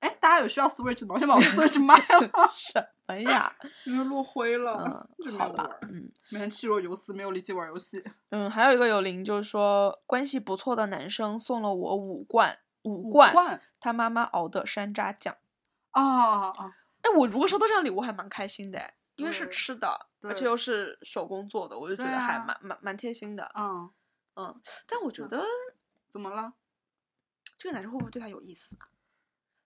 [SPEAKER 2] 哎，大家有需要 Switch 吗？我先把我 Switch 卖了，
[SPEAKER 1] 么
[SPEAKER 2] *laughs*
[SPEAKER 1] 呀？
[SPEAKER 2] 因为落灰了，就
[SPEAKER 1] 嗯，
[SPEAKER 2] 没
[SPEAKER 1] 好
[SPEAKER 2] 有玩
[SPEAKER 1] 吧
[SPEAKER 2] 儿，，
[SPEAKER 1] 嗯
[SPEAKER 2] 每天气若游丝，没有力气玩游戏。
[SPEAKER 1] 嗯，还有一个有灵就是说，关系不错的男生送了我五罐五
[SPEAKER 2] 五
[SPEAKER 1] 罐
[SPEAKER 2] 罐
[SPEAKER 1] 他妈妈熬的山楂酱。
[SPEAKER 2] 啊啊啊！
[SPEAKER 1] 哎，我如果收到这样礼物还蛮开心的哎，因为是
[SPEAKER 2] 对
[SPEAKER 1] 吃的，而且
[SPEAKER 2] 对
[SPEAKER 1] 又是手工做的，我就觉
[SPEAKER 2] 对
[SPEAKER 1] 得还
[SPEAKER 2] 啊
[SPEAKER 1] 蛮、蛮蛮贴心的。
[SPEAKER 2] 嗯，
[SPEAKER 1] 嗯，但我觉得
[SPEAKER 2] 怎么了？
[SPEAKER 1] 这个男生会不会对他有意思啊？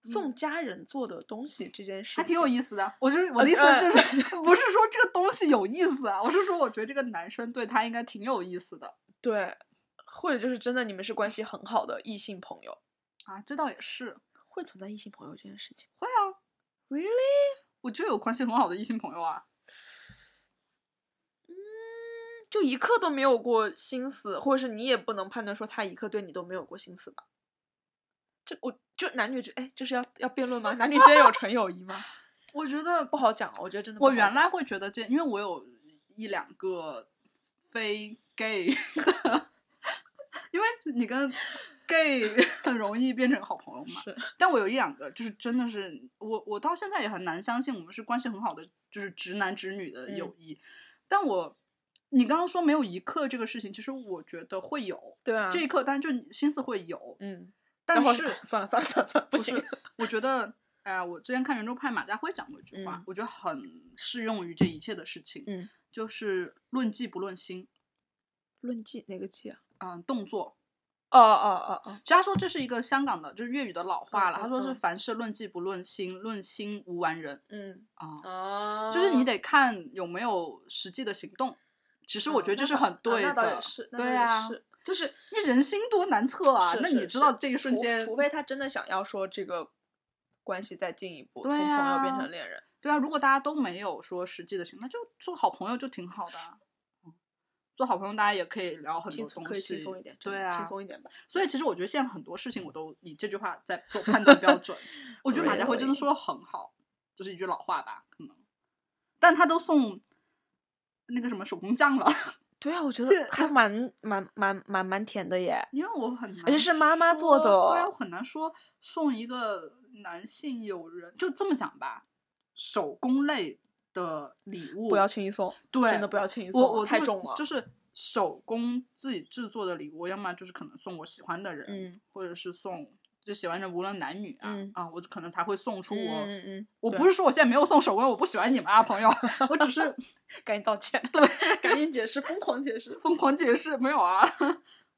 [SPEAKER 1] 送家人做的东西这件事情
[SPEAKER 2] 嗯还挺有意思的。我就是我的
[SPEAKER 1] 呃
[SPEAKER 2] 意思
[SPEAKER 1] 呃
[SPEAKER 2] 就是， *laughs* 不是说这个东西有意思啊，我是说我觉得这个男生对他应该挺有意思的
[SPEAKER 1] 对，或者就是真的你们是关系很好的异性朋友，
[SPEAKER 2] 啊。这倒也是，
[SPEAKER 1] 会存在异性朋友这件事情
[SPEAKER 2] 会啊，
[SPEAKER 1] ？Really？
[SPEAKER 2] 我就有关系很好的异性朋友啊。
[SPEAKER 1] 就一刻都没有过心思，或者是你也不能判断说他一刻对你都没有过心思吧？这我就男女之哎，这是要要辩论吗？男女之间有纯友谊吗？
[SPEAKER 2] 我觉得
[SPEAKER 1] 不好讲，我觉得真的不
[SPEAKER 2] 我
[SPEAKER 1] 好讲。
[SPEAKER 2] 原来会觉得这，因为我有一两个 *laughs* 非 gay，的因为你跟 gay 很容易变成好朋友嘛。
[SPEAKER 1] 是
[SPEAKER 2] 但我有一两个，就是真的是我，我到现在也很难相信我们是关系很好的，就是直男直女的
[SPEAKER 1] 嗯
[SPEAKER 2] 友谊。但我，你刚刚说没有一刻这个事情，其实我觉得会有、
[SPEAKER 1] 对啊，
[SPEAKER 2] 这一刻，但就你心思会有，
[SPEAKER 1] 嗯，
[SPEAKER 2] 但
[SPEAKER 1] 然后
[SPEAKER 2] 是
[SPEAKER 1] *laughs* 算了算了算了算了，不
[SPEAKER 2] 不
[SPEAKER 1] 行
[SPEAKER 2] 是，我觉得，哎、我之前看圆桌派马家辉讲过一句话，
[SPEAKER 1] 嗯
[SPEAKER 2] 我觉得很适用于这一切的事情，
[SPEAKER 1] 嗯，
[SPEAKER 2] 就是论迹不论心，
[SPEAKER 1] 论迹哪个迹啊？
[SPEAKER 2] 嗯、动作。
[SPEAKER 1] 哦哦哦哦，
[SPEAKER 2] 其实他说这是一个香港的，就是粤语的老话
[SPEAKER 1] 嗯
[SPEAKER 2] 了。
[SPEAKER 1] 嗯
[SPEAKER 2] 他说是
[SPEAKER 1] 嗯
[SPEAKER 2] 凡事论迹不论心，论心无完人
[SPEAKER 1] 嗯
[SPEAKER 2] 啊，
[SPEAKER 1] 哦
[SPEAKER 2] 就是你得看有没有实际的行动。其实我觉得这是很对
[SPEAKER 1] 哦那倒
[SPEAKER 2] 的
[SPEAKER 1] 也，是，那
[SPEAKER 2] 对
[SPEAKER 1] 倒也
[SPEAKER 2] 啊
[SPEAKER 1] 是，就是
[SPEAKER 2] 那人心多难测啊
[SPEAKER 1] 是！
[SPEAKER 2] 那
[SPEAKER 1] 是
[SPEAKER 2] 你知道
[SPEAKER 1] 是
[SPEAKER 2] 这一瞬
[SPEAKER 1] 除
[SPEAKER 2] 间，
[SPEAKER 1] 除非他真的想要说这个关系再进一步，
[SPEAKER 2] 对
[SPEAKER 1] 从朋友变
[SPEAKER 2] 啊
[SPEAKER 1] 成恋人。
[SPEAKER 2] 对啊，如果大家都没有说实际的行动，那就做好朋友就挺好的、啊。嗯做好朋友，大家也可以聊很
[SPEAKER 1] 轻
[SPEAKER 2] 多
[SPEAKER 1] 松
[SPEAKER 2] 东
[SPEAKER 1] 可
[SPEAKER 2] 西，
[SPEAKER 1] 以轻松一点，真
[SPEAKER 2] 对
[SPEAKER 1] 的
[SPEAKER 2] 啊，
[SPEAKER 1] 轻松一点吧。
[SPEAKER 2] 所以其实我觉得现在很多事情我都以这句话在做判断标准。我觉得马家辉真的
[SPEAKER 1] Really？
[SPEAKER 2] 说的很好，就是一句老话吧，可能。但他都送那个什么手工酱了，
[SPEAKER 1] 对啊，我觉
[SPEAKER 2] 这
[SPEAKER 1] 得还蛮蛮蛮蛮蛮甜的耶。
[SPEAKER 2] 因为我很难，
[SPEAKER 1] 而且是妈妈做的
[SPEAKER 2] 对啊，我很难说送一个男性友人，就这么讲吧，手工类的礼物
[SPEAKER 1] 不要轻易送，
[SPEAKER 2] 对，
[SPEAKER 1] 真的不要轻易送，
[SPEAKER 2] 我我
[SPEAKER 1] 太
[SPEAKER 2] 这么
[SPEAKER 1] 重了。
[SPEAKER 2] 就是手工自己制作的礼物，要么就是可能送我喜欢的人，
[SPEAKER 1] 嗯
[SPEAKER 2] 或者是送就喜欢的人无论男女啊、
[SPEAKER 1] 嗯
[SPEAKER 2] 啊，我可能才会送出
[SPEAKER 1] 嗯
[SPEAKER 2] 我。
[SPEAKER 1] 嗯嗯，
[SPEAKER 2] 我
[SPEAKER 1] 对
[SPEAKER 2] 不是说我现在没有送手工，我不喜欢你们
[SPEAKER 1] *laughs*
[SPEAKER 2] 啊，朋友，我只是
[SPEAKER 1] 赶紧道歉，对，赶紧解释，疯狂解释。
[SPEAKER 2] 疯狂解释，没有
[SPEAKER 1] *laughs*
[SPEAKER 2] 啊。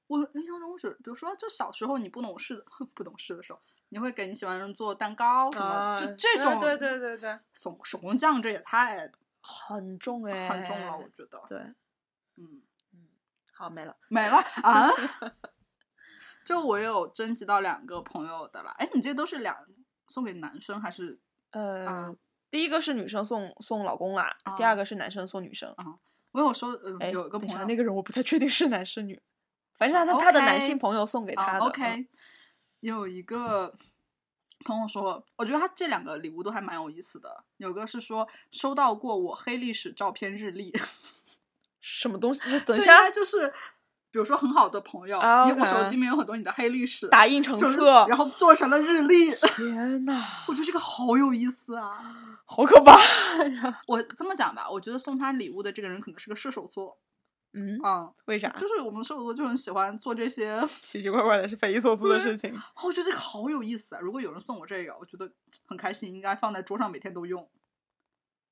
[SPEAKER 2] 我印象中，我只比如说，就小时候你不懂事，不懂事的 *laughs* 时候，你会给你喜欢的人做蛋糕什么，
[SPEAKER 1] 啊，
[SPEAKER 2] 就这种，
[SPEAKER 1] 对对对对对，
[SPEAKER 2] 手手工酱这也太
[SPEAKER 1] *laughs* 很重哎，
[SPEAKER 2] 很重了，我觉得，
[SPEAKER 1] 对，
[SPEAKER 2] 嗯。
[SPEAKER 1] 好没了。
[SPEAKER 2] 没了啊！ *laughs* 就我有征集到两个朋友的啦。哎，你这都是两送给男生还是
[SPEAKER 1] 呃
[SPEAKER 2] 啊，
[SPEAKER 1] 第一个是女生送送老公啦，第二
[SPEAKER 2] 啊
[SPEAKER 1] 个是男生送女生。
[SPEAKER 2] 我有收？呃
[SPEAKER 1] 哎，
[SPEAKER 2] 有一个
[SPEAKER 1] 等一
[SPEAKER 2] 朋
[SPEAKER 1] 下
[SPEAKER 2] 友
[SPEAKER 1] 那个人我不太确定是男是女，反正他他他的男性
[SPEAKER 2] OK
[SPEAKER 1] 朋友送给
[SPEAKER 2] 啊
[SPEAKER 1] 他的。嗯
[SPEAKER 2] OK，有一个朋友说，我觉得他这两个礼物都还蛮有意思的。有个是说收到过我黑历史照片日
[SPEAKER 1] *laughs*
[SPEAKER 2] 历，
[SPEAKER 1] 什么东西？等一
[SPEAKER 2] 这应
[SPEAKER 1] 下，
[SPEAKER 2] 该就是。比如说很好的朋友，
[SPEAKER 1] 啊
[SPEAKER 2] 因为我手
[SPEAKER 1] OK
[SPEAKER 2] 机里面有很多你的黑历史，
[SPEAKER 1] 打印成
[SPEAKER 2] 手机
[SPEAKER 1] 册
[SPEAKER 2] 然后做成了日历，
[SPEAKER 1] 天呐，
[SPEAKER 2] 我觉得这个好有意思啊！
[SPEAKER 1] 好可
[SPEAKER 2] *laughs*
[SPEAKER 1] 怕！
[SPEAKER 2] 我这么讲吧，我觉得送他礼物的这个人可能是个射手座
[SPEAKER 1] 嗯，
[SPEAKER 2] 啊、
[SPEAKER 1] 为啥？
[SPEAKER 2] 就是我们射手座就很喜欢做这些，哦，
[SPEAKER 1] 奇奇怪怪的是匪夷所思的事情。
[SPEAKER 2] 我觉得这个好有意思啊！如果有人送我这个，我觉得很开心，应该放在桌上每天都用，嗯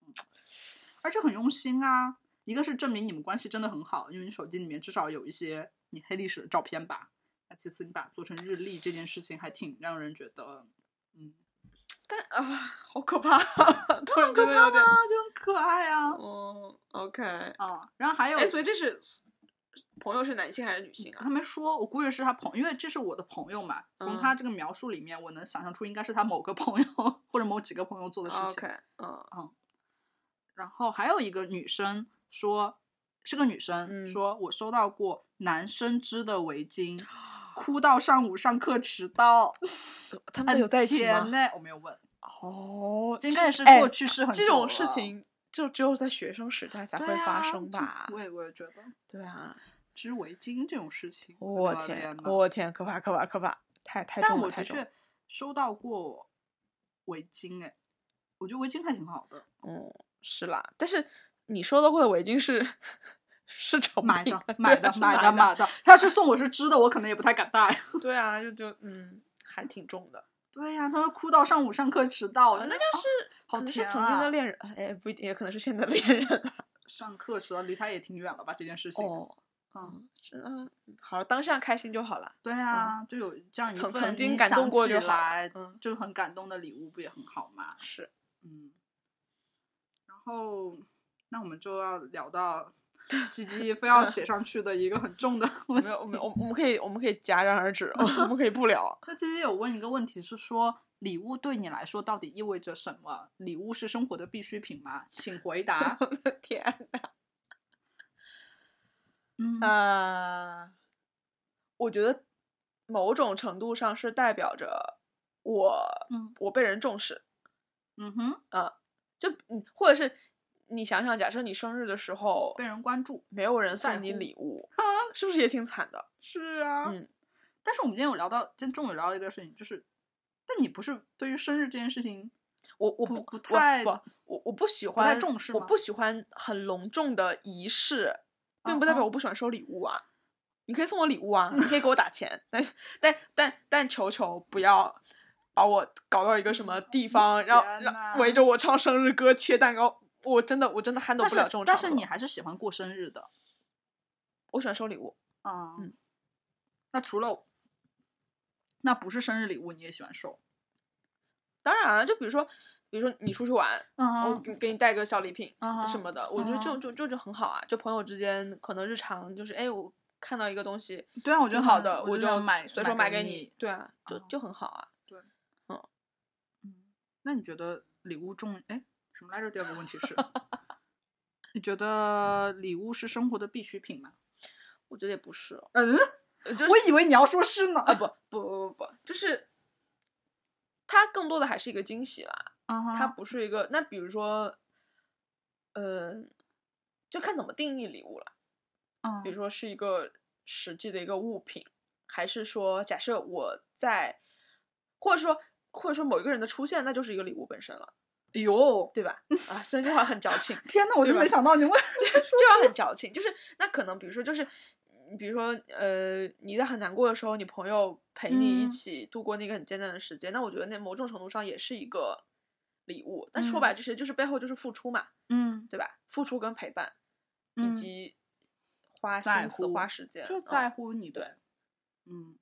[SPEAKER 2] 而且很用心啊。一个是证明你们关系真的很好，因为你手机里面至少有一些你黑历史的照片吧。那其次，你把它做成日历这件事情还挺让人觉得，嗯，
[SPEAKER 1] 但啊、好可怕！ *laughs* 突然觉得有点，
[SPEAKER 2] 啊，就很可爱啊。
[SPEAKER 1] 嗯，OK。
[SPEAKER 2] 啊，然后还有嗯
[SPEAKER 1] 哎，所以这是朋友是男性还是女性啊
[SPEAKER 2] 他？没说，我估计是他朋因为这是我的朋友嘛。
[SPEAKER 1] 嗯
[SPEAKER 2] 从他这个描述里面，我能想象出应该是他某个朋友或者某几个朋友做的事情。
[SPEAKER 1] OK，嗯
[SPEAKER 2] 然后还有一个女生说，是个女生、
[SPEAKER 1] 嗯
[SPEAKER 2] 说，我收到过男生织的围巾，
[SPEAKER 1] *gasps*
[SPEAKER 2] 哭到上午上课迟到。
[SPEAKER 1] 他
[SPEAKER 2] 很
[SPEAKER 1] 们有在一起
[SPEAKER 2] 甜
[SPEAKER 1] 吗？
[SPEAKER 2] 呢？我没有问，
[SPEAKER 1] 哦，
[SPEAKER 2] 这应该也是
[SPEAKER 1] 哎
[SPEAKER 2] 过去式很
[SPEAKER 1] 这
[SPEAKER 2] 久
[SPEAKER 1] 种
[SPEAKER 2] 了啊
[SPEAKER 1] 事情就只有在学生时代才会
[SPEAKER 2] 对
[SPEAKER 1] 发
[SPEAKER 2] 啊
[SPEAKER 1] 生
[SPEAKER 2] 就
[SPEAKER 1] 吧？
[SPEAKER 2] 我也我也觉得
[SPEAKER 1] 对啊，
[SPEAKER 2] 织围巾这种事情，
[SPEAKER 1] 我
[SPEAKER 2] 的
[SPEAKER 1] 天，
[SPEAKER 2] 呐
[SPEAKER 1] 我天，可怕可怕可怕，太太
[SPEAKER 2] 但
[SPEAKER 1] 重
[SPEAKER 2] 我
[SPEAKER 1] 了
[SPEAKER 2] 的
[SPEAKER 1] 太重了。
[SPEAKER 2] 确收到过围巾，哎，我觉得围巾还挺好的，
[SPEAKER 1] 嗯，是啦，但是你收到过的围巾是 *laughs* 是成品
[SPEAKER 2] 买的
[SPEAKER 1] 啊对
[SPEAKER 2] 买的
[SPEAKER 1] 是
[SPEAKER 2] 买
[SPEAKER 1] 买
[SPEAKER 2] 的买的。他要是送我是织的，我可能也不太敢戴。 *laughs*
[SPEAKER 1] 对啊，就就嗯，还挺重的。
[SPEAKER 2] 对呀、他说哭到上午上课迟到，我觉
[SPEAKER 1] 哦那
[SPEAKER 2] 得
[SPEAKER 1] 就
[SPEAKER 2] 啊
[SPEAKER 1] 是
[SPEAKER 2] 好
[SPEAKER 1] 可能
[SPEAKER 2] 甜
[SPEAKER 1] 是曾经
[SPEAKER 2] 啊
[SPEAKER 1] 的恋人，哎，不一定，也可能是现在的恋人了。
[SPEAKER 2] 上课迟到，离他也挺远了吧？这件事情，
[SPEAKER 1] 哦，
[SPEAKER 2] 嗯，
[SPEAKER 1] 是啊，好，当下开心就好了。
[SPEAKER 2] 对啊，就有这样一
[SPEAKER 1] 嗯
[SPEAKER 2] 份
[SPEAKER 1] 曾曾经
[SPEAKER 2] 你
[SPEAKER 1] 感
[SPEAKER 2] 想
[SPEAKER 1] 动过
[SPEAKER 2] 起
[SPEAKER 1] 就好
[SPEAKER 2] 来，
[SPEAKER 1] 嗯
[SPEAKER 2] 就很感动的礼物，不也很好吗？
[SPEAKER 1] 是，
[SPEAKER 2] 嗯，然后那我们就要聊到
[SPEAKER 1] *laughs*
[SPEAKER 2] 吉吉非要写上去的一个很重的问
[SPEAKER 1] 没有，我们我们我们可以我们可以戛然而止， *laughs* 我们可以不
[SPEAKER 2] *laughs*
[SPEAKER 1] 聊。。
[SPEAKER 2] 那姐姐有问一个问题是说，礼物对你来说到底意味着什么？礼物是生活的必需品吗？请回答
[SPEAKER 1] *laughs* 我的天
[SPEAKER 2] 嗯
[SPEAKER 1] 啊！我觉得某种程度上是代表着我
[SPEAKER 2] 嗯
[SPEAKER 1] 我被人重视，
[SPEAKER 2] 嗯哼，
[SPEAKER 1] 就嗯，或者是你想想，假设你生日的时候
[SPEAKER 2] 被人关注。
[SPEAKER 1] 没有人
[SPEAKER 2] 在
[SPEAKER 1] 送你
[SPEAKER 2] 乎
[SPEAKER 1] 礼物，是不是也挺惨的？
[SPEAKER 2] 是啊
[SPEAKER 1] 嗯
[SPEAKER 2] 但是我们今天有聊到，今天中午有聊到一个事情，就是，但你不是对于生日这件事情，
[SPEAKER 1] 我我
[SPEAKER 2] 不
[SPEAKER 1] 不
[SPEAKER 2] 不
[SPEAKER 1] 我
[SPEAKER 2] 太
[SPEAKER 1] 不我我不喜
[SPEAKER 2] 不太
[SPEAKER 1] 欢
[SPEAKER 2] 重视
[SPEAKER 1] 我
[SPEAKER 2] 吗
[SPEAKER 1] 不喜欢很隆重的仪式，
[SPEAKER 2] 嗯
[SPEAKER 1] 并不代表我不喜欢收礼物啊。你可以送我礼物啊，你可以
[SPEAKER 2] 嗯
[SPEAKER 1] 给我打钱，但但但但求求不要把我搞到一个什
[SPEAKER 2] 嗯
[SPEAKER 1] 么地方，让
[SPEAKER 2] 天
[SPEAKER 1] 让
[SPEAKER 2] 呐
[SPEAKER 1] 围着我唱生日歌、切蛋糕，我真的我真的 handle 不
[SPEAKER 2] 啊但是
[SPEAKER 1] 了这种
[SPEAKER 2] 但
[SPEAKER 1] 场
[SPEAKER 2] 是
[SPEAKER 1] 合
[SPEAKER 2] 你还是喜欢过生日的
[SPEAKER 1] 我喜欢收礼物，
[SPEAKER 2] 啊。
[SPEAKER 1] 嗯
[SPEAKER 2] 那除了那不是生日礼物，你也喜欢收？
[SPEAKER 1] 当然啊了，就比如说比如说你出去玩，我
[SPEAKER 2] 嗯
[SPEAKER 1] 给给你带个小礼品
[SPEAKER 2] 嗯
[SPEAKER 1] 什么的，我觉得这
[SPEAKER 2] 嗯
[SPEAKER 1] 种就就就很好啊，就朋友之间可能日常就是哎我看到一个东西，
[SPEAKER 2] 对啊，
[SPEAKER 1] 嗯
[SPEAKER 2] 我
[SPEAKER 1] 我
[SPEAKER 2] 觉得
[SPEAKER 1] 好
[SPEAKER 2] 很
[SPEAKER 1] 的，
[SPEAKER 2] 我觉得
[SPEAKER 1] 就
[SPEAKER 2] 要买
[SPEAKER 1] 随手买
[SPEAKER 2] 给
[SPEAKER 1] 你，对啊，就
[SPEAKER 2] 哦
[SPEAKER 1] 就很好啊。
[SPEAKER 2] 嗯，那你觉得礼物重？哎，什么来着？第二个问题
[SPEAKER 1] *laughs*
[SPEAKER 2] 是，你觉得礼物是生活的必需品吗？
[SPEAKER 1] 我觉得也 *laughs* 不是，
[SPEAKER 2] 嗯，
[SPEAKER 1] 呃就是
[SPEAKER 2] 我以为你要说是呢。
[SPEAKER 1] 啊不不不不不，就是它更多的还是一个惊喜啦，
[SPEAKER 2] 啊
[SPEAKER 1] 它不是一个那比如说，呃，就看怎么定义礼物了。
[SPEAKER 2] 嗯
[SPEAKER 1] 比如说是一个实际的一个物品，还是说假设我在，或者说或者说某一个人的出现，那就是一个礼物本身了，
[SPEAKER 2] 哎呦，
[SPEAKER 1] 对吧？啊，所以这话很矫情，
[SPEAKER 2] 天呐，我
[SPEAKER 1] 对
[SPEAKER 2] 就没
[SPEAKER 1] 吧
[SPEAKER 2] 想到你问。 *laughs*
[SPEAKER 1] 这这话很矫情，就是那可能比如说就是。嗯比如说，呃，你在很难过的时候，你朋友陪你一
[SPEAKER 2] 嗯
[SPEAKER 1] 起度过那个很艰难的时间，那我觉得那某种程度上也是一个礼物。但说
[SPEAKER 2] 嗯
[SPEAKER 1] 白了，就是就是背后就是付出嘛，
[SPEAKER 2] 嗯，
[SPEAKER 1] 对吧？付出跟陪伴，
[SPEAKER 2] 嗯
[SPEAKER 1] 以及花
[SPEAKER 2] 在
[SPEAKER 1] 心思、
[SPEAKER 2] 乎
[SPEAKER 1] 花时间，
[SPEAKER 2] 就
[SPEAKER 1] 嗯
[SPEAKER 2] 在乎你
[SPEAKER 1] 对
[SPEAKER 2] 的，嗯，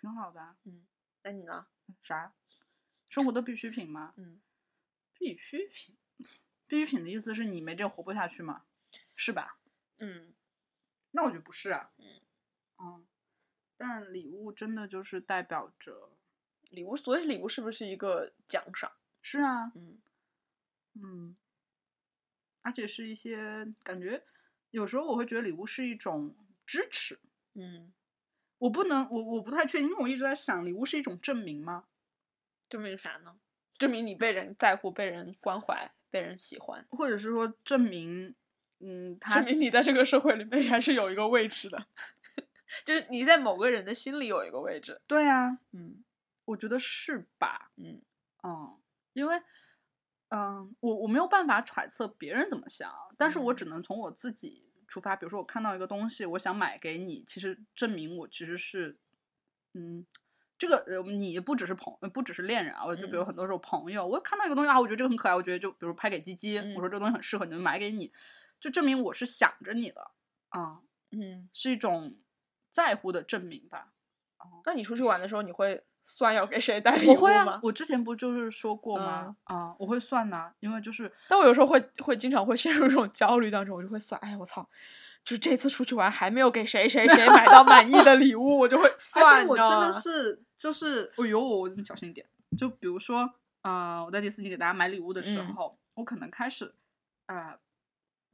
[SPEAKER 2] 挺好的啊。
[SPEAKER 1] 那你呢？
[SPEAKER 2] 啥？生活的必需品吗？
[SPEAKER 1] 嗯，
[SPEAKER 2] 必需品，必需品的意思是你没这活不下去吗？是吧？
[SPEAKER 1] 嗯，
[SPEAKER 2] 那我觉得不是啊。
[SPEAKER 1] 嗯
[SPEAKER 2] 嗯，但礼物真的就是代表着，
[SPEAKER 1] 礼物，所以礼物是不是一个奖赏？
[SPEAKER 2] 是啊，
[SPEAKER 1] 嗯
[SPEAKER 2] 嗯，而且是一些感觉，有时候我会觉得礼物是一种支持。
[SPEAKER 1] 嗯，
[SPEAKER 2] 我不能，我我不太确定，因为我一直在想，礼物是一种证明吗？
[SPEAKER 1] 证明啥呢？证明你被人在乎、被人关怀、被人喜欢，
[SPEAKER 2] 或者是说证明，嗯，他
[SPEAKER 1] 证明你在这个社会里面还是有一个位置的， *laughs* 就是你在某个人的心里有一个位置。
[SPEAKER 2] 对啊，
[SPEAKER 1] 嗯
[SPEAKER 2] 我觉得是吧？
[SPEAKER 1] 嗯
[SPEAKER 2] 嗯，因为，嗯，我我没有办法揣测别人怎么想，但是我
[SPEAKER 1] 嗯
[SPEAKER 2] 只能从我自己出发。比如说，我看到一个东西，我想买给你，其实证明我其实是，嗯，这个呃，你不只是朋，呃不只是恋人啊，我就比如
[SPEAKER 1] 嗯
[SPEAKER 2] 很多时候朋友，我看到一个东西啊，我觉得这个很可爱，我觉得就比如拍给鸡鸡，
[SPEAKER 1] 嗯
[SPEAKER 2] 我说这个东西很适合你，就买给你，就证明我是想着你的啊、
[SPEAKER 1] 嗯，
[SPEAKER 2] 是一种在乎的证明吧。
[SPEAKER 1] 那你出去玩的时候，你会算要给谁带礼
[SPEAKER 2] 我
[SPEAKER 1] 物
[SPEAKER 2] 会
[SPEAKER 1] 吗？嗯
[SPEAKER 2] 啊，我之前不就是说过吗？啊，我会算呐、因为就是哎
[SPEAKER 1] 但我有时候会会经常会陷入一种焦虑当中，我就会算，哎，我操，就这次出去玩还没有给谁谁谁买到满意的礼物，哎我就会
[SPEAKER 2] 而
[SPEAKER 1] 算，
[SPEAKER 2] 且
[SPEAKER 1] 你
[SPEAKER 2] 我
[SPEAKER 1] 知
[SPEAKER 2] 真
[SPEAKER 1] 道
[SPEAKER 2] 的
[SPEAKER 1] 吗
[SPEAKER 2] 是就是，哎呦，我你小心一点。就比如说，呃，我在迪士尼给大家买礼物的时
[SPEAKER 1] 嗯
[SPEAKER 2] 候，我可能开始，呃，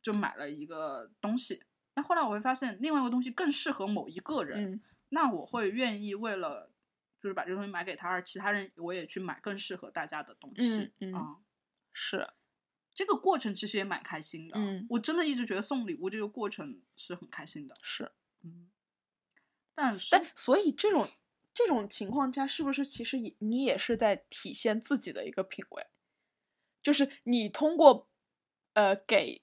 [SPEAKER 2] 就买了一个东西，那后来我会发现另外一个东西更适合某一个人，
[SPEAKER 1] 嗯
[SPEAKER 2] 那我会愿意为了就是把这个东西买给他，而其他人我也去买更适合大家的东西
[SPEAKER 1] 嗯，嗯
[SPEAKER 2] 啊
[SPEAKER 1] 是，
[SPEAKER 2] 这个过程其实也蛮开心的。
[SPEAKER 1] 嗯
[SPEAKER 2] 我真的一直觉得送礼物这个过程是很开心的。
[SPEAKER 1] 是，
[SPEAKER 2] 嗯，但是
[SPEAKER 1] 但哎所以这种这种情况下，是不是其实也你也是在体现自己的一个品味，就是你通过呃给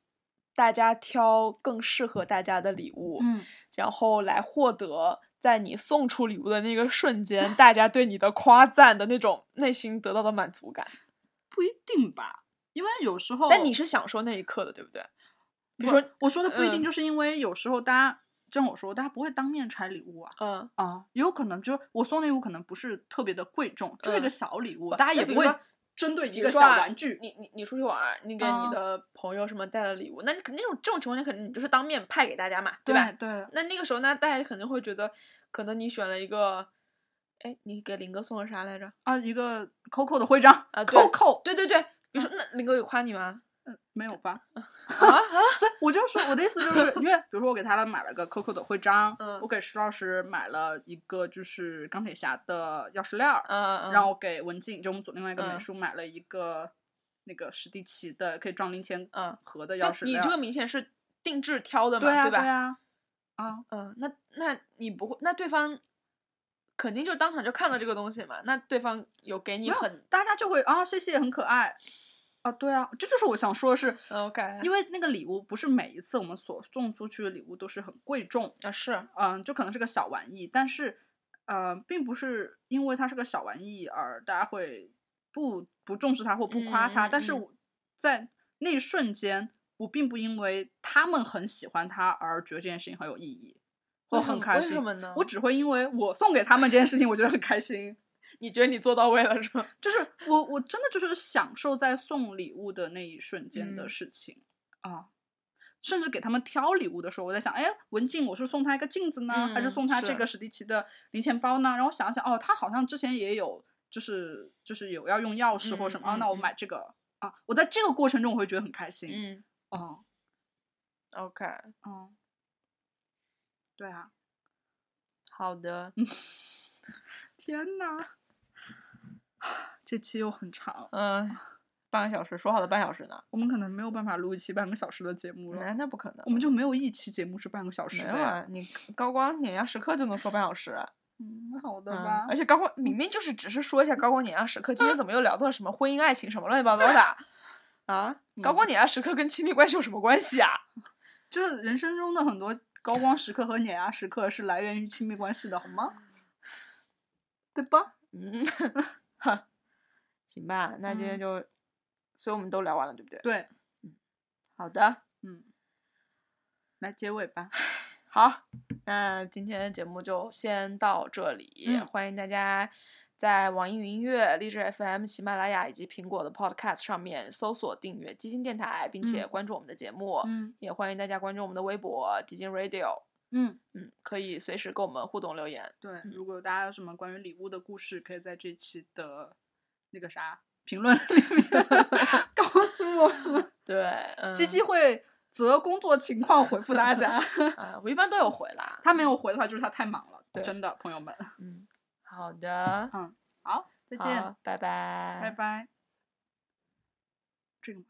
[SPEAKER 1] 大家挑更适合大家的礼物，
[SPEAKER 2] 嗯，
[SPEAKER 1] 然后来获得在你送出礼物的那个瞬间，大家对你的夸赞的那种内心得到的满足感。
[SPEAKER 2] 不一定吧，因为有时候
[SPEAKER 1] 但你是享受那一刻的，对不对？比如
[SPEAKER 2] 不
[SPEAKER 1] 说，
[SPEAKER 2] 我说的不一定，
[SPEAKER 1] 嗯
[SPEAKER 2] 就是因为有时候大家。就像我说，大家不会当面拆礼物啊
[SPEAKER 1] 嗯，
[SPEAKER 2] 啊，也有可能就是我送礼物可能不是特别的贵重，就是一个
[SPEAKER 1] 嗯
[SPEAKER 2] 小礼物，
[SPEAKER 1] 不
[SPEAKER 2] 大
[SPEAKER 1] 那
[SPEAKER 2] 家也
[SPEAKER 1] 比
[SPEAKER 2] 不
[SPEAKER 1] 如
[SPEAKER 2] 会
[SPEAKER 1] 说
[SPEAKER 2] 针对
[SPEAKER 1] 比
[SPEAKER 2] 一
[SPEAKER 1] 如
[SPEAKER 2] 个小
[SPEAKER 1] 说啊
[SPEAKER 2] 玩具。
[SPEAKER 1] 你你你出去玩儿，你给你
[SPEAKER 2] 啊
[SPEAKER 1] 的朋友什么带了礼物，那你肯定那种这种情况下，肯定你就是当面派给大家嘛，
[SPEAKER 2] 对
[SPEAKER 1] 吧？
[SPEAKER 2] 对，
[SPEAKER 1] 那那个时候，那大家可能会觉得，可能你选了一个，哎，你给林哥送了啥来着？
[SPEAKER 2] 啊，一个 Coco 的徽章
[SPEAKER 1] 啊对
[SPEAKER 2] ，Coco，
[SPEAKER 1] 对对对，比如说，那林哥有夸你吗？
[SPEAKER 2] 嗯，没有吧？
[SPEAKER 1] *laughs* 啊啊，
[SPEAKER 2] 所以我就说，我的意思就是，因为比如说我给他了买了个 COCO 的徽章，
[SPEAKER 1] 嗯
[SPEAKER 2] 我给石老师买了一个就是钢铁侠的钥匙链儿，
[SPEAKER 1] 嗯嗯，
[SPEAKER 2] 然后我给文静，就我们组另外一个美
[SPEAKER 1] 嗯
[SPEAKER 2] 术买了一个那个史迪奇的可以装零钱
[SPEAKER 1] 嗯
[SPEAKER 2] 盒的钥匙
[SPEAKER 1] 就你
[SPEAKER 2] 链儿。
[SPEAKER 1] 这个明显是定制挑的嘛，
[SPEAKER 2] 对啊
[SPEAKER 1] 吧？
[SPEAKER 2] 啊啊，
[SPEAKER 1] 嗯，那那你不会，那对方肯定就当场就看到这个东西嘛？那对方有给你
[SPEAKER 2] 没有
[SPEAKER 1] 很
[SPEAKER 2] 大家就会啊，谢谢，很可爱。啊，对啊，这就是我想说的是，
[SPEAKER 1] 嗯 OK，
[SPEAKER 2] 因为那个礼物不是每一次我们所送出去的礼物都是很贵重，
[SPEAKER 1] 啊是，
[SPEAKER 2] 嗯，就可能是个小玩意，但是，呃，并不是因为它是个小玩意而大家会不不重视它或不夸
[SPEAKER 1] 嗯
[SPEAKER 2] 它。
[SPEAKER 1] 嗯
[SPEAKER 2] 但是
[SPEAKER 1] 嗯
[SPEAKER 2] 我在那一瞬间，我并不因为他们很喜欢它而觉得这件事情很有意义，或
[SPEAKER 1] 为什
[SPEAKER 2] 很
[SPEAKER 1] 么
[SPEAKER 2] 开
[SPEAKER 1] 为
[SPEAKER 2] 心
[SPEAKER 1] 什。么呢？
[SPEAKER 2] 我只会因为我送给他们这件事情，我觉得很开心。
[SPEAKER 1] 你觉得你做到位了是吧？
[SPEAKER 2] 就是 *laughs* 我，我真的就是享受在送礼物的那一瞬间的
[SPEAKER 1] 嗯
[SPEAKER 2] 事情、啊，甚至给他们挑礼物的时候，我在想，哎，文静，我是送他一个镜子呢，还是
[SPEAKER 1] 嗯
[SPEAKER 2] 送他这
[SPEAKER 1] 是
[SPEAKER 2] 个史迪奇的零钱包呢？然后想一想，哦，他好像之前也有，就是就是有要用钥匙或什
[SPEAKER 1] 嗯
[SPEAKER 2] 么，啊，那我
[SPEAKER 1] 嗯嗯
[SPEAKER 2] 买这个啊，我在这个过程中我会觉得很开心，
[SPEAKER 1] 嗯
[SPEAKER 2] 嗯
[SPEAKER 1] ，OK，
[SPEAKER 2] 嗯，对啊，
[SPEAKER 1] 好的，
[SPEAKER 2] 嗯天呐， *sighs* 这期又很长，
[SPEAKER 1] 嗯，半个小时，说好的半小时呢？
[SPEAKER 2] 我们可能没有办法录一期半个小时的节目了。
[SPEAKER 1] 那那不可能，
[SPEAKER 2] 我们就没有一期节目是半个小时
[SPEAKER 1] 没
[SPEAKER 2] 的
[SPEAKER 1] 有
[SPEAKER 2] 呀。
[SPEAKER 1] 啊，你高光碾压时刻就能说半小时，啊
[SPEAKER 2] 嗯，好的
[SPEAKER 1] 嗯
[SPEAKER 2] 吧。
[SPEAKER 1] 而且高光明明就是只是说一下高光碾压时刻， *laughs* 今天怎么又聊到了什么婚姻、爱情什么乱七八糟的？啊，高光碾压时刻跟亲密关系有什么关系啊？
[SPEAKER 2] 就是人生中的很多高光时刻和碾压时刻是来源于亲密关系的，好吗？对吧？
[SPEAKER 1] *laughs* 嗯，哈，行吧，那今天
[SPEAKER 2] 嗯
[SPEAKER 1] 就，所以我们都聊完了，对不对？
[SPEAKER 2] 对，
[SPEAKER 1] 好的，
[SPEAKER 2] 嗯。来结尾吧。
[SPEAKER 1] 好，那今天的节目就先到这里，
[SPEAKER 2] 嗯
[SPEAKER 1] 欢迎大家。在网易云音乐、荔枝 FM、喜马拉雅以及苹果的 Podcast 上面搜索订阅“基金电台”，并且
[SPEAKER 2] 嗯
[SPEAKER 1] 关注我们的节目。
[SPEAKER 2] 嗯
[SPEAKER 1] 也欢迎大家关注我们的微博“基金 Radio”，
[SPEAKER 2] 嗯，
[SPEAKER 1] 嗯，可以随时跟我们互动留言。
[SPEAKER 2] 对。如果大家有什么关于礼物的故事，可以在这期的那个啥评论里 *laughs* 面告诉我们。
[SPEAKER 1] 对，嗯，
[SPEAKER 2] 鸡鸡会择工作情况回复
[SPEAKER 1] *laughs*
[SPEAKER 2] 大 *laughs* 家。
[SPEAKER 1] 啊，我一般都有回啦。
[SPEAKER 2] 他没有回的话，就是他太忙了。
[SPEAKER 1] 对
[SPEAKER 2] 真的，朋友们。
[SPEAKER 1] 嗯，好的，
[SPEAKER 2] 嗯，好，再见。
[SPEAKER 1] 好，拜拜，
[SPEAKER 2] 拜拜。这个吗？